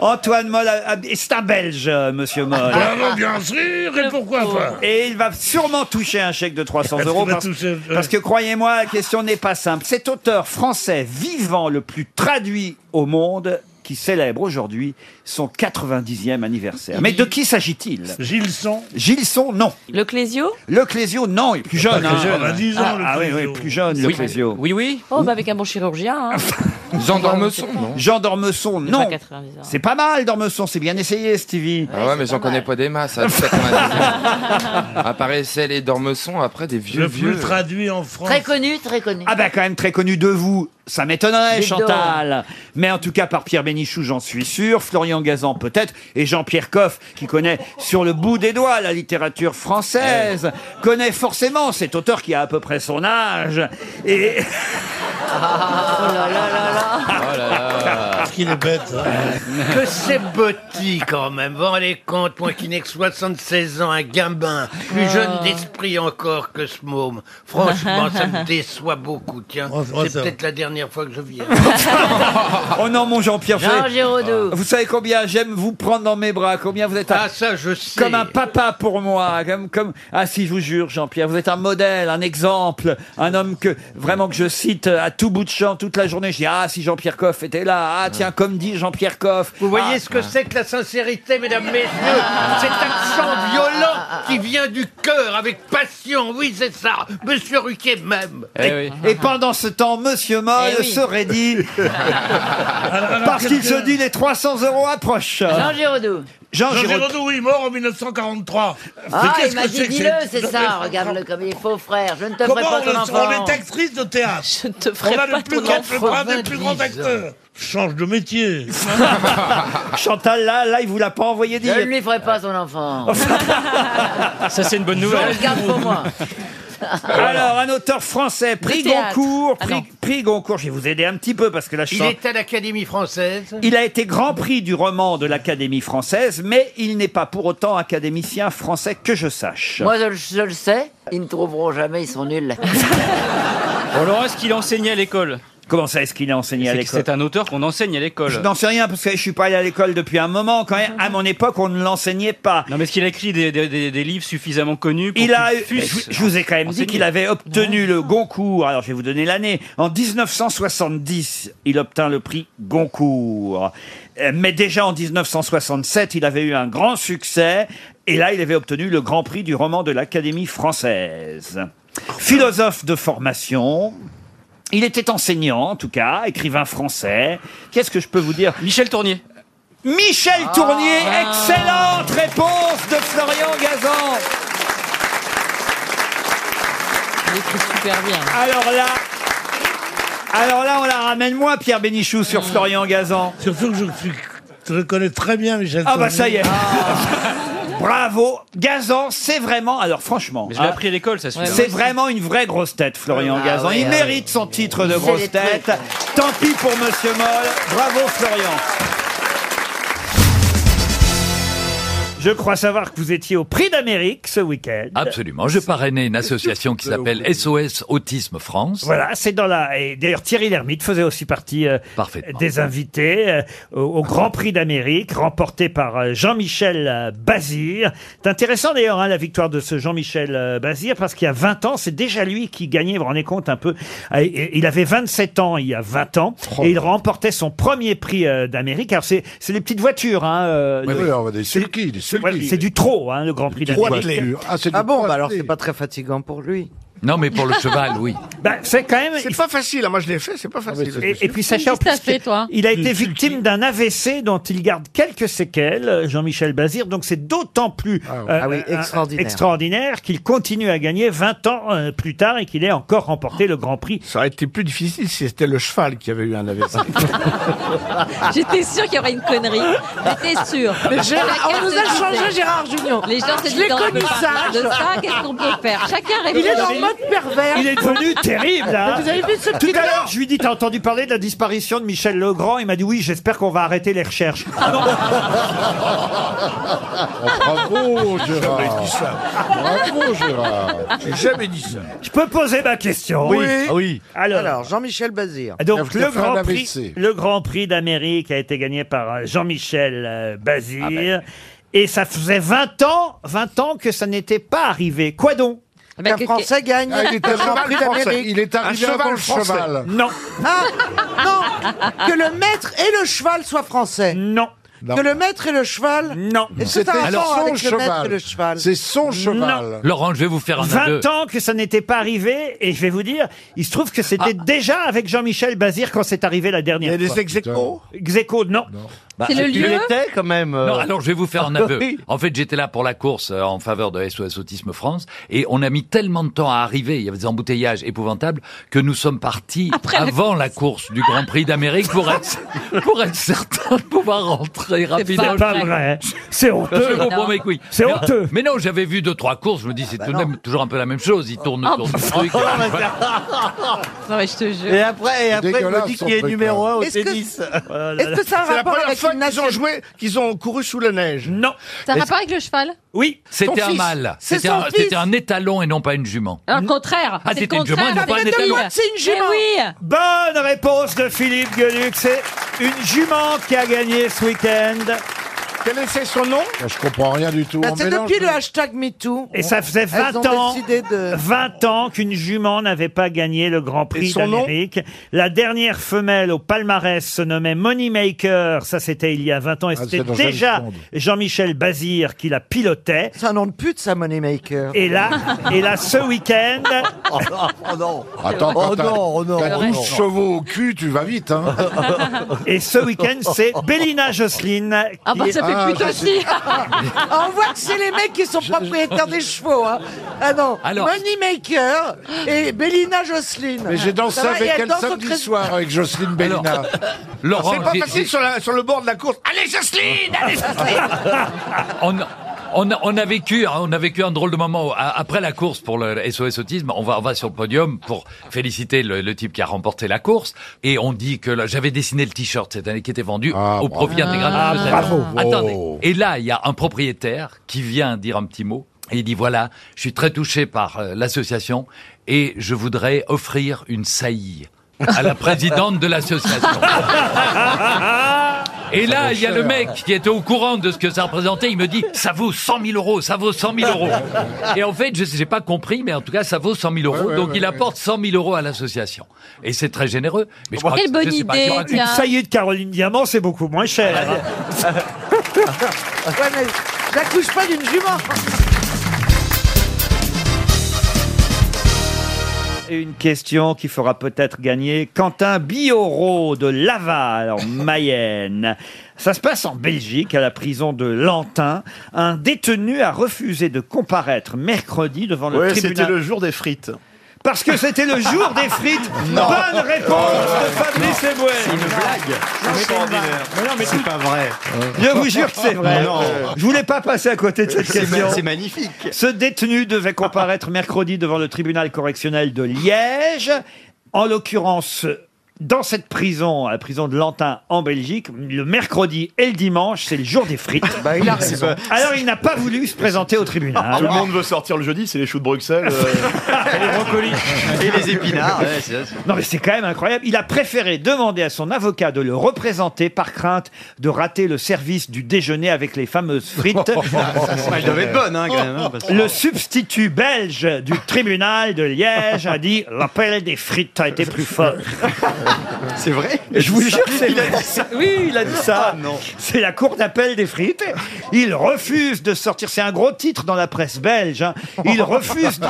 Speaker 1: Antoine Moll, a- a- et c'est un Belge, euh, monsieur Moll.
Speaker 11: Ah non, bien sûr, et pourquoi pas
Speaker 1: Et il va sûrement toucher un chèque de 300
Speaker 11: Parce qu'il
Speaker 1: euros
Speaker 11: va
Speaker 1: parce,
Speaker 11: toucher, euh, ouais.
Speaker 1: parce que croyez-moi, la question n'est pas simple. Cet auteur français vivant le plus traduit au monde qui célèbre aujourd'hui son 90e anniversaire. Mais de qui s'agit-il Gilson. Gilson, non. Le Clésio Le Clésio, non. Il est plus jeune.
Speaker 11: Pas
Speaker 1: hein.
Speaker 11: plus jeune, hein. 90 ans,
Speaker 1: ah,
Speaker 11: le
Speaker 1: ah oui, oui,
Speaker 11: Clésio.
Speaker 1: plus jeune, le
Speaker 11: Oui.
Speaker 1: Clésio. Oui, oui.
Speaker 3: Oh, bah avec un bon chirurgien. Hein.
Speaker 1: Jean Dormesson, non Jean Dormesson,
Speaker 3: Il a pas
Speaker 1: non.
Speaker 3: 90 ans.
Speaker 1: C'est pas mal, Dormesson, c'est bien essayé, Stevie.
Speaker 15: Ah ouais, mais j'en connais pas des masses. À 90 ans. À part Essel et Dormesson, après des vieux
Speaker 11: Le plus
Speaker 15: vieux.
Speaker 11: traduit en France.
Speaker 3: Très connu, très connu.
Speaker 1: Ah bah quand même très connu de vous, ça m'étonnerait
Speaker 3: Dites donc.
Speaker 1: Chantal. Mais en tout cas par Pierre Bénichou, j'en suis sûr, Florian Gazan peut-être, et Jean-Pierre Coff qui connaît sur le bout des doigts la littérature française,
Speaker 3: Eh.
Speaker 1: connaît forcément cet auteur qui a à peu près son âge. Et...
Speaker 3: Oh là là là là.
Speaker 1: Parce qu'il est bête.
Speaker 5: hein.
Speaker 2: Que c'est botti quand même, vous vous rendez compte, moi qui n'ai que 76 ans, un gamin, plus Ah.
Speaker 3: Oh.
Speaker 2: jeune d'esprit encore que ce môme. Franchement, ça me déçoit beaucoup, tiens.
Speaker 1: oh,
Speaker 2: C'est
Speaker 1: ça-
Speaker 2: peut-être la dernière fois que je viens.
Speaker 1: Oh non mon Jean-Pierre
Speaker 2: Jean
Speaker 1: vous savez- euh,
Speaker 2: Giraudoux.
Speaker 1: Vous savez combien j'aime vous prendre dans mes bras, combien vous êtes
Speaker 2: Ah,
Speaker 1: un... Comme un papa pour moi, comme, comme... Ah si, je vous jure Jean-Pierre, vous êtes un modèle, un exemple, un homme que vraiment que je cite euh, à tout bout de champ toute la journée. Je dis, ah si Jean-Pierre Coff était là, ah tiens, comme dit Jean-Pierre Coff. Ah.
Speaker 2: Vous voyez ce que c'est que la sincérité, mesdames, messieurs C'est un chant violent qui vient du cœur, avec passion, oui, c'est ça. Monsieur Ruquier même.
Speaker 1: Et, et pendant ce temps, Monsieur Moll
Speaker 2: Eh oui.
Speaker 1: se raidit
Speaker 2: alors,
Speaker 1: parce qu'il
Speaker 2: qu'est-ce
Speaker 1: se
Speaker 2: que-
Speaker 1: dit les 300 euros approchent.
Speaker 2: Giraudoux.
Speaker 1: Jean Giraud-
Speaker 2: Giraudoux, oui, mort en 1943.
Speaker 3: Ah,
Speaker 2: Mais qu'est-ce
Speaker 3: il m'a
Speaker 2: que
Speaker 3: dit,
Speaker 2: que
Speaker 3: dis-le,
Speaker 2: cette-
Speaker 3: c'est ça. Regarde-le comme il est faux, frère. Je ne te
Speaker 2: Comment
Speaker 3: ferai pas
Speaker 2: on
Speaker 3: ton
Speaker 2: le-
Speaker 3: enfant.
Speaker 2: on est actrice de théâtre. Je ne te ferai on a
Speaker 3: pas
Speaker 2: le plus
Speaker 3: ton
Speaker 2: grand,
Speaker 3: enfant.
Speaker 2: le bras des plus grands 90 acteurs.
Speaker 11: Change de métier.
Speaker 1: Chantal, là, là, il vous l'a pas envoyé
Speaker 3: Je
Speaker 1: dire.
Speaker 3: ne lui ferai pas son enfant.
Speaker 1: Ah, Ça, c'est une bonne
Speaker 3: Je le garde pour moi.
Speaker 1: Alors, un auteur français, prix
Speaker 2: De théâtre.
Speaker 1: Goncourt,
Speaker 2: Ah
Speaker 1: prix,
Speaker 2: non.
Speaker 1: prix Goncourt, je vais vous aider un petit peu parce que là, je
Speaker 2: Il
Speaker 1: sens-
Speaker 2: est à l'Académie française.
Speaker 1: Il a été grand prix du roman de l'Académie française, mais il n'est pas pour autant académicien français que je sache.
Speaker 3: Moi, je, le- je le sais. Ils ne trouveront jamais, ils sont nuls.
Speaker 1: On Laurent, est-ce qu'il a enseigné à l'école Comment ça, est-ce qu'il a enseigné à
Speaker 6: C'est que
Speaker 1: l'école
Speaker 6: c'est un auteur qu'on enseigne à
Speaker 1: Je
Speaker 6: l'école.
Speaker 1: n'en sais rien parce que je suis pas allé à l'école depuis un moment. Quand même, à mon époque, on ne l'enseignait pas.
Speaker 6: Non, mais est-ce qu'il a écrit des, des- des- des livres suffisamment connus pour
Speaker 1: Il a,
Speaker 6: qu'ils
Speaker 1: je,
Speaker 6: fussent
Speaker 1: je vous ai quand même dit
Speaker 6: enseignés
Speaker 1: qu'il avait obtenu le Goncourt. Alors, je vais vous donner l'année. En 1970, il obtint le prix Goncourt. Euh, Mais déjà en 1967, il avait eu un grand succès. Et là, il avait obtenu le grand prix du roman de l'Académie française. Philosophe de formation. Il était enseignant, en tout cas, écrivain français. Qu'est-ce que je peux vous dire Michel Tournier. Ah, Michel Tournier, excellente réponse de Florian Gazan.
Speaker 3: super bien.
Speaker 1: Alors là, alors là, on la ramène moins, Pierre Bénichou,
Speaker 3: Mm.
Speaker 1: sur Florian Gazan.
Speaker 11: Surtout que je, je connais très bien Michel Ah.
Speaker 1: Ah bah
Speaker 11: Tournier.
Speaker 1: ça y est. Bravo. Gazan, c'est vraiment, alors franchement.
Speaker 6: Mais je l'ai
Speaker 1: hein,
Speaker 6: appris à l'école, ça suffit.
Speaker 1: C'est vraiment une vraie grosse tête, Florian
Speaker 6: Ah
Speaker 1: Gazan.
Speaker 6: ouais,
Speaker 1: Il
Speaker 6: ah
Speaker 1: mérite son titre de
Speaker 6: C'est
Speaker 1: grosse
Speaker 6: des
Speaker 1: tête. Tant pis pour Monsieur Moll. Bravo, Florian. Je crois savoir que vous étiez au Prix d'Amérique ce week-end.
Speaker 2: Absolument. Je parrainais une association qui s'appelle SOS Autisme France.
Speaker 1: Voilà, c'est dans la. Et d'ailleurs, Thierry Lhermitte faisait aussi partie euh, des invités euh, au, au Grand Prix d'Amérique, remporté par euh, Jean-Michel euh, Bazir. C'est intéressant d'ailleurs hein, la victoire de ce Jean-Michel euh, Bazir parce qu'il y a 20 ans, c'est déjà lui qui gagnait. Vous vous rendez compte un peu Ah, et- et Il avait 27 ans il y a 20 ans
Speaker 5: Oh.
Speaker 1: et il remportait son premier prix euh, d'Amérique. Alors c'est c'est les petites voitures. Hein, euh,
Speaker 10: Oui,
Speaker 1: le-
Speaker 10: oui, bah on va des
Speaker 1: c'est-
Speaker 10: sulky, des
Speaker 1: c'est- voilà,
Speaker 10: sulky.
Speaker 1: C'est du trop, hein, le Grand Prix
Speaker 10: Trois
Speaker 1: d'Amérique.
Speaker 10: clés. Ah, c'est du
Speaker 32: Ah bon,
Speaker 10: trois
Speaker 32: bah alors
Speaker 10: clés.
Speaker 32: c'est pas très fatigant pour lui.
Speaker 5: Non, mais pour le cheval, oui.
Speaker 2: Bah,
Speaker 1: c'est quand même.
Speaker 5: C'est pas facile. Moi, je l'ai fait. Ah, C'est pas facile.
Speaker 1: Et, et puis sachez en plus que- il a été victime d'un AVC dont il garde quelques séquelles, euh, Jean-Michel Bazir. Donc c'est d'autant plus euh,
Speaker 13: Ah oui,
Speaker 1: euh,
Speaker 13: extraordinaire.
Speaker 1: extraordinaire qu'il continue à gagner 20 ans euh, plus tard et qu'il ait encore remporté le Grand Prix.
Speaker 5: Ça aurait été plus difficile si c'était le cheval qui avait eu un AVC.
Speaker 20: J'étais sûre qu'il y aurait une connerie. J'étais sûre.
Speaker 13: Mais Gérard-
Speaker 20: Chacun
Speaker 13: on nous a
Speaker 20: se
Speaker 13: changé
Speaker 20: disait-
Speaker 13: Gérard Junior.
Speaker 20: Les gens se
Speaker 13: Je l'ai
Speaker 20: disaient, on
Speaker 13: connu
Speaker 20: peut pas
Speaker 13: ça,
Speaker 20: parler de
Speaker 13: je-
Speaker 20: ça, qu'est-ce qu'on peut faire Chacun
Speaker 13: Il
Speaker 20: réfléchit.
Speaker 13: est dans le mode pervers.
Speaker 1: Il est devenu terrible. hein.
Speaker 13: Vous avez vu ce
Speaker 1: Tout
Speaker 13: petit
Speaker 1: à l'heure,
Speaker 13: gars
Speaker 1: je lui dis, t'as entendu parler de la disparition de Michel Legrand Il m'a dit oui, j'espère qu'on va arrêter les recherches. Ah non.
Speaker 5: bravo, Gérard. Jamais dit ça. Bravo,
Speaker 2: Ah.
Speaker 5: Gérard.
Speaker 1: J'ai jamais
Speaker 5: dit ça.
Speaker 1: Je peux poser ma question
Speaker 5: Oui. Ah Oui.
Speaker 1: Alors,
Speaker 13: Jean-Michel Bazir.
Speaker 1: Ah, Donc le grand,
Speaker 13: grand
Speaker 1: prix, le grand prix d'Amérique a été gagné par euh, Jean-Michel euh,
Speaker 13: Ah,
Speaker 1: Bazir.
Speaker 13: ben
Speaker 1: Et ça faisait 20 ans, 20 ans que ça n'était pas arrivé. Quoi donc
Speaker 5: Eh
Speaker 20: bah,
Speaker 5: ben,
Speaker 13: Qu'un que- Français gagne Ah, il était un Grand Prix d'Amérique.
Speaker 5: Il est arrivé
Speaker 13: Un cheval
Speaker 5: avant le
Speaker 13: français.
Speaker 5: cheval.
Speaker 1: Non.
Speaker 13: Ah, non Que le maître et le cheval soient français.
Speaker 1: Non.
Speaker 13: Que le maître et le cheval.
Speaker 1: Non.
Speaker 13: Est-ce que t'as un rapport avec le maître et le cheval
Speaker 5: C'est son
Speaker 1: cheval.
Speaker 5: Laurent, je vais vous faire
Speaker 1: 20 ans que ça n'était pas arrivé, et je vais vous dire, il se trouve que c'était
Speaker 5: Ah.
Speaker 1: déjà avec Jean-Michel Bazir quand c'est arrivé la dernière
Speaker 5: Il y a
Speaker 1: fois.
Speaker 5: des ex-aequo
Speaker 1: Ex-aequo, non. Bah,
Speaker 5: C'est le lieu
Speaker 1: quand même.
Speaker 5: euh.
Speaker 1: Non,
Speaker 5: Euh,
Speaker 7: Non, alors je vais vous faire un aveu.
Speaker 5: oui.
Speaker 7: En fait, j'étais là pour la course euh, en faveur de SOS Autisme France et on a mis tellement de temps à arriver, il y avait des embouteillages épouvantables, que nous sommes partis avant la course du Grand Prix d'Amérique pour être, pour être certain de pouvoir rentrer rapidement.
Speaker 1: C'est pas vrai. C'est honteux.
Speaker 7: Je vous promets que oui.
Speaker 1: C'est
Speaker 7: Mais-
Speaker 1: honteux.
Speaker 7: Mais non, j'avais vu deux, trois courses, je me dis
Speaker 5: Ah, bah
Speaker 7: c'est tout de même toujours un peu la même chose. Ils tournent
Speaker 20: Ah,
Speaker 7: autour du truc. Voilà.
Speaker 20: Non, mais je te jure.
Speaker 5: Oh, Et après, et après, il me dit qu'il est numéro 1 au
Speaker 20: Est-ce que-
Speaker 5: tennis.
Speaker 13: Est-ce que ça a
Speaker 5: C'est la
Speaker 13: rapport
Speaker 5: première
Speaker 13: avec
Speaker 5: fois
Speaker 13: une
Speaker 5: qu'ils ont
Speaker 13: nation-
Speaker 5: joué, qu'ils ont couru sous la neige.
Speaker 1: Non.
Speaker 20: Ça a rapport avec le cheval
Speaker 1: Oui.
Speaker 7: C'était
Speaker 5: Son
Speaker 7: un
Speaker 5: fils.
Speaker 7: mâle.
Speaker 5: C'est
Speaker 7: C'était
Speaker 5: son
Speaker 7: un,
Speaker 5: fils.
Speaker 7: c'était un étalon et non pas une jument.
Speaker 20: Ah, le contraire.
Speaker 7: Ah,
Speaker 20: c'est le
Speaker 7: c'était une jument,
Speaker 20: contraire.
Speaker 7: ils n'ont pas un étalon.
Speaker 20: C'est une jument. Eh oui.
Speaker 1: Bonne réponse de Philippe Gueluc. C'est une jument qui a gagné ce week-end.
Speaker 5: Quel est son nom
Speaker 8: Je comprends rien du tout.
Speaker 13: Bah,
Speaker 8: On
Speaker 13: c'est
Speaker 8: mélange
Speaker 13: depuis
Speaker 8: tout.
Speaker 13: le hashtag MeToo.
Speaker 1: Et ça faisait 20 ans, 20 ans qu'une jument n'avait pas gagné le Grand Prix
Speaker 13: son nom
Speaker 1: d'Amérique. La dernière femelle au palmarès se nommait Moneymaker. Ça, c'était il y a 20 ans.
Speaker 8: Ah,
Speaker 1: Et c'était
Speaker 13: c'est dans
Speaker 1: déjà
Speaker 13: James Bond.
Speaker 1: Jean-Michel Bazir qui la pilotait.
Speaker 13: C'est un nom de pute, ça, Moneymaker.
Speaker 1: Et là, et là, ce week-end,
Speaker 13: oh non.
Speaker 8: Attends, quand
Speaker 13: oh
Speaker 8: t'as-
Speaker 13: non, oh non.
Speaker 8: t'as
Speaker 13: oh
Speaker 8: 12
Speaker 13: non.
Speaker 8: chevaux au cul, tu vas vite. Hein.
Speaker 1: et ce week-end, c'est Bélina Jocelyne.
Speaker 13: Ah bah
Speaker 1: qui-
Speaker 13: ça fait pute aussi Ah, On voit que c'est les mecs qui sont propriétaires des chevaux. Hein. Ah non,
Speaker 8: Alors-
Speaker 13: Moneymaker et Bélina Jocelyne.
Speaker 8: Mais j'ai dansé
Speaker 13: Ça va, et
Speaker 8: avec
Speaker 13: elle
Speaker 8: elle
Speaker 13: danse au
Speaker 8: samedi
Speaker 13: Cré-
Speaker 8: soir avec Jocelyne Bellina.
Speaker 7: Laurent,
Speaker 5: C'est pas
Speaker 7: j'ai-
Speaker 5: facile
Speaker 7: j'ai-
Speaker 5: sur, la- sur le bord de la course. Allez, Jocelyne Allez, Jocelyne
Speaker 7: on, on, a, on a vécu, hein, on a vécu un drôle de moment. où, a- Après la course pour le SOS Autisme, on va, on va sur le podium pour féliciter le, le type qui a remporté la course. Et on dit que là, j'avais dessiné le t-shirt cette année qui était vendu au profit intégral.
Speaker 5: Ah,
Speaker 7: de Joseph.
Speaker 5: bravo.
Speaker 7: Attendez. Et là, il y a un propriétaire qui vient dire un petit mot. Et il dit voilà, je suis très touché par euh, l'association et je voudrais offrir une saillie à la présidente de l'association. Et
Speaker 5: Ça vaut
Speaker 7: là, il y a
Speaker 5: cher.
Speaker 7: le mec qui était au courant de ce que ça représentait. Il me dit, ça vaut 100 000 euros, ça vaut 100 000 euros. Et en fait, je n'ai pas compris, mais en tout cas, ça vaut 100 000 euros.
Speaker 5: Ouais, ouais,
Speaker 7: donc,
Speaker 5: ouais,
Speaker 7: il
Speaker 5: ouais.
Speaker 7: apporte 100 000 euros à l'association. Et c'est très généreux. Mais je crois
Speaker 20: Quelle
Speaker 7: que-
Speaker 20: bonne
Speaker 7: je sais pas, Ah, bah,
Speaker 20: idée,
Speaker 7: je crois que-
Speaker 1: Une saillie de Caroline Diamant, c'est beaucoup moins cher. hein.
Speaker 13: Ouais, mais j'accouche pas d'une jument.
Speaker 1: Et Une question qui fera peut-être gagner Quentin Biorot de Laval, en Mayenne. Ça se passe en Belgique, à la prison de Lantin. Un détenu a refusé de comparaître mercredi devant le
Speaker 5: Ouais,
Speaker 1: tribunal.
Speaker 5: c'était le jour des frites.
Speaker 1: Parce que c'était le jour des frites. Bonne réponse de Fabrice Ah, Eboué. C'est une blague.
Speaker 5: Extraordinaire.
Speaker 1: Mais non, mais
Speaker 5: c'est pas vrai.
Speaker 1: Je vous jure que c'est vrai.
Speaker 5: Non.
Speaker 1: Je voulais pas passer à côté de cette
Speaker 5: C'est ma-
Speaker 1: question.
Speaker 5: c'est magnifique.
Speaker 1: Ce détenu devait comparaître mercredi devant le tribunal correctionnel de Liège. En l'occurrence, dans cette prison, la prison de Lantin en Belgique, le mercredi et le dimanche, c'est le jour des frites.
Speaker 5: Bah, il a raison.
Speaker 1: C'est pas- Alors il n'a pas voulu se présenter au tribunal.
Speaker 5: Tout le monde veut sortir le jeudi, c'est les choux de Bruxelles. euh, et les brocolis. Et les épinards. ouais, c'est ça.
Speaker 1: Non mais c'est quand même incroyable. Il a préféré demander à son avocat de le représenter par crainte de rater le service du déjeuner avec les fameuses frites.
Speaker 5: Ah, Elle devait être bonne, hein, quand même, hein, parce que-
Speaker 1: Le substitut belge du tribunal de Liège a dit l'appel des frites a été plus fort. C'est vrai Je vous jure, c'est vrai. Oui, il a
Speaker 5: Ah,
Speaker 1: dit ça. C'est la cour d'appel des frites. Il refuse de sortir. C'est un gros titre dans la presse belge. hein. Il refuse. de-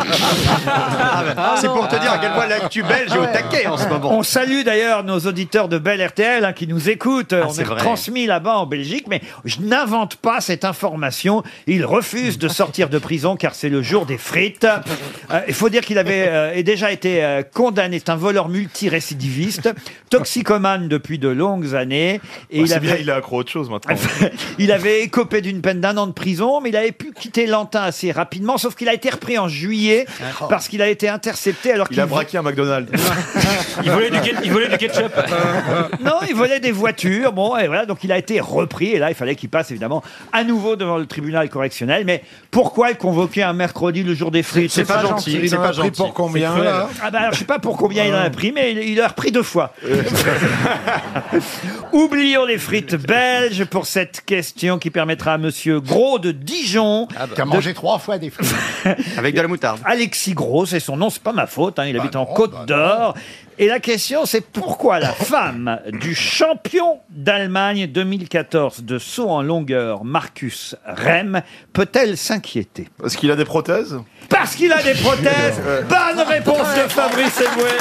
Speaker 1: Ah,
Speaker 5: C'est pour te dire à quel point l'actu belge est au taquet en ce moment.
Speaker 1: On salue d'ailleurs nos auditeurs de Bel RTL hein, qui nous écoutent. On
Speaker 5: Ah, c'est
Speaker 1: est
Speaker 5: vrai.
Speaker 1: transmis là-bas en Belgique, mais je n'invente pas cette information. Il refuse de sortir de prison car c'est le jour des frites. Euh, Il faut dire qu'il avait euh, et déjà été euh, condamné. C'est un voleur multirécidiviste, toxicomane depuis de longues années. Et
Speaker 5: Oh, c'est bien,
Speaker 1: il Ah, a accro autre chose maintenant. il avait écopé d'une peine d'un an de prison, mais il avait pu quitter l'Antin assez rapidement, sauf qu'il a été repris en juillet parce qu'il a été intercepté alors qu'il
Speaker 5: Il a braqué un McDonald's.
Speaker 1: il volait du, ketchup. non, il volait des voitures. Bon, et voilà, donc il a été repris. Et là, il fallait qu'il passe évidemment à nouveau devant le tribunal correctionnel. Mais pourquoi le convoquer un mercredi le jour des frites
Speaker 25: C'est pas gentil, il en a pris pour combien,
Speaker 1: C'est cruel.
Speaker 25: là
Speaker 1: Ah bah, alors, je sais pas pour combien il en a pris, mais il, il a repris deux fois. Oublions les frites belges pour cette question qui permettra à Monsieur Gros de Dijon.
Speaker 8: Ah bah. T'as
Speaker 1: de-
Speaker 8: mangé trois fois des frites.
Speaker 1: avec de la moutarde. Alexis Gros, c'est son nom, c'est pas ma faute,
Speaker 8: Bah
Speaker 1: hein, il habite en Côte d'Or. Et la question, c'est pourquoi la femme du champion d'Allemagne 2014 de saut en longueur, Marcus Rem, peut-elle s'inquiéter Parce qu'il a des prothèses Parce qu'il a des prothèses
Speaker 5: Ouais.
Speaker 1: Bonne réponse de Fabrice Eboué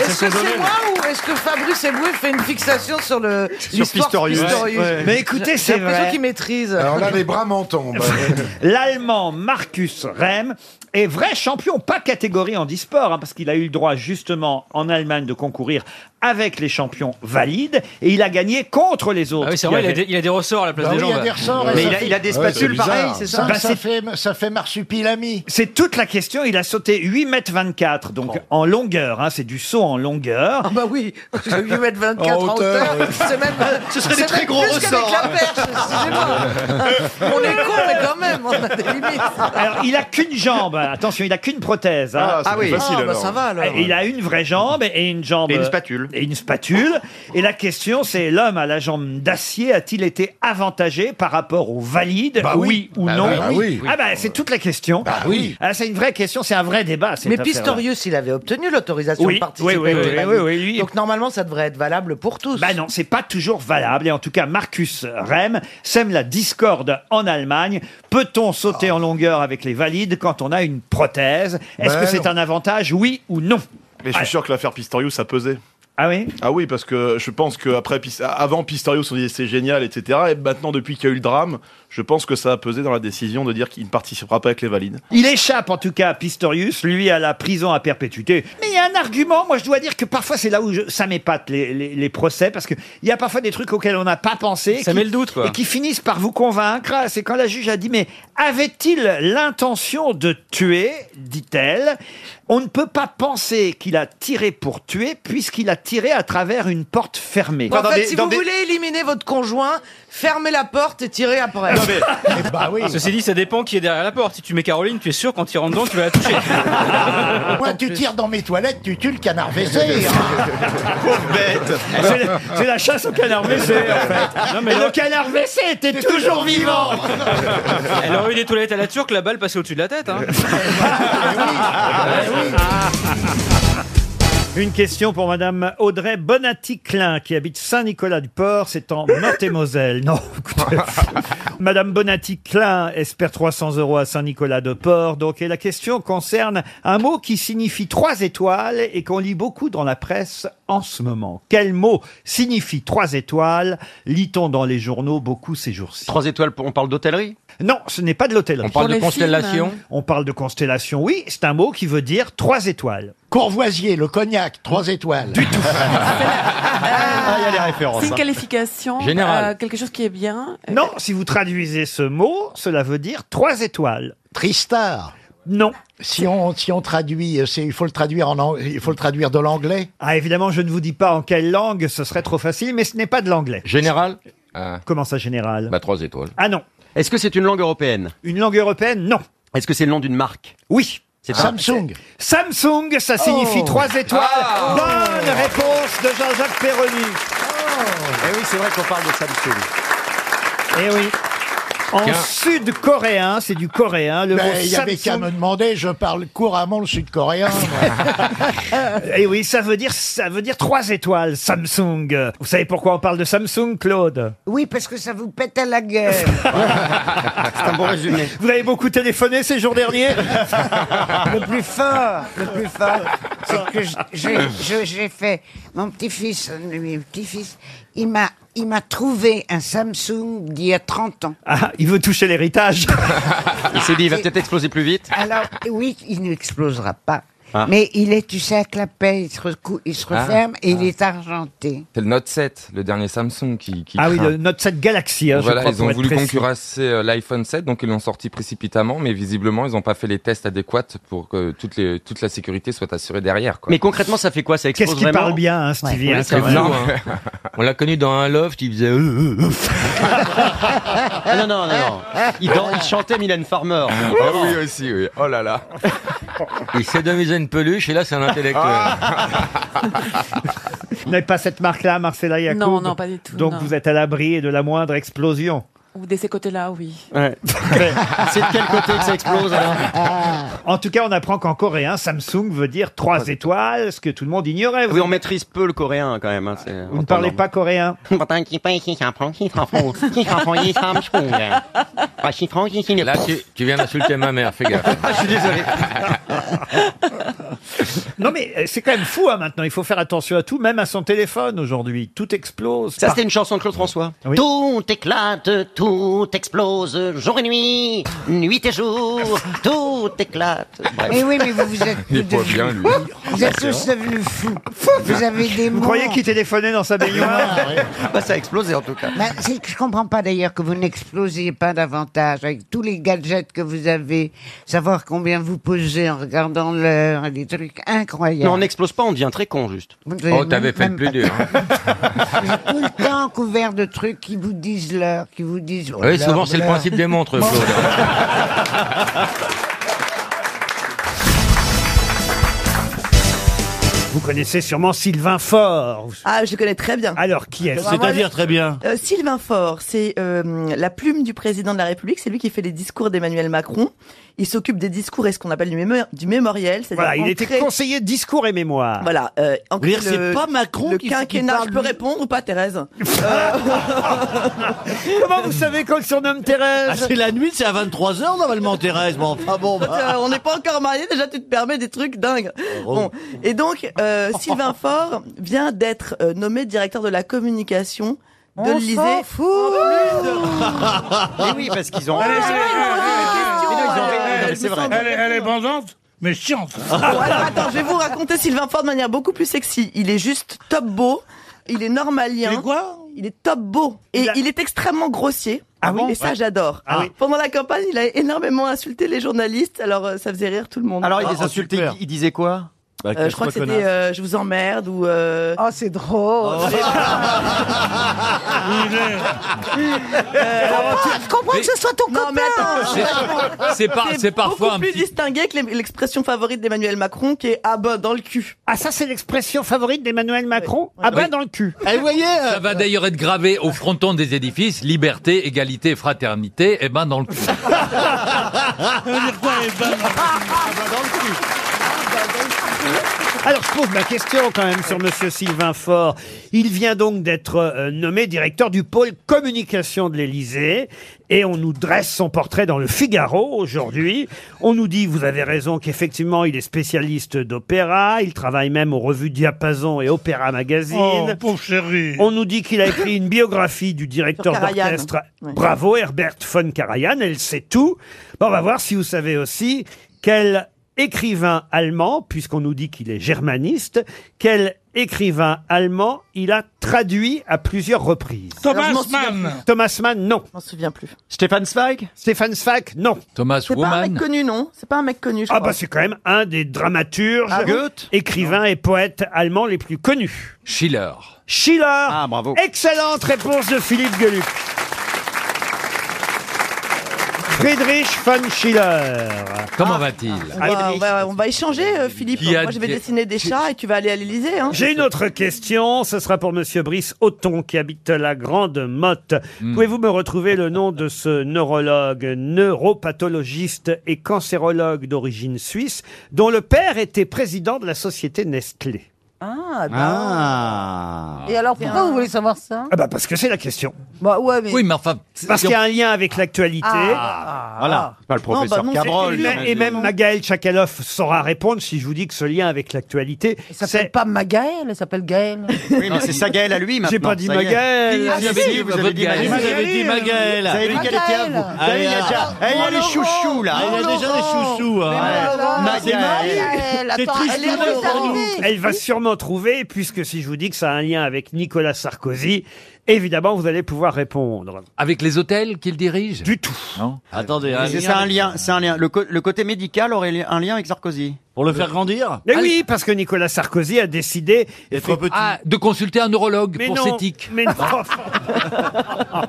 Speaker 13: Est-ce que c'est moi ou est-ce que Fabrice Eboué fait une fixation sur le l'histoire
Speaker 25: Pistorius.
Speaker 13: Pistorius
Speaker 25: Ouais, ouais. Mais écoutez,
Speaker 13: J'ai-
Speaker 25: c'est
Speaker 13: J'ai l'impression
Speaker 25: vrai.
Speaker 13: qu'il maîtrise.
Speaker 25: Alors là, les bras m'en tombent.
Speaker 1: L'Allemand Marcus Rem est vrai champion, pas catégorie handisport, hein, parce qu'il a eu le droit justement en Allemagne de concourir avec les champions valides et il a gagné contre les autres.
Speaker 21: Ah oui, c'est vrai, il a, des, il a des ressorts à la place
Speaker 1: Bah
Speaker 21: des
Speaker 1: oui,
Speaker 21: jambes.
Speaker 1: il a des ressorts et
Speaker 21: Mais
Speaker 1: ça
Speaker 21: il a,
Speaker 1: fait-
Speaker 21: il a des spatules pareilles, c'est ça
Speaker 1: Bah,
Speaker 8: ça,
Speaker 1: c'est-
Speaker 8: fait, ça fait marsupilami.
Speaker 1: C'est toute la question. Il a sauté 8 mètres 24, donc en longueur. hein, c'est du saut en longueur. Ah
Speaker 13: bah oui, 8 mètres 24 en hauteur. C'est même.
Speaker 1: Ce serait des
Speaker 13: c'est
Speaker 1: très
Speaker 13: même
Speaker 1: gros
Speaker 13: plus qu'avec
Speaker 1: ressorts.
Speaker 5: hein.
Speaker 13: la perche, excusez-moi. on est con, mais quand même, on a des limites.
Speaker 1: Alors, il a qu'une jambe. Attention, il a qu'une prothèse. hein.
Speaker 13: Ah, c'est Ah oui. facile, Ah, bah, alors. ça va, alors.
Speaker 1: Et Il a une vraie jambe et une jambe.
Speaker 21: Et une
Speaker 1: spatule. Et une spatule. Et la question, c'est l'homme à la jambe d'acier a-t-il été avantagé par rapport aux valides
Speaker 25: Bah
Speaker 1: oui.
Speaker 25: oui.
Speaker 1: ou
Speaker 25: Bah,
Speaker 1: non
Speaker 25: bah, oui.
Speaker 1: Ah bah c'est toute la question.
Speaker 25: Bah, oui.
Speaker 1: Ah, c'est une vraie question, c'est un vrai débat. cette
Speaker 13: Mais
Speaker 1: affaire-là.
Speaker 13: Pistorius, il avait obtenu l'autorisation
Speaker 1: Oui,
Speaker 13: de participer.
Speaker 1: oui, oui,
Speaker 13: au
Speaker 1: oui,
Speaker 13: débat.
Speaker 1: oui, oui, oui.
Speaker 13: Donc normalement, ça devrait être valable pour tous.
Speaker 1: Bah non, c'est pas toujours valable. Et en tout cas, Marcus Rem sème la discorde en Allemagne. Peut-on sauter en longueur avec les valides quand on a une prothèse Est-ce
Speaker 5: Ben
Speaker 1: que c'est
Speaker 5: non.
Speaker 1: un avantage, oui ou non
Speaker 5: Mais je suis sûr que l'affaire Pistorius, ça pesait.
Speaker 1: Ah oui
Speaker 5: Ah oui, parce que je pense que après, Pis- avant Pistorius, on disait c'est génial, etc. Et maintenant, depuis qu'il y a eu le drame, je pense que ça a pesé dans la décision de dire qu'il ne participera pas avec les valides.
Speaker 1: Il échappe en tout cas à Pistorius, lui à la prison à perpétuité. Mais il y a un argument, moi je dois dire que parfois c'est là où je- ça m'épate les, les- les procès, parce qu'il y a parfois des trucs auxquels on n'a pas pensé.
Speaker 21: Ça
Speaker 1: qui-
Speaker 21: met le doute, quoi.
Speaker 1: Et qui finissent par vous convaincre. Ah, C'est quand la juge a dit, mais avait-il l'intention de tuer, dit-elle On ne peut pas penser qu'il a tiré pour tuer, puisqu'il a tiré à travers une porte fermée.
Speaker 13: en fait, si vous voulez éliminer votre conjoint, fermez la porte et tirez après. Bah
Speaker 21: Ceci dit, ça dépend qui est derrière la porte. Si tu mets Caroline, tu es sûr quand tu rentres dedans, tu vas la toucher.
Speaker 8: Moi, tu tires dans mes toilettes, tu tues le canard WC.
Speaker 5: Pauvre bête
Speaker 1: C'est la, c'est la chasse au canard WC, en fait.
Speaker 21: Non, mais
Speaker 1: Et
Speaker 21: là-
Speaker 1: le canard WC était toujours vivant
Speaker 21: Elle aurait eu des toilettes à la turque, la balle passait au-dessus de la tête. Hein.
Speaker 1: Une question pour Madame Audrey Bonatti-Klein, qui habite Saint-Nicolas-du-Port, c'est en Meurthe-et-Moselle. Non, écoutez, Madame Bonatti-Klein espère 300 euros à Saint-Nicolas-de-Port. Donc, et la question concerne un mot qui signifie trois étoiles et qu'on lit beaucoup dans la presse en ce moment. Quel mot signifie trois étoiles Lit-on dans les journaux beaucoup ces jours-ci
Speaker 21: Trois étoiles, on parle d'hôtellerie
Speaker 1: Non, ce n'est pas de l'hôtellerie.
Speaker 21: On parle Pour de les constellation films.
Speaker 1: On parle de constellation, oui. C'est un mot qui veut dire trois étoiles.
Speaker 8: Courvoisier, le cognac, trois étoiles. Du
Speaker 1: tout.
Speaker 5: Ah, il y a les références.
Speaker 27: C'est une
Speaker 5: hein.
Speaker 27: qualification,
Speaker 1: Général.
Speaker 27: euh, quelque chose qui est bien.
Speaker 1: Non, si vous traduisez ce mot, cela veut dire trois étoiles.
Speaker 8: Tristar.
Speaker 1: Non.
Speaker 8: Si on, si on traduit, euh, c'est- il faut le traduire en, ang- il faut le traduire de l'anglais.
Speaker 1: Ah, évidemment, je ne vous dis pas en quelle langue, ce serait trop facile, mais ce n'est pas de l'anglais.
Speaker 29: Général
Speaker 1: Comment ça, général
Speaker 29: Bah, trois étoiles.
Speaker 1: Ah non.
Speaker 29: Est-ce que c'est une langue européenne
Speaker 1: Une langue européenne Non.
Speaker 29: Est-ce que c'est le nom d'une marque
Speaker 1: Oui.
Speaker 29: C'est Oh.
Speaker 8: Samsung.
Speaker 1: Samsung, ça signifie trois étoiles.
Speaker 29: Ah.
Speaker 1: Bonne réponse de Jean-Jacques Perroni.
Speaker 29: Eh oui, c'est vrai qu'on parle de Samsung.
Speaker 1: Eh oui. En sud-coréen, c'est du coréen. Le mot
Speaker 8: Ben, Il y avait qu'à
Speaker 1: Samsung.
Speaker 8: me demander, je parle couramment le sud-coréen.
Speaker 1: Et Eh oui, ça veut dire ça veut dire trois étoiles Samsung. Vous savez pourquoi on parle de Samsung, Claude
Speaker 3: Oui, parce que ça vous pète à la gueule.
Speaker 29: Ah,
Speaker 1: C'est un bon résumé. Vous avez beaucoup téléphoné ces jours derniers
Speaker 3: le plus fort, le plus fort, c'est que je- je- je- j'ai fait mon petit-fils, un de mes petits-fils, il m'a il m'a trouvé un Samsung d'il y a 30 ans.
Speaker 1: Ah, il veut toucher l'héritage. Ah.
Speaker 3: Il s'est dit, il va peut-être
Speaker 29: exploser plus vite.
Speaker 3: Alors, oui, il n'explosera pas.
Speaker 29: Ah.
Speaker 3: Mais il est, tu sais, à clapet, il se, recou- il se
Speaker 15: Ah,
Speaker 3: referme et il
Speaker 15: ah.
Speaker 3: est argenté.
Speaker 15: C'est le Note 7, le dernier Samsung qui. qui
Speaker 1: Ah oui,
Speaker 15: craint.
Speaker 1: le Note 7 Galaxy. hein, je
Speaker 15: voilà,
Speaker 1: crois,
Speaker 15: ils
Speaker 1: pour
Speaker 15: ont
Speaker 1: être
Speaker 15: voulu
Speaker 1: précis.
Speaker 15: concurrencer euh, l'iPhone 7, donc ils l'ont sorti précipitamment, mais visiblement ils n'ont pas fait les tests adéquats pour que toute, les- toute la sécurité soit assurée derrière. Quoi.
Speaker 29: Mais concrètement, ça fait quoi Ça expose
Speaker 15: Qu'est-ce qu'il
Speaker 29: vraiment
Speaker 15: parle
Speaker 1: bien, hein,
Speaker 15: Stevie, Ouais. hein, quand même.
Speaker 29: fou, hein.
Speaker 15: On l'a connu dans un loft, il faisait. euh,
Speaker 29: Ah non, non, non, non. Il, dan- il chantait Mylène Farmer.
Speaker 15: Ah oui aussi, oui. Oh là là.
Speaker 29: Il s'est devisé une peluche et là, c'est un intellectuel.
Speaker 1: Vous n'avez pas cette marque-là, Marcella Yacoub
Speaker 27: Non, non, pas du tout,
Speaker 1: Donc
Speaker 27: non.
Speaker 1: vous êtes à l'abri de la moindre explosion.
Speaker 27: Ou de ces côtés-là, oui.
Speaker 1: C'est de quel côté
Speaker 27: que ça explose, alors
Speaker 1: En tout cas, on apprend qu'en coréen, Samsung veut dire trois étoiles, ce que tout le monde ignorait.
Speaker 29: Oui, on maîtrise peu le coréen quand même. hein, c'est-
Speaker 1: Vous ne parlez pas coréen Ah,
Speaker 29: Là,
Speaker 15: Ah,
Speaker 29: tu, viens d'insulter ma mère, fais gaffe. Je suis désolé.
Speaker 1: Non mais euh, c'est quand même fou hein, maintenant, il faut faire attention à tout, même à son téléphone aujourd'hui, tout explose.
Speaker 29: Ça, c'était une chanson de Claude François.
Speaker 1: Ah
Speaker 18: Tout éclate, tout explose, jour et nuit, nuit et jour, tout éclate.
Speaker 3: Mais Eh oui, mais vous vous êtes tous devenus-
Speaker 29: Ah,
Speaker 3: Vous êtes tous devenus fous. Vous avez des
Speaker 1: Vous
Speaker 3: mots.
Speaker 1: croyez qu'il téléphonait dans sa baignoire
Speaker 29: bah, Ça a explosé en tout cas.
Speaker 3: Ben, c'est que je comprends pas d'ailleurs que vous n'explosiez pas davantage avec tous les gadgets que vous avez, savoir combien vous posez en regardant l'heure, et des trucs
Speaker 1: euh,
Speaker 29: Non, on
Speaker 3: incroyables.
Speaker 29: n'explose pas, on devient très con juste.
Speaker 3: avez Oh, t'avais fait le même
Speaker 29: plus dur.
Speaker 3: Tout le temps couvert de trucs qui vous disent l'heure, qui vous disent.
Speaker 29: Oui, souvent, c'est le principe des montres, Claude.
Speaker 1: Vous connaissez sûrement Sylvain Faure.
Speaker 23: Ah, je connais très bien.
Speaker 1: Alors, qui est-ce
Speaker 23: C'est-à-dire
Speaker 1: très bien.
Speaker 23: Euh, Sylvain Faure, c'est euh, la plume du président de la République, c'est lui qui fait les discours d'Emmanuel Macron. Il s'occupe des discours et ce qu'on appelle du, mémo- du mémoriel. c'est-à-dire
Speaker 1: Voilà, il était
Speaker 23: ancrer-
Speaker 1: conseiller discours et mémoire.
Speaker 23: Voilà, euh, ancrer
Speaker 1: Vous voulez dire,
Speaker 23: le-
Speaker 1: c'est pas Macron
Speaker 23: le
Speaker 1: qui- qui
Speaker 23: quinquennat.
Speaker 1: parle,
Speaker 23: Je peux
Speaker 1: lui
Speaker 23: répondre ou pas, Thérèse
Speaker 1: Comment vous savez qu'on le surnomme Thérèse
Speaker 2: Ah, c'est la nuit, c'est à 23h normalement, Thérèse. Bon, enfin bon.
Speaker 23: Quand,
Speaker 1: bah.
Speaker 23: euh, on n'est pas encore mariés, déjà tu te permets des trucs dingues.
Speaker 1: Ah,
Speaker 23: Bon, et donc euh, Sylvain Faure vient d'être euh, nommé directeur de la communication de
Speaker 3: On
Speaker 23: l'Élysée.
Speaker 3: s'en fout.
Speaker 29: Mais oui, parce qu'ils
Speaker 1: Ah,
Speaker 29: ont. Ah,
Speaker 23: Mais
Speaker 1: euh,
Speaker 26: Elle, est- elle est bandante, mais chiante.
Speaker 1: Ah,
Speaker 23: Bon, alors, attends, je vais vous raconter Sylvain Faure de manière beaucoup plus sexy. Il est juste top beau. Il est normalien. Il est quoi Il est top beau. Et il, est extrêmement grossier.
Speaker 1: Ah bon
Speaker 23: Et ça,
Speaker 1: Ouais.
Speaker 23: j'adore.
Speaker 1: Ah oui.
Speaker 23: Pendant la campagne, il a énormément insulté les journalistes. Alors, euh, ça faisait rire tout le monde. Ah,
Speaker 29: Alors,
Speaker 5: Ah,
Speaker 29: il les insultait, il- il disait quoi
Speaker 23: Euh, je crois
Speaker 7: Bah,
Speaker 23: que c'était euh, Je vous emmerde ou. Oh, c'est drôle
Speaker 3: Ah,
Speaker 23: Je comprends que ce soit ton non, Oh, Mais attends,
Speaker 7: C'est- c'est par- c'est parfois
Speaker 23: beaucoup
Speaker 7: un
Speaker 23: plus
Speaker 7: petit-
Speaker 23: distingué que l'e- l'expression favorite d'Emmanuel Macron qui est Ah ben dans le cul.
Speaker 1: Ah, ça, c'est l'expression favorite d'Emmanuel Macron Ah ben dans le cul.
Speaker 23: Eh,
Speaker 7: Ça va d'ailleurs être gravé au fronton des édifices, liberté, égalité, fraternité, et ben dans le cul.
Speaker 1: Alors, je pose ma question quand même sur Monsieur Sylvain Faure. Il vient donc d'être euh, nommé directeur du pôle communication de l'Élysée et on nous dresse son portrait dans le Figaro aujourd'hui. On nous dit, vous avez raison, qu'effectivement, il est spécialiste d'opéra. Il travaille même aux revues Diapason et Opéra Magazine.
Speaker 26: Oh, pauvre chérie.
Speaker 1: On nous dit qu'il a écrit une biographie du directeur
Speaker 26: Sur Karajan.
Speaker 1: d'orchestre.
Speaker 26: Ouais.
Speaker 1: Bravo, Herbert von Karajan, elle sait tout. Bon, on va voir si vous savez aussi quel écrivain allemand, puisqu'on nous dit qu'il est germaniste, quel écrivain allemand il a traduit à plusieurs reprises.
Speaker 26: Thomas Alors, je m'en souviens Mann. plus.
Speaker 1: Thomas Mann, non. Je
Speaker 23: m'en souviens plus.
Speaker 1: Stéphane Zweig Stéphane Zweig, non.
Speaker 7: Thomas
Speaker 23: C'est pas un mec connu, non C'est pas un mec connu, je
Speaker 1: Ah
Speaker 23: crois.
Speaker 1: bah c'est quand même un des dramaturges,
Speaker 23: Ah bon Goethe
Speaker 1: écrivains et poètes allemands les plus connus.
Speaker 7: Schiller.
Speaker 1: Schiller. Ah bravo. Excellente réponse de Philippe Gueluc. Friedrich von Schiller.
Speaker 7: Comment va-t-il
Speaker 23: On Ah, va, on va- on va échanger, euh, Philippe.
Speaker 1: Qui a-
Speaker 23: Moi, je vais
Speaker 1: qui a-
Speaker 23: dessiner des chats et tu vas aller à l'Elysée. Hein.
Speaker 1: J'ai une autre question, ce sera pour Monsieur Brice Auton qui habite la Grande Motte. Pouvez-vous me retrouver le nom de ce neurologue, neuropathologiste et cancérologue d'origine suisse, dont le père était président de la société Nestlé
Speaker 11: Ah,
Speaker 1: Ah
Speaker 11: Et alors, pourquoi vous voulez savoir ça
Speaker 1: Ah bah parce que c'est la question.
Speaker 11: Bah ouais, mais...
Speaker 1: enfin... Parce qu'il y a un lien avec l'actualité.
Speaker 11: Ah,
Speaker 2: Voilà.
Speaker 1: Pas
Speaker 2: le professeur Non, bah non, Cabrol,
Speaker 1: Et, même-
Speaker 2: j'imagine.
Speaker 1: et même Magaël Chakalov saura répondre si je vous dis que ce lien avec l'actualité, c'est...
Speaker 11: pas Magaël, elle s'appelle Gaël.
Speaker 1: Oui, mais c'est sa Gaël à lui,
Speaker 2: J'ai
Speaker 1: maintenant,
Speaker 2: pas dit
Speaker 1: ça y est.
Speaker 2: Magaël.
Speaker 1: Ah, si, si,
Speaker 2: vous avez dit Magaël. Vous avez dit Magaël. Vous avez dit qu'elle était à vous. Magaël. Allez, il y a déjà- eh, il y a les chouchous, là. Mon Il y a déjà les Laurent. chouchous. hein.
Speaker 1: Magaël.
Speaker 2: C'est Magaël.
Speaker 11: Magaël,
Speaker 2: C'est
Speaker 11: attends,
Speaker 2: triste
Speaker 11: elle est
Speaker 2: pour nous.
Speaker 11: arrivée.
Speaker 1: Elle va sûrement trouver, puisque si je vous dis que ça a un lien avec Nicolas Sarkozy, évidemment, vous allez pouvoir répondre.
Speaker 7: Avec les hôtels qu'il dirige
Speaker 1: Du tout.
Speaker 24: Attendez,
Speaker 1: un
Speaker 24: c'est
Speaker 1: lien
Speaker 24: ça un
Speaker 1: avec-
Speaker 24: lien, c'est un lien. Le, co- le côté médical aurait li- un lien avec Sarkozy.
Speaker 1: Pour le faire grandir Mais oui, parce que Nicolas Sarkozy a décidé
Speaker 24: trop petit.
Speaker 7: Ah, de consulter un neurologue
Speaker 1: Mais
Speaker 7: pour
Speaker 1: non,
Speaker 7: ses tics.
Speaker 1: Mais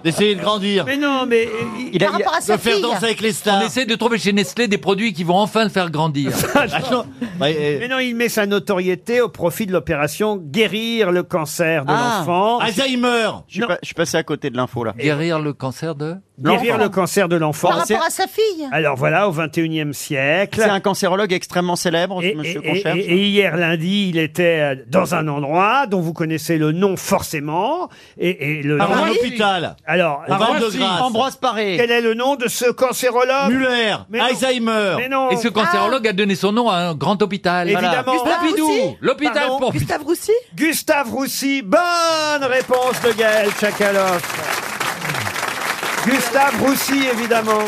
Speaker 7: D'essayer de grandir.
Speaker 1: Mais non, mais
Speaker 7: il
Speaker 1: a- Par rapport à il a- sa de faire fille. danser avec les stars.
Speaker 7: On essaie de trouver chez Nestlé des produits qui vont enfin le faire grandir.
Speaker 1: Ah,
Speaker 7: Ah,
Speaker 1: Mais euh, non, il met sa notoriété au profit de l'opération guérir le cancer de
Speaker 24: Ah.
Speaker 1: l'enfant.
Speaker 24: Alzheimer. Je suis, pas- je suis passé à côté de l'info là.
Speaker 7: Guérir le cancer de
Speaker 1: Guérir le cancer de l'enfant.
Speaker 24: Par rapport
Speaker 1: à sa fille. Alors voilà, au 21e siècle.
Speaker 24: C'est un cancérologue extrêmement célèbre, monsieur
Speaker 1: Et,
Speaker 24: Concherge.
Speaker 1: et- et hier lundi, il était euh, dans un endroit dont vous connaissez le nom forcément. Et, et le
Speaker 2: Par
Speaker 1: nom-
Speaker 2: un hôpital.
Speaker 1: Alors,
Speaker 2: Au Val de Grâce. Ambroise
Speaker 1: Paré. Quel est le nom de ce cancérologue
Speaker 2: Muller,
Speaker 1: Mais non.
Speaker 2: Alzheimer.
Speaker 1: Mais non. Ah.
Speaker 7: Et ce cancérologue a donné son nom à un grand hôpital.
Speaker 1: Évidemment. Ah. Gustave Roussy
Speaker 7: Pompidou. L'hôpital
Speaker 1: Pardon.
Speaker 7: Pompidou.
Speaker 1: Gustave Roussy Gustave Roussy, bonne réponse de Gaël Chakalov. Gustave Roussy, évidemment.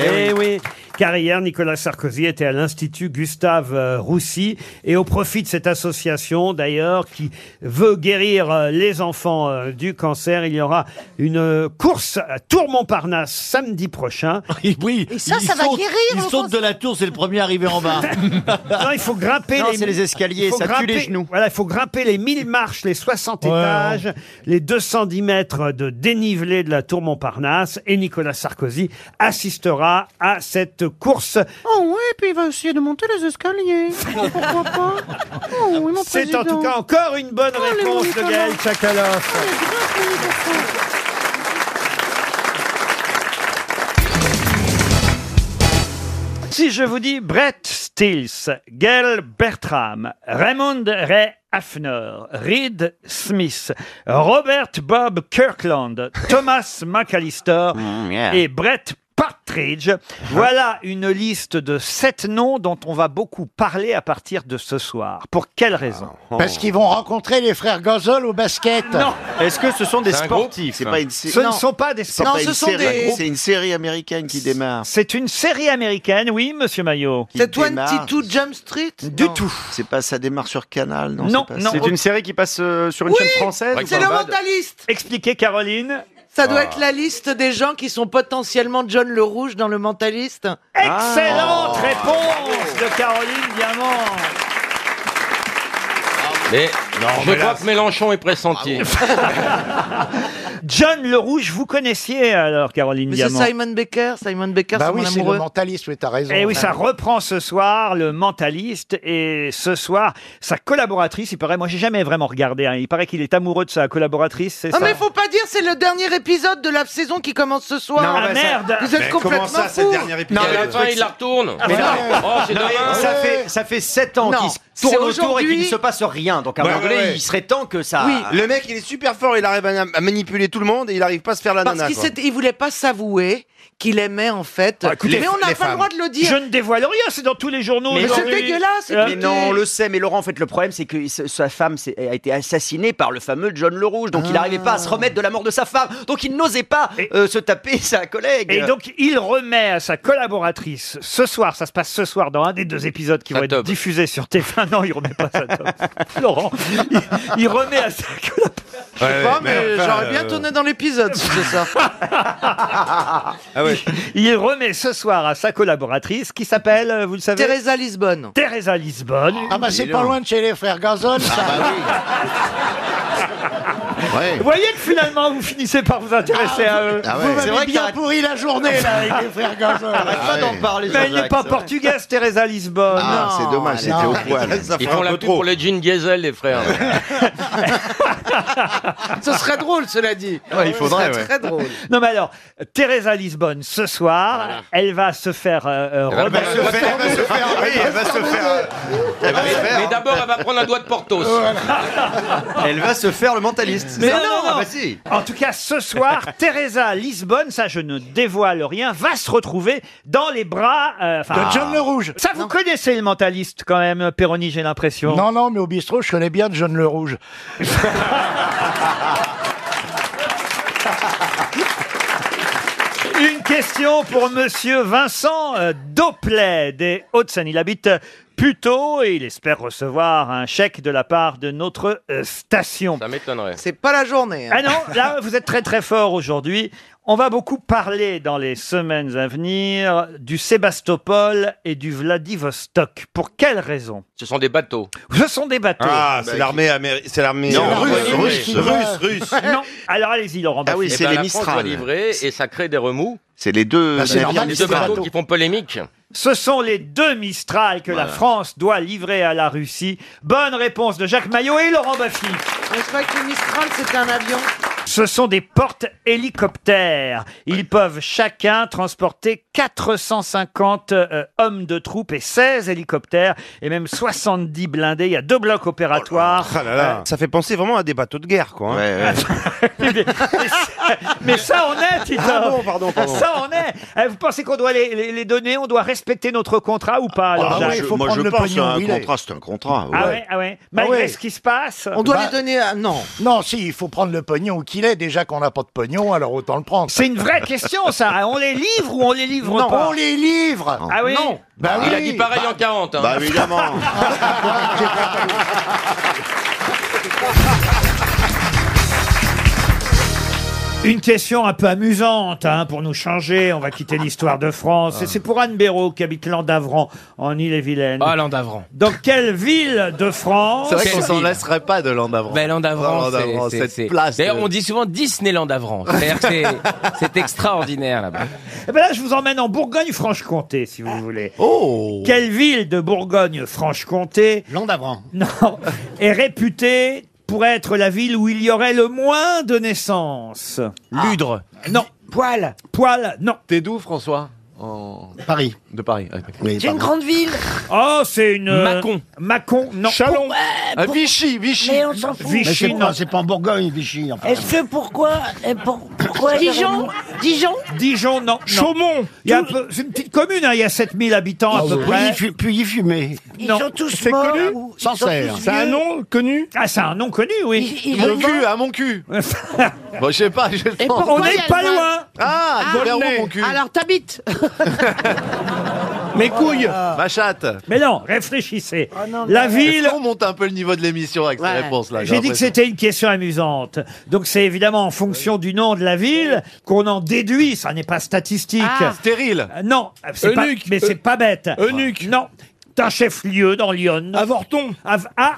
Speaker 1: Eh oui. Car hier, Nicolas Sarkozy était à l'Institut Gustave euh, Roussy et au profit de cette association, d'ailleurs, qui veut guérir euh, les enfants euh, du cancer, il y aura une euh, course à Tour-Montparnasse samedi prochain.
Speaker 2: Oui,
Speaker 1: Et ça,
Speaker 2: ils
Speaker 1: ça va
Speaker 2: sautent-
Speaker 1: guérir,
Speaker 2: Ils
Speaker 1: on
Speaker 2: sautent de la tour, c'est le premier arrivé en bas.
Speaker 1: Non, il faut grimper
Speaker 2: Non, c'est les escaliers,
Speaker 1: il faut
Speaker 2: ça tue les genoux.
Speaker 1: Voilà, il faut grimper les 1000 marches, les 60
Speaker 2: Ouais,
Speaker 1: étages, les 210 mètres de dénivelé de la Tour Montparnasse et Nicolas Sarkozy assistera à cette course.
Speaker 11: Oh ouais, puis il va essayer de monter les escaliers. Pourquoi pas Oh oui, mon
Speaker 1: C'est en tout cas encore une bonne
Speaker 11: Allez, mon
Speaker 1: réponse de
Speaker 11: Nicolas.
Speaker 1: Gaël Tchakaloff. Si je vous dis Brett Stills, Gail Bertram, Raymond Ray Hafner, Reed Smith, Robert Bob Kirkland, Thomas McAllister
Speaker 24: yeah.
Speaker 1: et Brett Partridge, voilà une liste de sept noms dont on va beaucoup parler à partir de ce soir. Pour quelle raison
Speaker 8: Parce qu'ils vont rencontrer les frères Gazol au basket.
Speaker 1: Non.
Speaker 24: Est-ce que ce sont des sportifs
Speaker 8: c'est pas une sé-
Speaker 1: Ce ne
Speaker 8: non.
Speaker 1: sont pas des
Speaker 8: C'est
Speaker 1: sportifs.
Speaker 8: pas une série,
Speaker 24: C'est une série américaine qui démarre.
Speaker 1: C'est une série américaine, oui, monsieur Maillot.
Speaker 24: C'est 22
Speaker 1: Jump Street Du tout.
Speaker 24: C'est pas ça démarre sur Canal, non
Speaker 1: Non,
Speaker 24: c'est pas
Speaker 1: non.
Speaker 24: ça.
Speaker 1: C'est une
Speaker 24: série qui passe sur
Speaker 1: euh, une Oui, chaîne française
Speaker 24: ou
Speaker 11: C'est
Speaker 24: pas
Speaker 11: le
Speaker 24: Bad
Speaker 11: mentaliste.
Speaker 1: Expliquez, Caroline.
Speaker 11: Ça doit
Speaker 24: Ah.
Speaker 11: être la liste des gens qui sont potentiellement John le Rouge dans le mentaliste.
Speaker 24: Eh, Ah.
Speaker 1: Excellente réponse de Caroline Diamant.
Speaker 29: Mais je
Speaker 1: mais là,
Speaker 29: crois que Mélenchon est pressenti.
Speaker 1: John le Rouge, vous connaissiez alors, Caroline
Speaker 11: Mais c'est
Speaker 1: Diamant
Speaker 11: Simon Baker, Simon Baker,
Speaker 1: Bah
Speaker 11: c'est
Speaker 1: oui,
Speaker 11: mon
Speaker 1: c'est le
Speaker 11: amoureux.
Speaker 8: mentaliste, oui, t'as raison.
Speaker 1: Et Eh oui,
Speaker 2: Bah
Speaker 1: ça reprend ce soir le mentaliste et ce soir sa collaboratrice. Il paraît, moi j'ai jamais vraiment regardé. hein. Il paraît qu'il est amoureux de sa collaboratrice. C'est
Speaker 11: Ah
Speaker 1: ça
Speaker 11: mais faut pas dire c'est le dernier épisode de la saison qui commence ce soir.
Speaker 1: Non, Ah, bah, ça- merde.
Speaker 11: Vous êtes
Speaker 1: Mais comment
Speaker 11: complètement
Speaker 1: ça, c'est le
Speaker 11: fous.
Speaker 1: dernier
Speaker 29: Non, à la fin, il la retourne.
Speaker 1: Ah,
Speaker 24: Mais non.
Speaker 29: Oh, c'est
Speaker 24: Ah, Non, mais
Speaker 29: dommage.
Speaker 24: ça fait ça fait sept ans
Speaker 11: Non,
Speaker 24: qu'il se
Speaker 11: c'est
Speaker 24: tourne autour et
Speaker 11: aujourd'hui.
Speaker 24: qu'il ne se passe rien. Donc à un
Speaker 4: Ouais,
Speaker 24: moment donné,
Speaker 4: ouais, ouais.
Speaker 24: il serait temps que
Speaker 2: Ah.
Speaker 24: ça.
Speaker 11: Oui.
Speaker 24: Le
Speaker 4: Le mec, il est super fort, il arrive à, à manipuler tout le monde et il arrive pas à se faire la
Speaker 11: Parce
Speaker 4: nana.
Speaker 11: qu'il
Speaker 4: quoi.
Speaker 11: s'était- il voulait pas s'avouer qu'il aimait en fait.
Speaker 1: Bah,
Speaker 4: Ah, écoutez,
Speaker 11: mais on n'a
Speaker 24: les
Speaker 11: pas le
Speaker 24: femmes.
Speaker 11: droit de le dire.
Speaker 1: Je ne dévoile rien, c'est dans tous les journaux. Euh,
Speaker 11: Mais c'est
Speaker 24: oui.
Speaker 11: dégueulasse.
Speaker 24: Euh, Mais
Speaker 11: écoutez.
Speaker 24: non, on le sait. Mais Laurent, en fait, le problème, c'est que ce- sa femme s'est- a été assassinée par le fameux John le Rouge.
Speaker 11: Ah.
Speaker 24: Donc, il n'arrivait pas à se remettre de la mort de sa femme. Donc, il n'osait pas euh, se taper sa collègue.
Speaker 23: euh,
Speaker 1: Et donc, il remet à sa collaboratrice ce soir, ça se passe ce soir dans un des deux épisodes qui vont être diffusés sur TF1. Non, il remet pas ça. Tom. Laurent, il, il remet à sa collaboratrice.
Speaker 4: Je sais
Speaker 2: Oh,
Speaker 11: pas, mais j'aurais
Speaker 1: euh,
Speaker 13: euh,
Speaker 11: bien tourné dans l'épisode si c'est ça.
Speaker 1: Il, il remet ce soir à sa collaboratrice qui s'appelle, euh, vous le savez
Speaker 11: Teresa Lisbonne.
Speaker 1: Teresa
Speaker 2: Ah, bah,
Speaker 1: Lisbonne.
Speaker 8: Ah bah c'est pas loin de chez les frères Gazol, ça.
Speaker 1: Vous voyez que finalement, vous finissez par vous intéresser à eux.
Speaker 2: Ah ouais. Vous m'avez C'est vrai que bien t'arrêtes- pourri la journée, là, avec les frères Gazole.
Speaker 1: Ah,
Speaker 2: T'arrêtes pas d'en parler,
Speaker 1: Mais il
Speaker 2: Jean-Jacques,
Speaker 1: n'est pas
Speaker 2: c'est vrai.
Speaker 1: portugaise, Teresa Lisbonne.
Speaker 2: Ah, c'est dommage, c'était au poil. Ça
Speaker 29: Ils
Speaker 2: fera
Speaker 29: font
Speaker 2: un
Speaker 29: la
Speaker 2: peu
Speaker 29: pub
Speaker 2: trop.
Speaker 29: pour les jeans diesel, les frères.
Speaker 2: Ce serait drôle, cela dit.
Speaker 1: Ouais, il faudrait,
Speaker 2: Ce serait
Speaker 1: ouais.
Speaker 2: très drôle.
Speaker 1: Non mais alors, Teresa Lisbonne, ce soir, elle va se faire... euh, euh,
Speaker 2: Elle va
Speaker 1: remettre-
Speaker 2: se faire- elle va se faire- oui, elle va se faire- elle va se faire-
Speaker 29: Mais d'abord, elle va prendre un doigt de Portos.
Speaker 4: Elle va se faire le mentaliste.
Speaker 1: Mais
Speaker 4: Ça
Speaker 1: non, non.
Speaker 4: Ah bah si.
Speaker 1: En tout cas, ce soir, Teresa Lisbonne, ça je ne dévoile rien, va se retrouver dans les bras euh, enfin,
Speaker 8: De John le
Speaker 1: Rouge. Ça, vous connaissez le mentaliste quand même, Péroni, j'ai l'impression.
Speaker 8: Non, non, mais au bistrot, je connais bien John le Rouge.
Speaker 1: Une question pour monsieur Vincent euh, Doplay des Hauts-de-Seine. Il habite plutôt et il espère recevoir un chèque de la part de notre euh, station.
Speaker 29: Ça m'étonnerait.
Speaker 1: C'est pas la journée. Ah non, là, vous êtes très très fort aujourd'hui. On va beaucoup parler dans les semaines à venir du Sébastopol et du Vladivostok. Pour quelles raisons
Speaker 29: Ce sont des bateaux.
Speaker 1: Ce sont des bateaux.
Speaker 4: Ah, c'est l'armée américaine. C'est l'armée
Speaker 1: Non,
Speaker 4: euh,
Speaker 1: russe, russe,
Speaker 4: russe,
Speaker 1: qui
Speaker 4: russe,
Speaker 1: va-
Speaker 4: russe.
Speaker 1: Non, alors allez-y, Laurent.
Speaker 4: Ah oui,
Speaker 1: Baffie.
Speaker 4: c'est les
Speaker 29: la France doit
Speaker 4: Mistral.
Speaker 29: livrer et ça crée des remous. Bah,
Speaker 4: C'est les deux.
Speaker 29: Les
Speaker 4: navires
Speaker 29: deux
Speaker 4: Mistral.
Speaker 29: bateaux qui font polémique.
Speaker 1: Ce sont les deux Mistral que
Speaker 29: Voilà.
Speaker 1: la France doit livrer à la Russie. Bonne réponse de Jacques Maillot et Laurent Baffy.
Speaker 11: Mais je croyais que le Mistral, c'était un avion.
Speaker 1: Ce sont des portes hélicoptères. Ils peuvent chacun transporter 450 euh, hommes de troupes et 16 hélicoptères et même 70 blindés. Il y a deux blocs opératoires.
Speaker 6: Oh
Speaker 8: Ah
Speaker 6: Ah
Speaker 4: Euh, Ça fait penser vraiment à des bateaux de guerre, quoi. hein.
Speaker 1: Euh, Mais ça, on est, Tito.
Speaker 4: Ah bon, pardon, pardon.
Speaker 1: Ça, on est. Eh, Vous pensez qu'on doit les, les- les donner, on doit respecter notre contrat ou pas alors,
Speaker 6: Ah, moi,
Speaker 1: Jacques
Speaker 6: je, moi, je pense à un contrat, c'est un contrat.
Speaker 1: Ah
Speaker 6: ouais.
Speaker 1: ouais, ah ouais. Malgré
Speaker 8: ouais.
Speaker 1: ce qui se passe.
Speaker 8: Bah, Non. Non, si, il faut prendre le pognon qu'il est. Déjà qu'on n'a pas de pognon, alors autant le prendre.
Speaker 1: C'est une vraie question, ça. On les livre ou on les livre
Speaker 8: non,
Speaker 1: pas
Speaker 8: on les livre
Speaker 1: Ah oui Non.
Speaker 8: Bah
Speaker 29: Il
Speaker 8: oui.
Speaker 29: a dit pareil en 40. Hein.
Speaker 6: Bah évidemment.
Speaker 1: Une question un peu amusante hein, pour nous changer. On va quitter l'histoire de France. Et c'est pour Anne Béraud qui habite Landavran en Ille-et-Vilaine.
Speaker 21: Ah, Landavran.
Speaker 1: Dans quelle ville de France
Speaker 2: Oh, C'est vrai qu'on s'en lasserait pas de l'Andavran.
Speaker 21: Ben, Landavran,
Speaker 2: Oh, Landavran,
Speaker 21: c'est- c'est-
Speaker 2: cette
Speaker 21: c'est-
Speaker 2: place.
Speaker 21: D'ailleurs,
Speaker 2: de-
Speaker 21: on dit souvent Disneyland Avran. C'est-à-dire que c'est- c'est extraordinaire là-bas.
Speaker 1: Eh ben là, je vous emmène en Bourgogne-Franche-Comté, si vous voulez. Ah. Oh Quelle ville de Bourgogne-Franche-Comté Landavran. Non, est réputée pour être la ville où il y aurait le moins de naissances Ah. Ludre. Non. Poil. Poil, non.
Speaker 2: T'es d'où, François en... Paris. De Paris.
Speaker 1: C'est une grande ville. Oh, c'est une. euh,
Speaker 2: Mâcon.
Speaker 1: Mâcon, non. Chalon.
Speaker 2: Ah, Vichy, Vichy.
Speaker 1: Mais on s'en fout. Vichy,
Speaker 2: Mais c'est
Speaker 1: non.
Speaker 2: pas- C'est pas en Bourgogne, Vichy. hein. enfin.
Speaker 11: Est-ce que pourquoi, et pour- pourquoi
Speaker 13: Dijon
Speaker 11: Dijon
Speaker 1: Dijon, non. Chaumont. C'est une petite commune, hein, il y a 7000 habitants à
Speaker 2: Ah
Speaker 1: peu
Speaker 2: oui.
Speaker 1: près.
Speaker 2: Puy-y-Fu- Puy-y-Fumé.
Speaker 11: Ils
Speaker 1: Non.
Speaker 11: sont tous
Speaker 1: C'est
Speaker 11: morts.
Speaker 1: connu
Speaker 11: ou- ils sont
Speaker 2: Sancerre.
Speaker 11: tous
Speaker 2: C'est un
Speaker 11: vieux.
Speaker 1: nom connu Ah, c'est un nom connu, oui.
Speaker 11: Il- il Mon est cul, mort.
Speaker 1: à mon cul. bon,
Speaker 2: je sais pas, je pense-
Speaker 11: Et pourquoi
Speaker 2: On
Speaker 11: il y
Speaker 2: n'est
Speaker 11: a
Speaker 2: pas
Speaker 11: le vin
Speaker 2: loin. Ah, Volnay.
Speaker 11: Alors t'habites
Speaker 2: Mes couilles. Ma chatte.
Speaker 1: Mais non, réfléchissez.
Speaker 2: non,
Speaker 1: La
Speaker 2: mais-
Speaker 1: ville.
Speaker 2: Est-ce qu'on monte un peu le niveau de l'émission avec
Speaker 1: Ouais.
Speaker 2: ces réponses-là.
Speaker 1: J'ai dit que c'était une question amusante. Donc c'est évidemment en fonction du nom de la ville qu'on en déduit. Ça n'est pas statistique.
Speaker 2: Ah. Stérile.
Speaker 1: Euh, Non, c'est pas,
Speaker 2: Eunuque.
Speaker 1: mais c'est
Speaker 2: Eu-
Speaker 1: pas bête.
Speaker 2: Eunuque.
Speaker 1: Non. C'est un chef-lieu dans Lyon. Avorton. ah,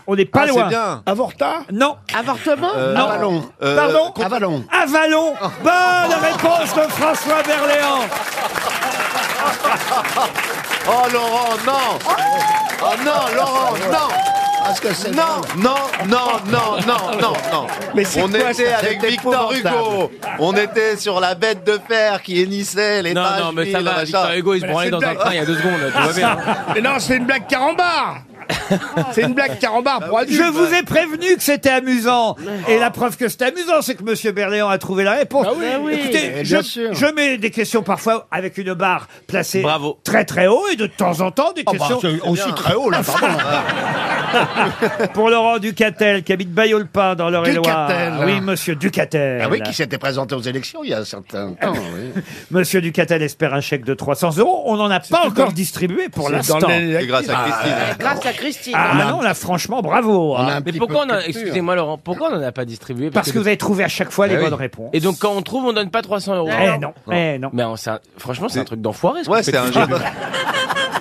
Speaker 1: on n'est pas
Speaker 2: Ah, c'est
Speaker 1: loin.
Speaker 2: bien.
Speaker 1: Avorta Non.
Speaker 11: Avortement
Speaker 1: non.
Speaker 2: Avalon. Euh,
Speaker 1: Pardon
Speaker 2: contre- Avalon.
Speaker 1: Avalon. Bonne réponse de François Berléand.
Speaker 2: Oh Laurent, non Oh non, Laurent, non non, non, non, non, non, non, non.
Speaker 4: Mais c'est
Speaker 2: on
Speaker 4: quoi,
Speaker 2: était
Speaker 4: ça
Speaker 2: avec
Speaker 4: C'est
Speaker 2: Victor Hugo.
Speaker 4: épouvantable.
Speaker 2: On était sur la bête de fer qui hennissait les
Speaker 21: Non,
Speaker 2: taches
Speaker 21: non, mais ça
Speaker 2: huiles,
Speaker 21: va,
Speaker 2: machin.
Speaker 21: Victor Hugo, il se branlait dans un train il y a deux secondes, tout va bien. hein.
Speaker 26: Mais non, c'est une blague carambar C'est une blague carambar pour adultes.
Speaker 1: Je vous ai prévenu que c'était amusant. Et la preuve que c'était amusant, c'est que Monsieur Berléand a trouvé la réponse.
Speaker 2: Ah oui. Ah oui.
Speaker 1: Écoutez,
Speaker 2: Eh
Speaker 1: je,
Speaker 2: bien sûr.
Speaker 1: je mets des questions parfois avec une barre placée
Speaker 2: Bravo.
Speaker 1: très très haut et de temps en temps des
Speaker 2: Oh, bah,
Speaker 1: questions
Speaker 2: c'est aussi C'est bien. très haut, là, pardon.
Speaker 1: Pour Laurent Ducatel qui habite Bayolpin dans l'Eure-et-Loire.
Speaker 2: Ducatel.
Speaker 1: Oui, Monsieur Ducatel.
Speaker 2: Ah oui, qui s'était présenté aux élections il y a un certain temps. oui.
Speaker 1: Monsieur Ducatel espère un chèque de 300 euros. On n'en a pas encore distribué pour
Speaker 2: c'est dans
Speaker 1: l'instant.
Speaker 2: les- C'est grâce à Ah, Christine.
Speaker 11: Grâce à Christine.
Speaker 1: Ah non, là franchement, bravo. hein.
Speaker 21: Mais pourquoi on a, excusez-moi Laurent, pourquoi on n'en a pas distribué
Speaker 1: Parce que vous avez trouvé à chaque fois les
Speaker 21: Eh oui.
Speaker 1: bonnes réponses.
Speaker 21: Et donc quand on trouve, on donne pas 300 euros.
Speaker 1: Eh non, eh non.
Speaker 21: Mais on- c'est un- franchement, c'est un truc d'enfoiré. ce
Speaker 1: Ouais,
Speaker 21: qu'on fait
Speaker 1: c'est un
Speaker 21: tout le
Speaker 1: jeu
Speaker 21: temps.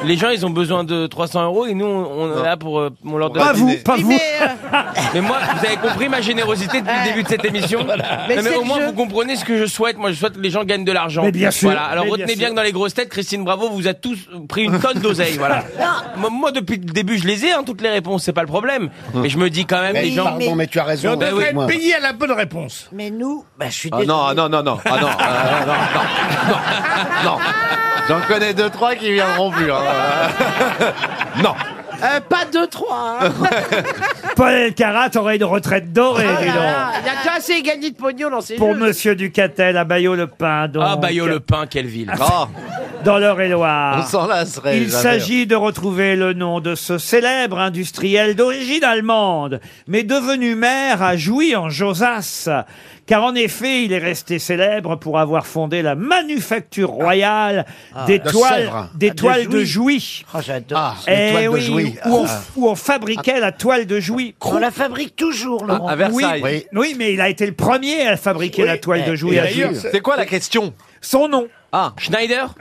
Speaker 21: Les gens, ils ont besoin de 300 euros et nous, on, on est là pour, euh, on
Speaker 29: leur donne.
Speaker 1: Pas vous,
Speaker 29: des-
Speaker 1: pas
Speaker 29: Oui,
Speaker 1: vous.
Speaker 29: Mais, euh, mais moi, vous avez compris ma générosité depuis le
Speaker 1: Ouais.
Speaker 29: début de cette émission.
Speaker 1: Voilà.
Speaker 29: Non,
Speaker 1: Mais
Speaker 29: mais
Speaker 1: c'est
Speaker 29: au
Speaker 1: le
Speaker 29: moins,
Speaker 1: jeu.
Speaker 29: vous comprenez ce que je souhaite. Moi, je souhaite que les gens gagnent de l'argent.
Speaker 1: Mais bien sûr.
Speaker 29: Voilà. Alors
Speaker 1: Mais bien
Speaker 29: retenez
Speaker 1: sûr.
Speaker 29: bien, que dans les grosses têtes, Christine Bravo vous a tous pris une tonne d'oseille. Voilà. moi, moi, depuis le début, je les ai, hein, toutes les réponses. C'est pas le problème. Mais je me dis quand même,
Speaker 2: Mais
Speaker 29: les
Speaker 2: oui,
Speaker 29: gens.
Speaker 2: pardon, mais tu as raison,
Speaker 29: Ah Mais on devrait
Speaker 2: avec
Speaker 29: être
Speaker 2: moi.
Speaker 29: payé
Speaker 13: à la bonne réponse.
Speaker 3: Mais nous, bah, je suis
Speaker 2: Ah non, ah non, non, non, ah non, euh, non, non, non, non. J'en connais deux, trois qui viendront plus. hein. non.
Speaker 13: Euh, pas deux, trois. hein.
Speaker 1: Paul Elkarat aurait une retraite dorée, Eh, dis donc.
Speaker 13: Ah, Il y a déjà assez gagné de pognon dans ces
Speaker 1: Pour
Speaker 13: jeux.
Speaker 1: Monsieur Ducatel à Bayeux-le-Pin. donc. Ah.
Speaker 29: Ah, Bayeux le pain, quelle ville. Ah.
Speaker 1: Dans l'Eure-et-Loire.
Speaker 29: On s'en lasserait
Speaker 1: Il
Speaker 29: jamais.
Speaker 1: s'agit de retrouver le nom de ce célèbre industriel d'origine allemande, mais devenu maire à Jouy en Josas. Car en effet, il est resté célèbre pour avoir fondé la manufacture royale
Speaker 2: Ah,
Speaker 1: des
Speaker 2: de
Speaker 1: toiles,
Speaker 2: Sèvres.
Speaker 1: des
Speaker 2: Ah, de
Speaker 1: toiles de
Speaker 2: Jouy.
Speaker 1: Jouy.
Speaker 3: j'adore.
Speaker 29: Ah,
Speaker 1: Eh oui, Où,
Speaker 3: Ah.
Speaker 1: on, où on fabriquait la toile de Jouy.
Speaker 3: On la fabrique toujours, Laurent.
Speaker 1: Oui, oui, mais il a été le premier à fabriquer
Speaker 3: Oui,
Speaker 1: la toile de
Speaker 3: et-
Speaker 1: Jouy.
Speaker 3: et
Speaker 1: à
Speaker 3: d'ailleurs,
Speaker 1: Jouy.
Speaker 3: c'est
Speaker 29: quoi la question
Speaker 1: Son nom.
Speaker 29: Ah, Schneider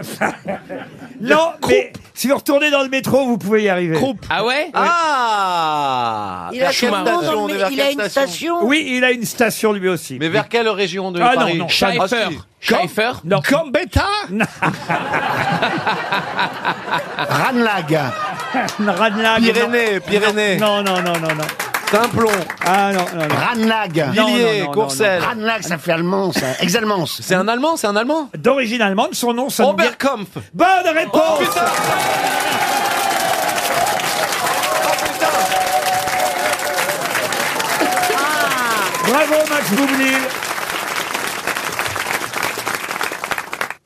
Speaker 1: Non, mais si vous retournez dans le métro, vous pouvez y arriver.
Speaker 29: Ah ouais Ah
Speaker 3: Il a
Speaker 29: Schumann.
Speaker 3: quel nom dans le- il a une station
Speaker 1: Oui, il a une station lui aussi. Mais
Speaker 29: vers
Speaker 1: quelle région
Speaker 29: de
Speaker 1: ah,
Speaker 29: Paris
Speaker 1: non, non.
Speaker 29: Schaeffer. Schaeffer
Speaker 1: Non.
Speaker 26: Gambetta
Speaker 1: Ranlag. Ranlag.
Speaker 2: Pyrénées,
Speaker 1: non.
Speaker 2: Pyrénées.
Speaker 1: Non, non, non, non, non.
Speaker 2: Simplon.
Speaker 1: Ah non, non, non.
Speaker 2: Ranlag.
Speaker 1: Non, non,
Speaker 2: Villiers,
Speaker 1: non, non,
Speaker 2: Courcelles.
Speaker 1: non.
Speaker 2: Ranlag, ça fait allemand, ça. Exalmance. C'est un allemand, c'est un allemand
Speaker 1: D'origine allemande, son nom sonne
Speaker 2: Robert
Speaker 1: bien-
Speaker 2: Kampf. Oh,
Speaker 1: Bonne réponse Bravo Max Boublil